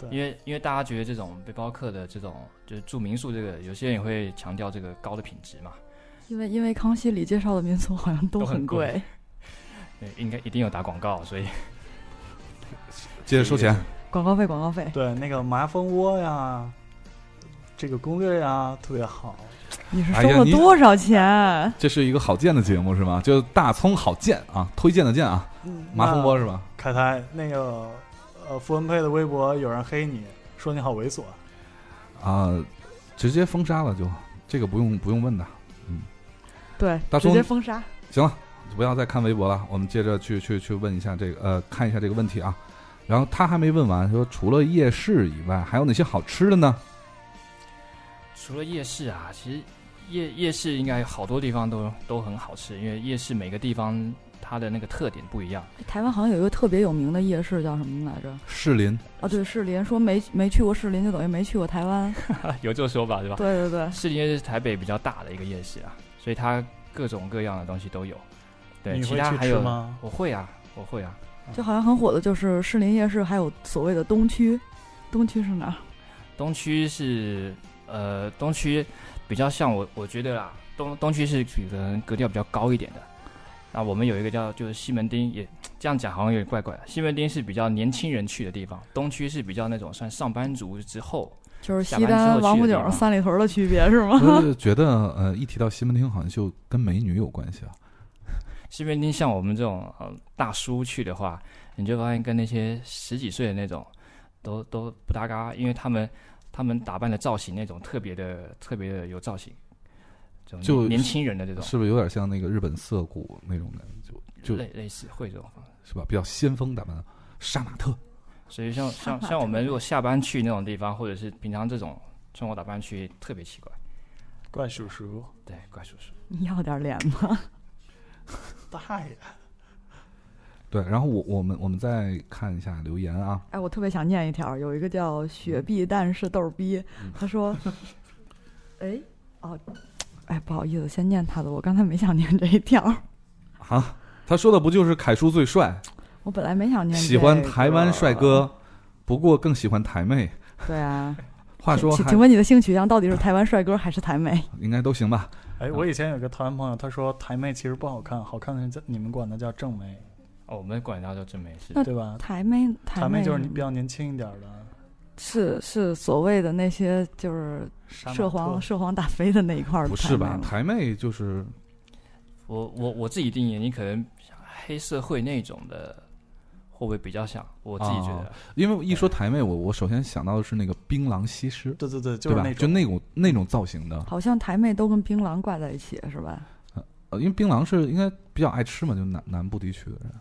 S7: 对
S3: 因为因为大家觉得这种背包客的这种就是住民宿这个，有些人也会强调这个高的品质嘛，
S2: 因为因为康熙里介绍的民宿好像都
S3: 都很
S2: 很
S3: 贵
S2: 贵。
S3: 对，应该一定有打广告，所以
S1: 接着收钱。
S2: 广告费，广告费。
S7: 对，那个麻蜂窝呀，这个攻略呀，特别好。
S2: 你是
S1: 哎
S2: 收
S1: 呀
S2: 了
S1: 你
S2: 多少钱？
S1: 这是一个好剑的节目是吗？就大葱好剑啊，推荐的剑啊，麻风波是吧？
S7: 凯台那个呃，傅文佩的微博有人黑你说你好猥琐，
S1: 啊，直接封杀了就，这个不用不用问的。
S2: 对，
S1: 大
S2: 直
S1: 葱
S2: 接封杀。
S1: 行了，不要再看微博了，我们接着去去去问一下这个呃，看一下这个问题啊。然后他还没问完，说除了夜市以外，还有哪些好吃的呢？
S3: 除了夜市啊，其实夜夜市应该有好多地方都都很好吃，因为夜市每个地方它的那个特点不一样。
S2: 哎台湾好像有一个特别有名的夜市，叫什么来着？
S1: 士林
S2: 啊，对，士林。说没没去过士林，就等于没去过台湾。
S3: 啊有这说法是吧？
S2: 对对对，
S3: 士林夜市是台北比较大的一个夜市啊，所以它各种各样的东西都有。对，
S7: 你
S3: 其
S7: 会
S3: 他
S7: 去
S3: 还
S7: 吃
S3: 有
S7: 吗？
S3: 我会啊，我会啊。
S2: 就好像很火的就是士林夜市，还有所谓的东区。东区是哪儿？
S3: 东区是呃，东区比较像我，我觉得啦，东东区是可能格调比较高一点的。那我们有一个叫就是西门町，也这样讲好像有点怪怪的。西门町是比较年轻人去的地方，东区是比较那种算上班族之后。
S2: 就是
S3: 下
S2: 西
S3: 班之后
S2: 单、
S3: 去
S2: 王府
S3: 的地
S2: 井、
S3: 方
S2: 三里屯的区别是吗？ [LAUGHS]
S1: 我就觉得呃，一提到西门町，好像就跟美女有关系啊。
S3: 西门町像我们这种呃大叔去的话，你就发现跟那些十几岁的那种都都不搭嘎，因为他们他们打扮的造型那种特别的特别的有造型，这种
S1: 就
S3: 年年轻人的这种
S1: 是不是有点像那个日本涩谷那种的，就就
S3: 类类似会这种方式。
S1: 是吧？比较先锋打扮的杀马特，
S3: 所以
S1: [LAUGHS]
S3: 像像
S2: 马
S3: 像我
S2: 特
S3: 们如果下班去那种地方，或者是平常这种穿着打扮去，特别奇怪。
S7: 怪叔叔，
S3: 对，怪叔叔。
S2: 你要点脸吧。
S7: 大爷，
S1: 对。然后我我们我们再看一下留言啊，
S2: [LAUGHS] 哎，我特别想念一条，有一个叫“雪碧蛋是豆儿逼”，他 [LAUGHS] 说：“哎，哦，哎，不好意思，先念他的，我刚才没想念这一条，
S1: 啊，他说的不就是凯叔最帅，
S2: 我本来没想念、
S1: 喜欢台湾帅。哥，不过更喜欢台妹。
S2: 对啊，
S1: 话说
S2: 请
S1: 还
S2: 请问你的性取向到底是台湾帅哥还是台妹？
S1: 应该都行吧？
S7: 哎，我以前有个台湾朋友，他说台妹其实不好看，好看的人在你们管她叫正妹，
S3: 哦，我们管他叫真没事
S1: 嗯
S2: 那。
S7: 对吧？
S2: 台妹，
S7: 啊台
S2: 妹
S7: 妹就是你比较年轻一点的，
S2: 是是所谓的那些就是
S7: 杀马
S2: 涉
S7: 特啊
S2: 黄涉黄打非的那一块儿，
S1: 不是吧？？台妹就是
S3: 我我我自己定义，你可能像黑社会那种的，会不会比较像？我自己觉得，
S1: 因为一说台妹，我我首先想到的是那个槟榔西施，
S7: 对对对，就
S1: 对
S7: 是
S1: 吧？
S7: 那
S1: 就
S7: 种
S1: 那种那种造型的，
S2: 好像台妹都跟槟榔挂在一起是吧？
S1: 呃，因为槟榔是应该比较爱吃嘛，就南南部地区的人。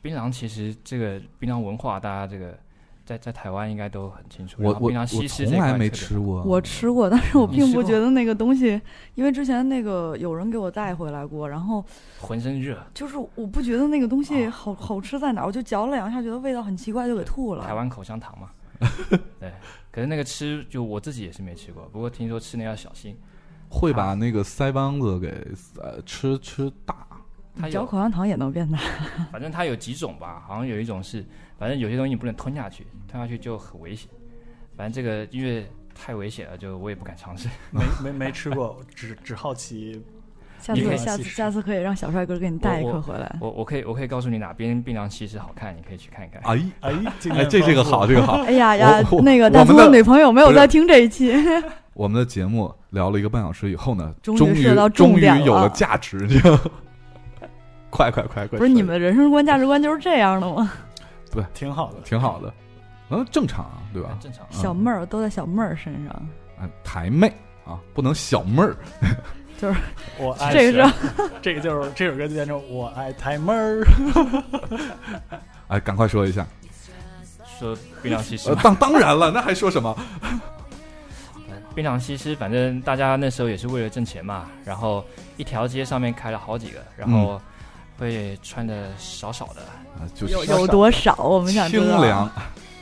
S3: 槟榔其实这个槟榔文化，大家这个在在台湾应该都很清楚。
S1: 我
S3: 然后
S1: 我
S3: 啊槟榔
S1: 我
S3: 西施
S1: 从
S3: 这块
S1: 来没
S3: 特别
S1: 吃过，
S2: 我吃过，但是我
S3: 你
S2: 并
S3: 吃
S2: 不
S3: 过
S2: 觉得那个东西，因为之前那个有人给我带回来过，然后
S3: 浑身热。
S2: 就是我不觉得那个东西
S3: 啊
S2: 好好吃在哪儿，我就嚼了两下，觉得味道很奇怪，就给吐了。
S3: 台湾口香糖
S1: [LAUGHS]
S3: 嘛，对。可是那个吃，就我自己也是没吃过，不过听说吃那要小心。
S1: 会把那个腮帮子给呃吃吃大。
S3: 它
S2: 嚼
S3: 有
S2: 口香糖也能变大，
S3: 反正它有几种吧，好像有一种是，反正有些东西你不能吞下去，吞下去就很危险。反正这个因为太危险了，就我也不敢尝试。 [LAUGHS]
S7: 没没没吃过，只只好奇。
S2: 下
S3: 你可
S2: 次
S3: 以
S2: 下次
S7: 试试
S2: 下次可以让小帅哥给你带一
S3: 我
S2: 颗回来。
S3: 我我可以我可以告诉你哪边槟榔西施好看，你可以去看一看。
S1: 哎
S7: 哎，经
S1: 哎，
S7: 验
S1: 这这个
S7: 丰富
S1: 好，这个
S3: [LAUGHS]
S1: 好。
S2: 哎呀呀
S1: 我，
S2: 那个大
S1: 我们
S2: 葱
S1: 的
S2: 的女朋友没有
S1: 不是
S2: 在听这一期，
S1: 我们的节目聊了一个半小时以后呢，
S2: 终
S1: 终
S2: 于
S1: 于
S2: 射到重
S1: 终于
S2: 点
S1: 有
S2: 了
S1: 了价值，就 [LAUGHS] 快快快快！
S2: 不是你们的人生观价值观就是这样的吗？
S7: [LAUGHS] 挺好的。
S1: 挺好的，嗯，正常啊，对吧
S3: 很？正常。
S1: 嗯
S2: 小妹儿都在小妹儿身上，
S1: 哎台妹啊，不能小妹儿。
S7: 我爱
S2: 这个
S7: 谁
S2: 是
S7: 这个就是这首歌就变成我爱台妹儿， [LAUGHS]
S1: 哎，赶快说一下。
S3: 说槟榔西施
S1: 呃， [LAUGHS]
S3: 嘛，
S1: 当当然了，那还说什么？
S3: 槟榔西施，反正大家那时候也是为了挣钱嘛，然后一条街上面开了好几个，然后
S1: 嗯
S3: 会穿的少少的，
S1: 啊就
S2: 有
S1: 是
S2: 有多少？我们想知
S1: 清
S2: 道。啊
S1: 凉，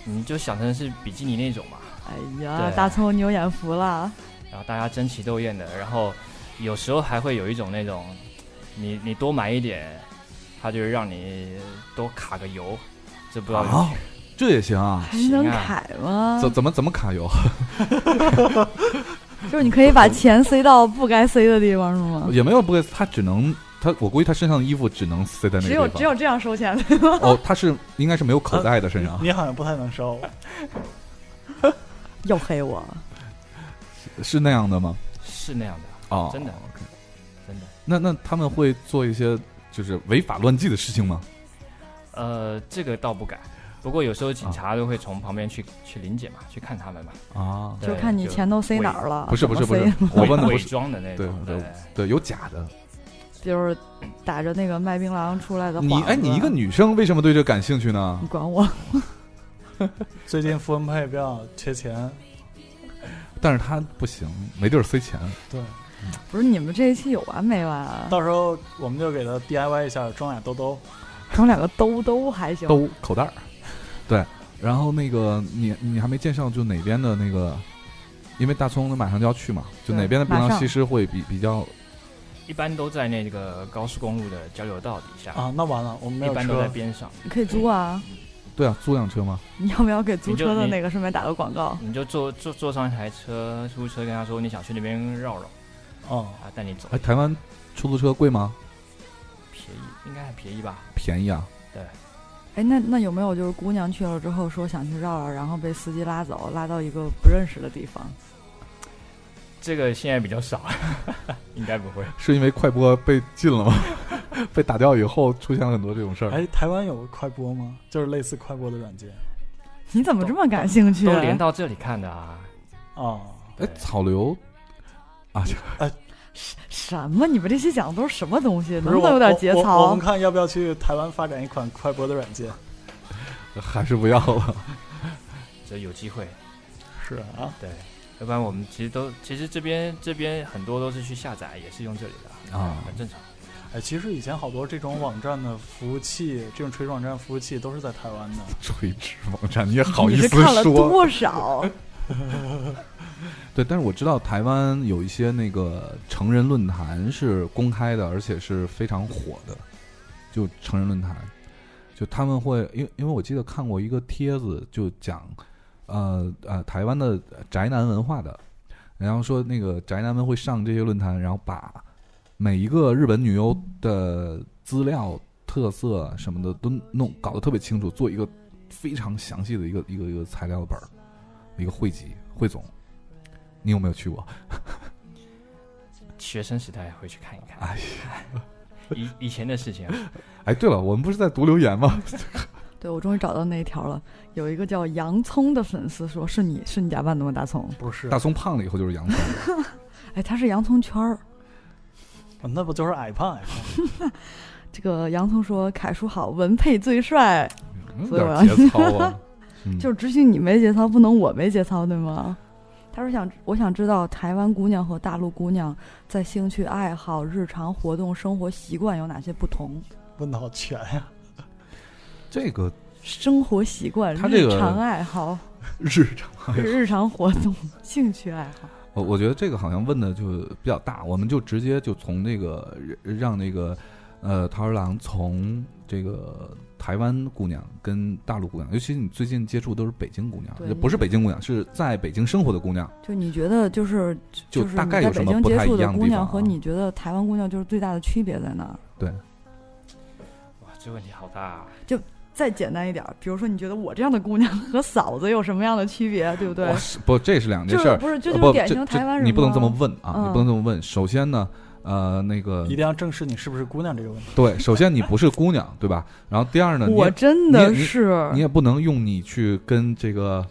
S3: 你就想成是比基尼那种嘛。
S2: 哎呀，
S3: 对
S2: 大葱你有眼福了。
S3: 然后大家争奇斗艳的，然后有时候还会有一种那种，你你多买一点，它就是让你多卡个油，这不知道、
S1: 啊，这也行啊？
S2: 还
S3: 行
S2: 能
S3: 啊
S2: 凯吗？
S1: 怎怎么怎么卡油？
S2: 就是你可以把钱塞到不该塞的地方，是吗？
S1: 也没有不给他，只能他，我估计他身上的衣服只能塞在哎那个
S2: 只
S1: 地
S2: 有
S1: 方。
S2: 只有这样收钱对吗？
S1: 哦，他是应该是没有口袋的身上，
S7: 你好像不太能收。
S2: [LAUGHS] 又黑我，
S1: 是那样的吗？
S2: 嗯
S3: 是那样的。
S1: 哦，
S3: 真的
S1: OK
S3: 真的。
S1: 那那他们会做一些就是违法乱纪的事情吗？
S3: 呃，这个倒不敢，不过有时候警察都会从旁边去去临检嘛，去看他们嘛。
S1: 啊，
S2: [LAUGHS] 就
S3: 对
S2: 看你钱都塞哪儿了。
S1: 不是
S2: 啊
S1: 不
S2: 怎么
S1: 是不是
S2: 塞，
S1: 我
S3: 伪
S1: 问的不
S3: 伪
S1: 是
S3: 装的那种，
S1: 对
S3: 对，
S1: 对，有假的。
S2: 就是打着那个卖槟榔出来的幌子。
S1: 你哎，你一个女生为什么对这感兴趣呢
S2: 你？管我？
S7: 最近符文配比较缺钱，
S1: 但是她不行，没地儿塞钱。
S7: 对，
S2: 不是你们这一期有完没完啊？
S7: 到时候我们就给他 DIY 一下，装俩兜兜。
S2: 整两个兜兜还行。
S1: 兜口袋儿。 [LAUGHS] 对，然后那个你你还没介绍就哪边的那个，因为大葱马上就要去嘛，就
S2: 对
S1: 哪边的槟
S2: 马
S1: 榔
S2: 上
S1: 西施会比比较
S3: 一般都在那个高速公路的交流道底下，
S7: 啊，那完了，我们没
S3: 一
S7: 有
S3: 般都在
S7: 车。
S3: 边上，
S2: 你可以租啊，
S1: 对啊，租辆车吗？
S2: 你要不要给租
S3: 你就
S2: 车的
S3: 你
S2: 那个顺便打个广告？
S3: 你就坐坐坐上一台车，出租车跟他说你想去那边绕绕，
S7: 哦，
S3: 他带你走
S1: 哎，，台湾出租车贵吗？
S3: 便宜，应该很便宜吧？
S1: 便宜啊，
S2: 哎，那那有没有就是姑娘去了之后说想去绕绕，啊然后被司机拉走，拉到一个不认识的地方？
S3: 这个现在比较少， [LAUGHS] 应该不会。
S1: 是因为快播被禁了吗？ [LAUGHS] 被打掉以后出现了很多这种事儿。
S7: 哎，台湾有快播吗？就是类似快播的软件。
S2: 你怎么这么感兴趣？
S3: 都连到这里看的啊，
S7: 哦，
S1: 哎
S3: 对，
S1: 草榴啊，这
S2: 什么？你们这些讲的都是什么东西？能
S7: 不是
S2: 不能
S7: 我
S2: 有点节
S7: 我我我
S2: 操
S7: 们？看要不要去台湾发展一款快播的软件？
S1: 还是不要了。 [LAUGHS]
S3: 这有机会。
S7: 是啊，
S3: 对，要不然我们其实都其实这边这边很多都是去下载，也是用这里的
S1: 啊
S3: 很正常。
S7: 哎，其实以前好多这种网站的服务器，这种垂直网站服务器都是在台湾的。
S1: 垂直网站，你也好意
S2: 你是
S1: 思
S2: 看了
S1: 说？
S2: 多少？ [LAUGHS]
S1: 对，但是我知道台湾有一些那个成人论坛是公开的，而且是非常火的，就成人论坛，就他们会，因为因为我记得看过一个帖子，就讲，呃呃，台湾的宅男文化的，然后说那个宅男们会上这些论坛，然后把每一个日本女优的资料、特色什么的都弄搞得特别清楚，做一个非常详细的一个一个一个材料本儿，一个汇集汇总。你有没有去过？
S3: 学生时代会去看一看
S2: 啊
S1: 哎呀，
S3: 以以前的事情啊，
S1: 哎，对了，我们不是在读留言吗？
S2: 对，我终于找到那一条了。有一个叫洋葱的粉丝说：“是你是你家办的吗？大葱
S7: 不是
S1: 大，葱胖了以后就是
S2: [LAUGHS]
S1: 洋葱，？”
S2: 哎，他是洋葱圈儿。
S7: 那不就是矮胖矮胖？
S2: 这个洋葱说：“凯叔好，文配最帅。
S1: 嗯有
S2: 所以我
S1: 点
S2: 要
S1: 节操啊。嗯”
S2: [LAUGHS] 就是只许你没节操，不能我没节操，对吗？他说想我想知道台湾姑娘和大陆姑娘在兴趣爱好、日常活动、生活习惯有哪些不同？
S7: 问的好全呀、
S1: 这个
S2: 生活习惯、
S1: 他这个哎
S2: 日常爱
S1: [LAUGHS]
S2: 好、
S1: 日常，
S2: 日常活动、 [LAUGHS] 兴趣爱好。
S1: 我我觉得这个好像问的就比较大，我们就直接就从那个让那个呃桃儿郎从这个台湾姑娘跟大陆姑娘，尤其你最近接触都是北京姑
S2: 对
S1: 娘，不是北京姑娘，是在北京生活的姑娘，
S2: 就你觉得就是
S1: 就是大
S2: 你
S1: 概
S2: 在
S1: 有什
S2: 北
S1: 么
S2: 京
S1: 不
S2: 接
S1: 太一
S2: 触的
S1: 样的
S2: 姑
S1: 地
S2: 娘
S1: 方
S2: 和
S1: 啊？
S2: 你觉得台湾姑娘就是最大的区别在哪儿？
S3: 哇，这问题好大、啊。 [LAUGHS]
S2: 再简单一点儿，比如说你觉得我这样的姑娘和嫂子有什么样的区别，对不对
S1: 哇？是不，这是两件
S2: 就
S1: 事
S2: 是
S1: 儿。
S2: 不是这
S1: 呃
S2: 就是
S1: 不，
S2: 典
S1: 这
S2: 型
S1: 这
S2: 台湾人吗？
S1: 你不能这么问啊！
S2: 嗯
S1: 你不能这么问。首先呢，呃，那个
S7: 一定要正视你是不是姑娘这个问题。
S1: 对，首先你不是姑娘，对吧？然后第二呢，你
S2: 我
S1: 也
S2: 真的是
S1: 你也不能用你去跟这个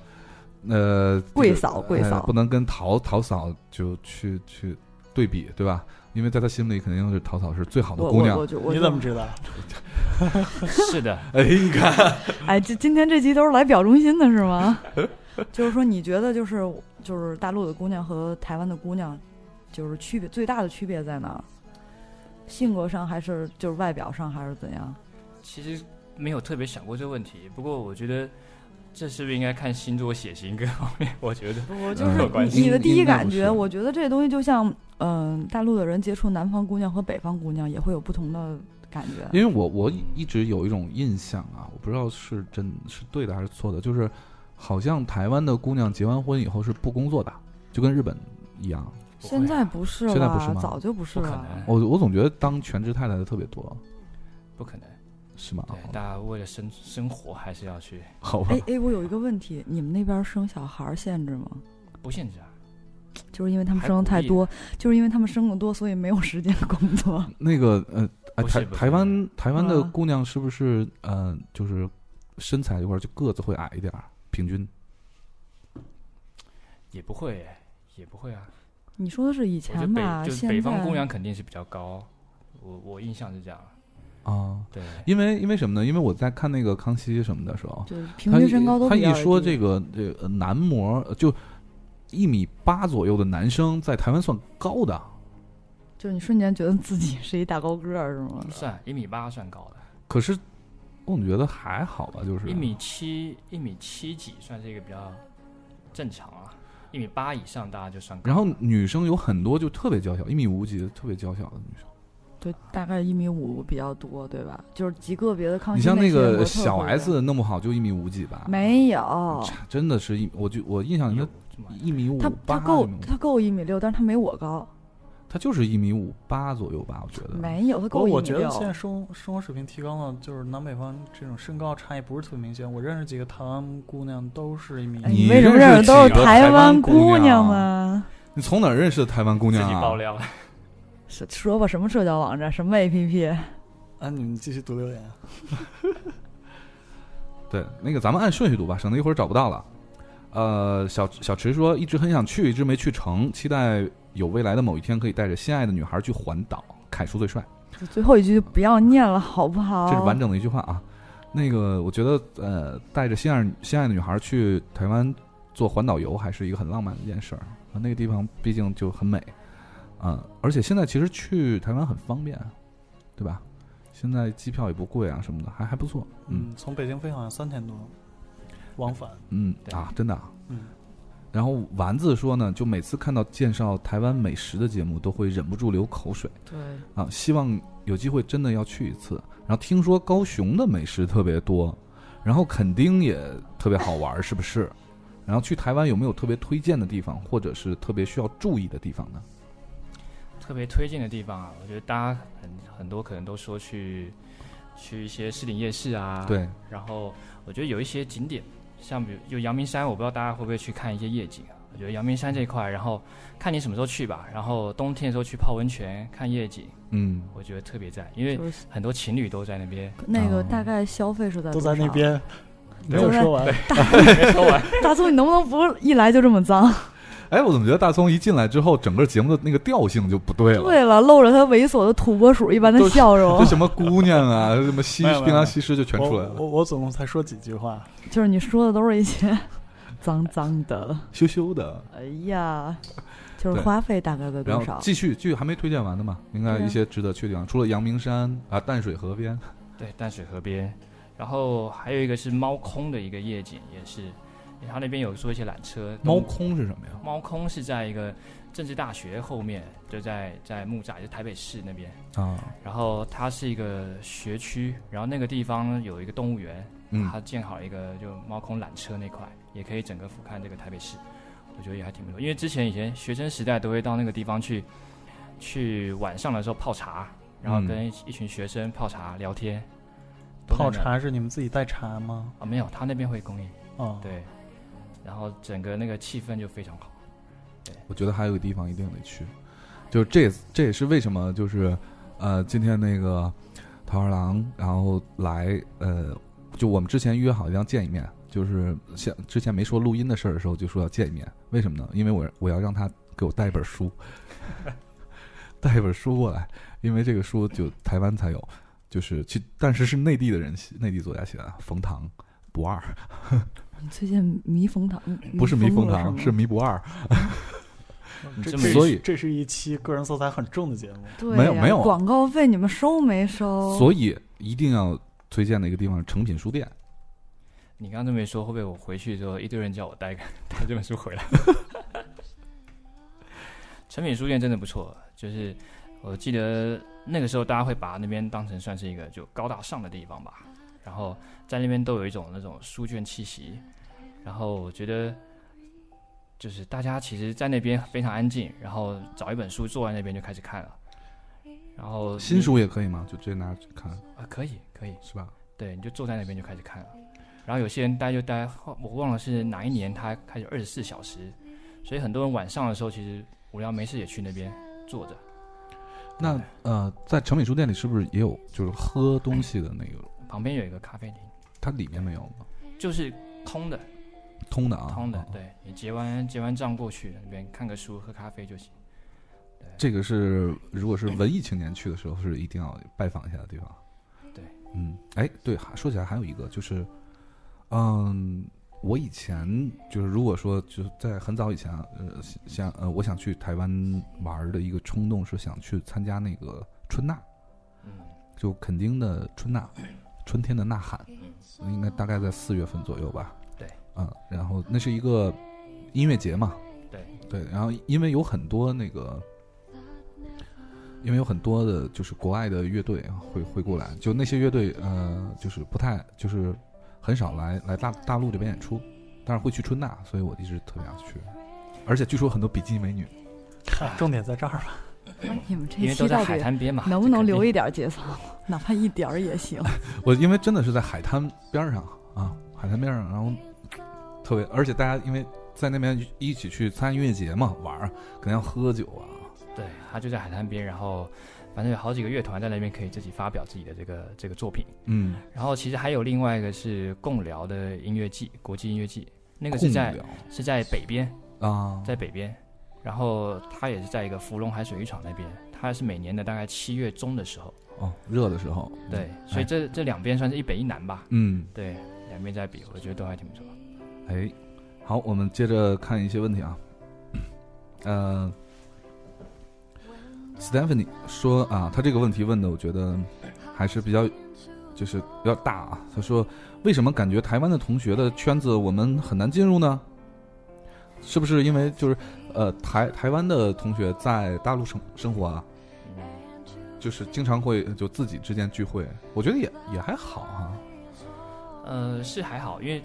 S1: 呃
S2: 贵
S1: 这个
S2: 嫂贵
S1: 呃
S2: 嫂
S1: 不能跟桃桃嫂就去去对比，对吧？因为在他心里肯定是桃嫂是最好的
S2: 我
S1: 姑
S2: 我
S1: 娘
S2: 我。就我
S7: 你
S2: 就
S7: 怎么知道？
S3: 是的，
S1: 哎，你看，
S2: 哎，这今天这集都是来表忠心的是吗？
S7: [LAUGHS]
S2: [LAUGHS] 就是说，你觉得就是就是大陆的姑娘和台湾的姑娘，就是区别最大的区别在哪儿？性格上还是就是外表上还是怎样？
S3: 其实没有特别想过这个问题，不过我觉得这是不是应该看星座血型各方面？ [LAUGHS] 我觉得
S2: 我就
S1: 嗯
S2: 是
S3: 有关
S2: 你
S1: 系
S2: 的第一
S1: 应该
S2: 感
S1: 不
S2: 觉，
S1: 是
S2: 我觉得这东西就像，嗯、大陆的人接触南方姑娘和北方姑娘也会有不同的感觉。
S1: 因为我我一直有一种印象啊，我不知道是真是对的还是错的，就是好像台湾的姑娘结完婚以后是不工作的，就跟日本一样。
S3: 不会
S2: 现在不是了，
S1: 现在不是吗
S2: 早就不是
S3: 不可
S2: 了。
S3: 能，
S1: 我我总觉得当全职太太的特别多，
S3: 不可能。
S1: 是
S2: 哦
S1: 吗？
S3: 对，大家为了生生活还是要去，
S1: 好吧
S2: 哎，哎，我有一个问题，你们那边生小孩限制吗？
S3: 不限制啊。
S2: 就是因为他们
S3: 还
S2: 生的
S3: 鼓
S2: 太
S3: 励
S2: 多，就是因为他们生的多，所以没有时间工作。
S1: 那个呃，哎
S3: 不是
S1: 台
S3: 不是
S1: 台湾台湾的
S2: 嗯
S1: 姑娘是不是呃，就是身材这块儿就个子会矮一点儿，平均
S3: 也不会耶，也不会啊。
S2: 你说的是以
S3: 我觉得
S2: 前吧？
S3: 北就是
S2: 现
S3: 北
S2: 在
S3: 方姑娘肯定是比较高，我我印象是这样。
S1: 啊？
S3: 对，
S1: 因为因为什么呢？因为我在看那个康熙什么的时候，
S2: 就是平均身高都
S1: 他
S2: 比
S1: 一他
S2: 较
S1: 一说这
S2: 个，
S1: 个这个男模呃就一米八左右的男生在台湾算高的，
S2: 就你瞬间觉得自己是一大高个儿是吗？
S3: 算一米八算高的，
S1: 可是我总觉得还好吧，就是
S3: 一米七一米七几算是一个比较正常啊，一米八以上大家就算高。
S1: 然后女生有很多就特别娇小，一米五几的特别娇小的女生。
S2: 对，大概一米五比较多，对吧？哦就是极个别的康
S1: 你
S2: 熙
S1: 像
S2: 那
S1: 那
S2: 些模特
S1: 个
S2: 儿
S1: 小
S2: 会有
S1: S 弄不好就一米五几吧？
S2: 没有，
S1: 差，真的是一，我就我印象里
S3: 有
S1: 她
S3: 这么
S1: 一米五
S2: 他
S1: 八
S2: 他
S1: 那
S2: 够
S1: 种，
S2: 他够一米六，但是他没我高，
S1: 她就是一米五八左右吧，我觉得。
S2: 没有他
S7: 不
S2: 够
S7: 过
S2: 一
S7: 我
S2: 米
S7: 觉得
S2: 六。
S7: 现在生生活水平提高了，就是南北方这种身高差异不是特别明显。我认识几个台湾姑娘都是一米，
S2: 哎
S1: 你
S2: 为什么
S1: 认
S2: 认
S1: 识
S2: 识都是
S1: 几个台
S2: 台
S1: 湾
S2: 湾
S1: 姑娘
S2: 娘啊？
S1: 你从哪儿认识的台湾姑
S3: 自
S1: 娘
S3: 己爆
S1: 啊？
S3: 料了，
S2: 说说吧，什么社交网站，什么 APP？
S7: 啊，你们继续读留言。
S1: 对，那个咱们按顺序读吧，省得一会儿找不到了。呃，小小池说一直很想去，一直没去成，期待有未来的某一天可以带着心爱的女孩去环岛。凯叔最帅，
S2: 就最后一句就不要念了，好不好？
S1: 这是完整的一句话啊。那个，我觉得呃，带着心爱心爱的女孩去台湾做环岛游，还是一个很浪漫的一件事儿。啊那个地方毕竟就很美，嗯、而且现在其实去台湾很方便，对吧？现在机票也不贵啊，什么的，还还不错。嗯
S7: 嗯，从北京飞好像三千多，往返。
S1: 嗯
S3: 对
S1: 啊，真的啊。
S7: 嗯，
S1: 然后丸子说呢，就每次看到介绍台湾美食的节目，都会忍不住流口水
S2: 对，
S1: 啊！希望有机会真的要去一次。然后听说高雄的美食特别多，然后垦丁也特别好玩，是不是？然后去台湾有没有特别推荐的地方，或者是特别需要注意的地方呢？
S3: 特别推荐的地方啊，我觉得大家很很多可能都说去去一些市里夜市啊，
S1: 对，
S3: 然后我觉得有一些景点，像比如有阳明山，我不知道大家会不会去看一些夜景啊。我觉得阳明山这一块，然后看你什么时候去吧。然后冬天的时候去泡温泉、看夜景，
S1: 嗯，
S3: 我觉得特别赞，因为
S2: 就是
S3: 很多情侣都在那边。
S2: 那
S1: 哦
S2: 个大概消费是在多
S7: 都在那
S2: 少。
S7: 边，没有
S2: 都在
S7: 说完。
S2: 大苏，你能不能不一来就这么脏？
S1: 哎，我怎么觉得大葱一进来之后，整个节目的那个调性就不对了？
S2: 对了，露着他猥琐的土拨鼠一般的
S1: 都是
S2: 笑容 [LAUGHS]
S1: 这，什么姑娘啊，什么西
S7: 没有没有
S1: 槟榔西施就全
S7: 我
S1: 出来了，
S7: 我我总共才说几句话，
S2: 就是你说的都是一些脏脏的。
S1: 羞羞的。
S2: 哎呀，就是
S1: 对
S2: 花费大概在
S1: 然
S2: 多
S1: 后
S2: 少？
S1: 继续继续还没推荐完的嘛，应该
S2: 对啊
S1: 一些值得去的地方，除了阳明山啊、淡水河边，
S3: 对，淡水河边，然后呃还有一个是猫空的一个夜景，也是，因为它那边有做一些缆车。
S1: 猫空是什么呀？
S3: 猫空是在一个政治大学后面，就在在木栅，就台北市那边。
S1: 啊，
S3: 然后它是一个学区，然后那个地方有一个动物园，
S1: 嗯，
S3: 它建好一个就猫空缆车那块，也可以整个俯瞰这个台北市，我觉得也还挺不错。因为之前以前学生时代都会到那个地方去，去晚上的时候泡茶，然后
S1: 嗯
S3: 跟一一群学生泡茶聊天。都在
S7: 泡
S3: 那
S7: 茶是你们自己带茶吗？
S3: 啊？没有，他那边会供应。
S7: 哦，
S3: 对，然后整个那个气氛就非常好。
S1: 我觉得还有个地方一定得去，就是这这也是为什么就是呃，今天那个桃二郎然后来呃，就我们之前约好要见一面，就是像之前没说录音的事儿的时候就说要见一面，为什么呢？因为我我要让他给我带一本书， [LAUGHS] 带一本书过来，因为这个书就台湾才有，就是去，但是是内地的人写，内地作家写的，啊冯唐。不二
S2: 你最近迷冯唐
S1: 不是迷
S2: 迷
S1: 冯
S2: 了
S1: 唐，
S2: 吗
S1: 是迷不二。
S3: 你
S7: 这
S3: 这
S7: 这
S3: 么
S7: 是
S1: 所以
S7: 这是一期个人色彩很重的节目。
S2: 对
S1: 没有
S2: 呀
S1: 没有啊
S2: 广告费，你们收没收？
S1: 所以一定要推荐的一个地方是诚品书店。
S3: 你刚刚这么一说，会不会我回去之后一堆人叫我
S1: [LAUGHS]
S3: 带个带这本书回来？诚品书店真的不错，就是我记得那个时候大家会把那边当成算是一个就高大上的地方吧，然后在那边都有一种那种书卷气息，然后我觉得就是大家其实，在那边非常安静，然后找一本书坐在那边就开始看了，然后你
S1: 新书也可以吗？就直接拿去看，
S3: 啊可以可以，
S1: 是吧？
S3: 对，你就坐在那边就开始看了。然后有些人待就待，后我忘了是哪一年他开始二十四小时，所以很多人晚上的时候其实无聊没事也去那边坐着。
S1: 那呃，在诚品书店里是不是也有就是喝东西的那个？
S3: 旁边有一个咖啡厅，
S1: 它里面没有吗？
S3: 就是通的，
S1: 通的啊，
S3: 通的
S1: 哦。
S3: 对你结完结完账过去那边看个书喝咖啡就行。
S1: 这个是如果是文艺青年去的时候，是一定要拜访一下的地方。
S3: 对，
S1: 嗯，哎，对，还说起来还有一个就是，嗯，我以前就是如果说就是在很早以前啊，呃，想呃，我想去台湾玩儿的一个冲动是想去参加那个春娜，
S3: 嗯，
S1: 就垦丁的春娜，春天的呐喊，应该大概在四月份左右吧。
S3: 对，
S1: 嗯，然后那是一个音乐节嘛，
S3: 对
S1: 对，然后因为有很多那个，因为有很多的就是国外的乐队会会过来，就那些乐队呃，就是不太就是很少来来大大陆这边演出，但是会去春娜，所以我一直特别想去，而且据说很多比基尼美女，
S7: [LAUGHS] 重点在这儿吧。
S2: 哎你们这
S3: 因
S2: 一
S3: 为都
S2: 期
S3: 在
S2: 到
S3: 海
S2: 底
S3: 滩边嘛，
S2: 能不能留一
S3: 一？
S2: 点节操，哪怕一点儿也行？
S1: 我因为真的是在海滩边儿上啊，海滩边儿上，然后特别，而且大家因为在那边一起去参音乐节嘛，玩儿可能要喝酒啊，
S3: 对，他就在海滩边，然后反正有好几个乐团在那边可以自己发表自己的这个这个作品。
S1: 嗯，
S3: 然后其实还有另外一个是共聊的音乐季，国际音乐季，
S1: 那
S3: 那个是在是在北边，
S1: 啊，
S3: 在北边，然后它也是在一个芙蓉海水浴场那边，它是每年的大概七月中的时候，
S1: 哦热的时候，
S3: 对，所以这这两边算是一北一南吧，
S1: 嗯。
S3: 对，两边在比，我觉得都还挺不错。
S1: 哎，好，我们接着看一些问题啊。呃，Stephanie 说啊，他这个问题问的，我觉得还是比较，就是比较大啊。他说，为什么感觉台湾的同学的圈子我们很难进入呢？是不是因为就是呃台台湾的同学在大陆生生活啊，
S3: 嗯，
S1: 就是经常会就自己之间聚会，我觉得也也还好啊。
S3: 呃，是还好，因为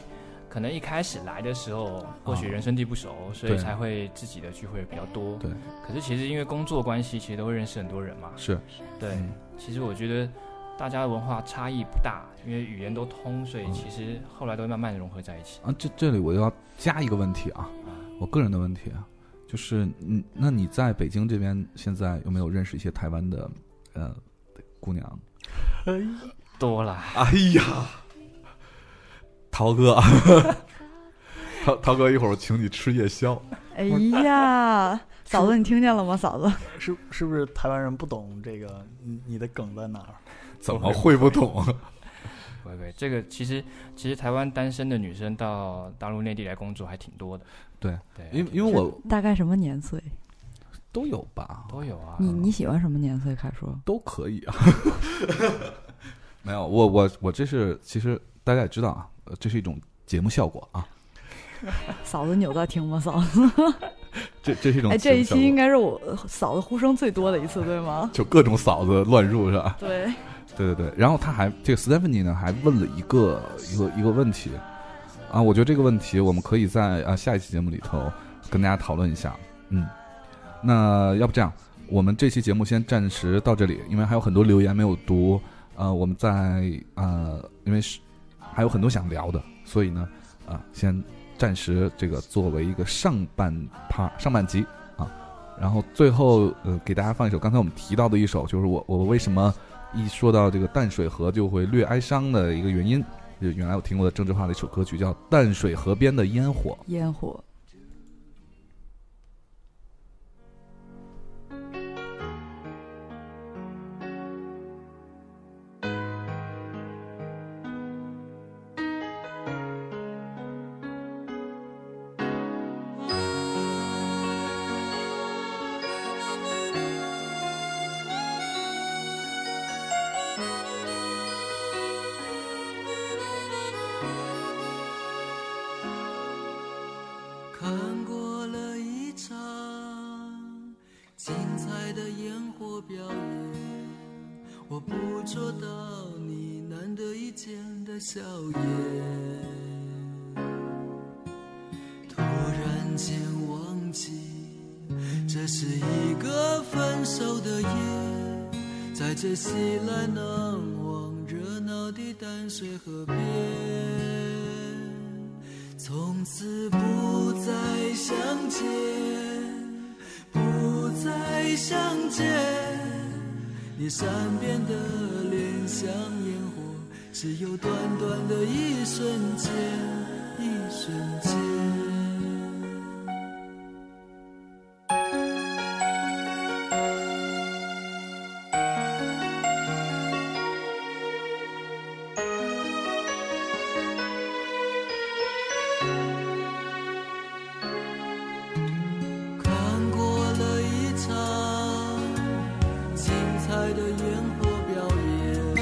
S3: 可能一开始来的时候，或许人生地不熟，所以
S1: 对
S3: 才会自己的聚会比较多。
S1: 对，
S3: 可是其实因为工作关系，其实都会认识很多人嘛。
S1: 是，
S3: 对，
S1: 嗯
S3: 其实我觉得大家文化差异不大，因为语言都通，所以
S1: 嗯
S3: 其实后来都会慢慢融合在一起。
S1: 啊，这这里我要加一个问题啊，我个人的问题啊，就是嗯，那你在北京这边现在有没有认识一些台湾的呃姑娘？
S7: 哎
S3: 多了，
S1: 哎呀，陶哥，陶陶哥，一会儿我请你吃夜宵。
S2: 哎 [LAUGHS] 呀，嫂子，你听见了吗？嫂子，
S7: 是是不是台湾人不懂这个？你你的梗在哪儿？
S1: 怎么会不懂？啊
S3: 不会不会，这个其实其实台湾单身的女生到大陆内地来工作还挺多的。
S1: 对，
S3: 对，
S1: 因为因为我
S2: 大概什么年岁？
S1: 都有吧，
S3: 都有啊。
S2: 你你喜欢什么年岁？凯叔，
S1: 都可以啊。 [LAUGHS] 没有，我我我这是其实大家也知道啊，呃这是一种节目效果啊，
S2: 嫂子你有在听吗？嫂子，
S1: 这这是一种
S2: 哎，这
S1: 节
S2: 一
S1: 目效
S2: 期
S1: 果
S2: 应该是我嫂子呼声最多的一次，对吗？
S1: 就各种嫂子乱入是吧？
S2: 对，
S1: 对对对，然后他还这个 Stephanie 呢，还问了一个一个一个问题，啊，我觉得这个问题我们可以在啊下一期节目里头跟大家讨论一下。嗯，那要不这样，我们这期节目先暂时到这里，因为还有很多留言没有读，呃，我们在呃，因为是还有很多想聊的，所以呢，啊、先暂时这个作为一个上半趴上半集啊，然后最后呃给大家放一首刚才我们提到的一首，就是我我为什么。一说到这个淡水河就会略哀伤的一个原因，就原来我听过的郑智化的一首歌曲叫《淡水河边的烟火》。
S2: [LAUGHS] 烟火。
S4: 看过了一场精彩的烟火表演，我捕捉到你难得一见的笑颜。突然间忘记，这是一个分手的夜，在这熙来攘往热闹的淡水河边。从此不再相见，不再相见。你善变的脸像烟火，只有短短的一瞬间，一瞬间。看过了一场精彩的烟火表演，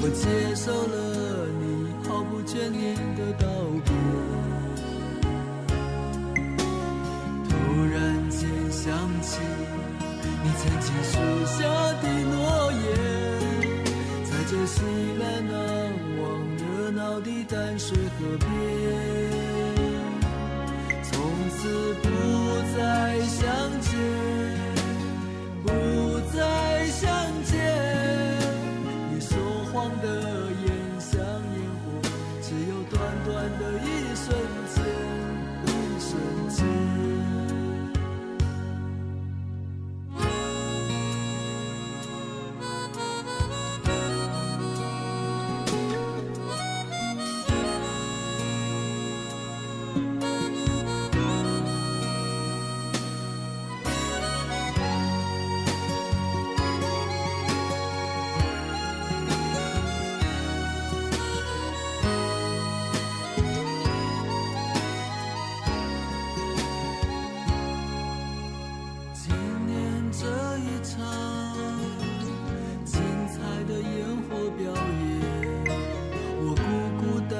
S4: 我接受了你毫不眷恋的道别。突然间想起你曾经许下的诺言，在这熙来难往热闹的淡水河边。从此不再相见，不再相见。你说谎的眼像烟火，只有短短的一瞬间，一瞬间。今年这一场精彩的烟火表演，我孤孤单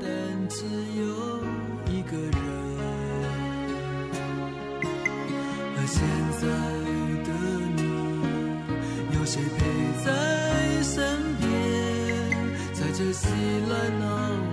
S4: 单只有一个人，而现在的你，有谁陪在身边？在这熙来攘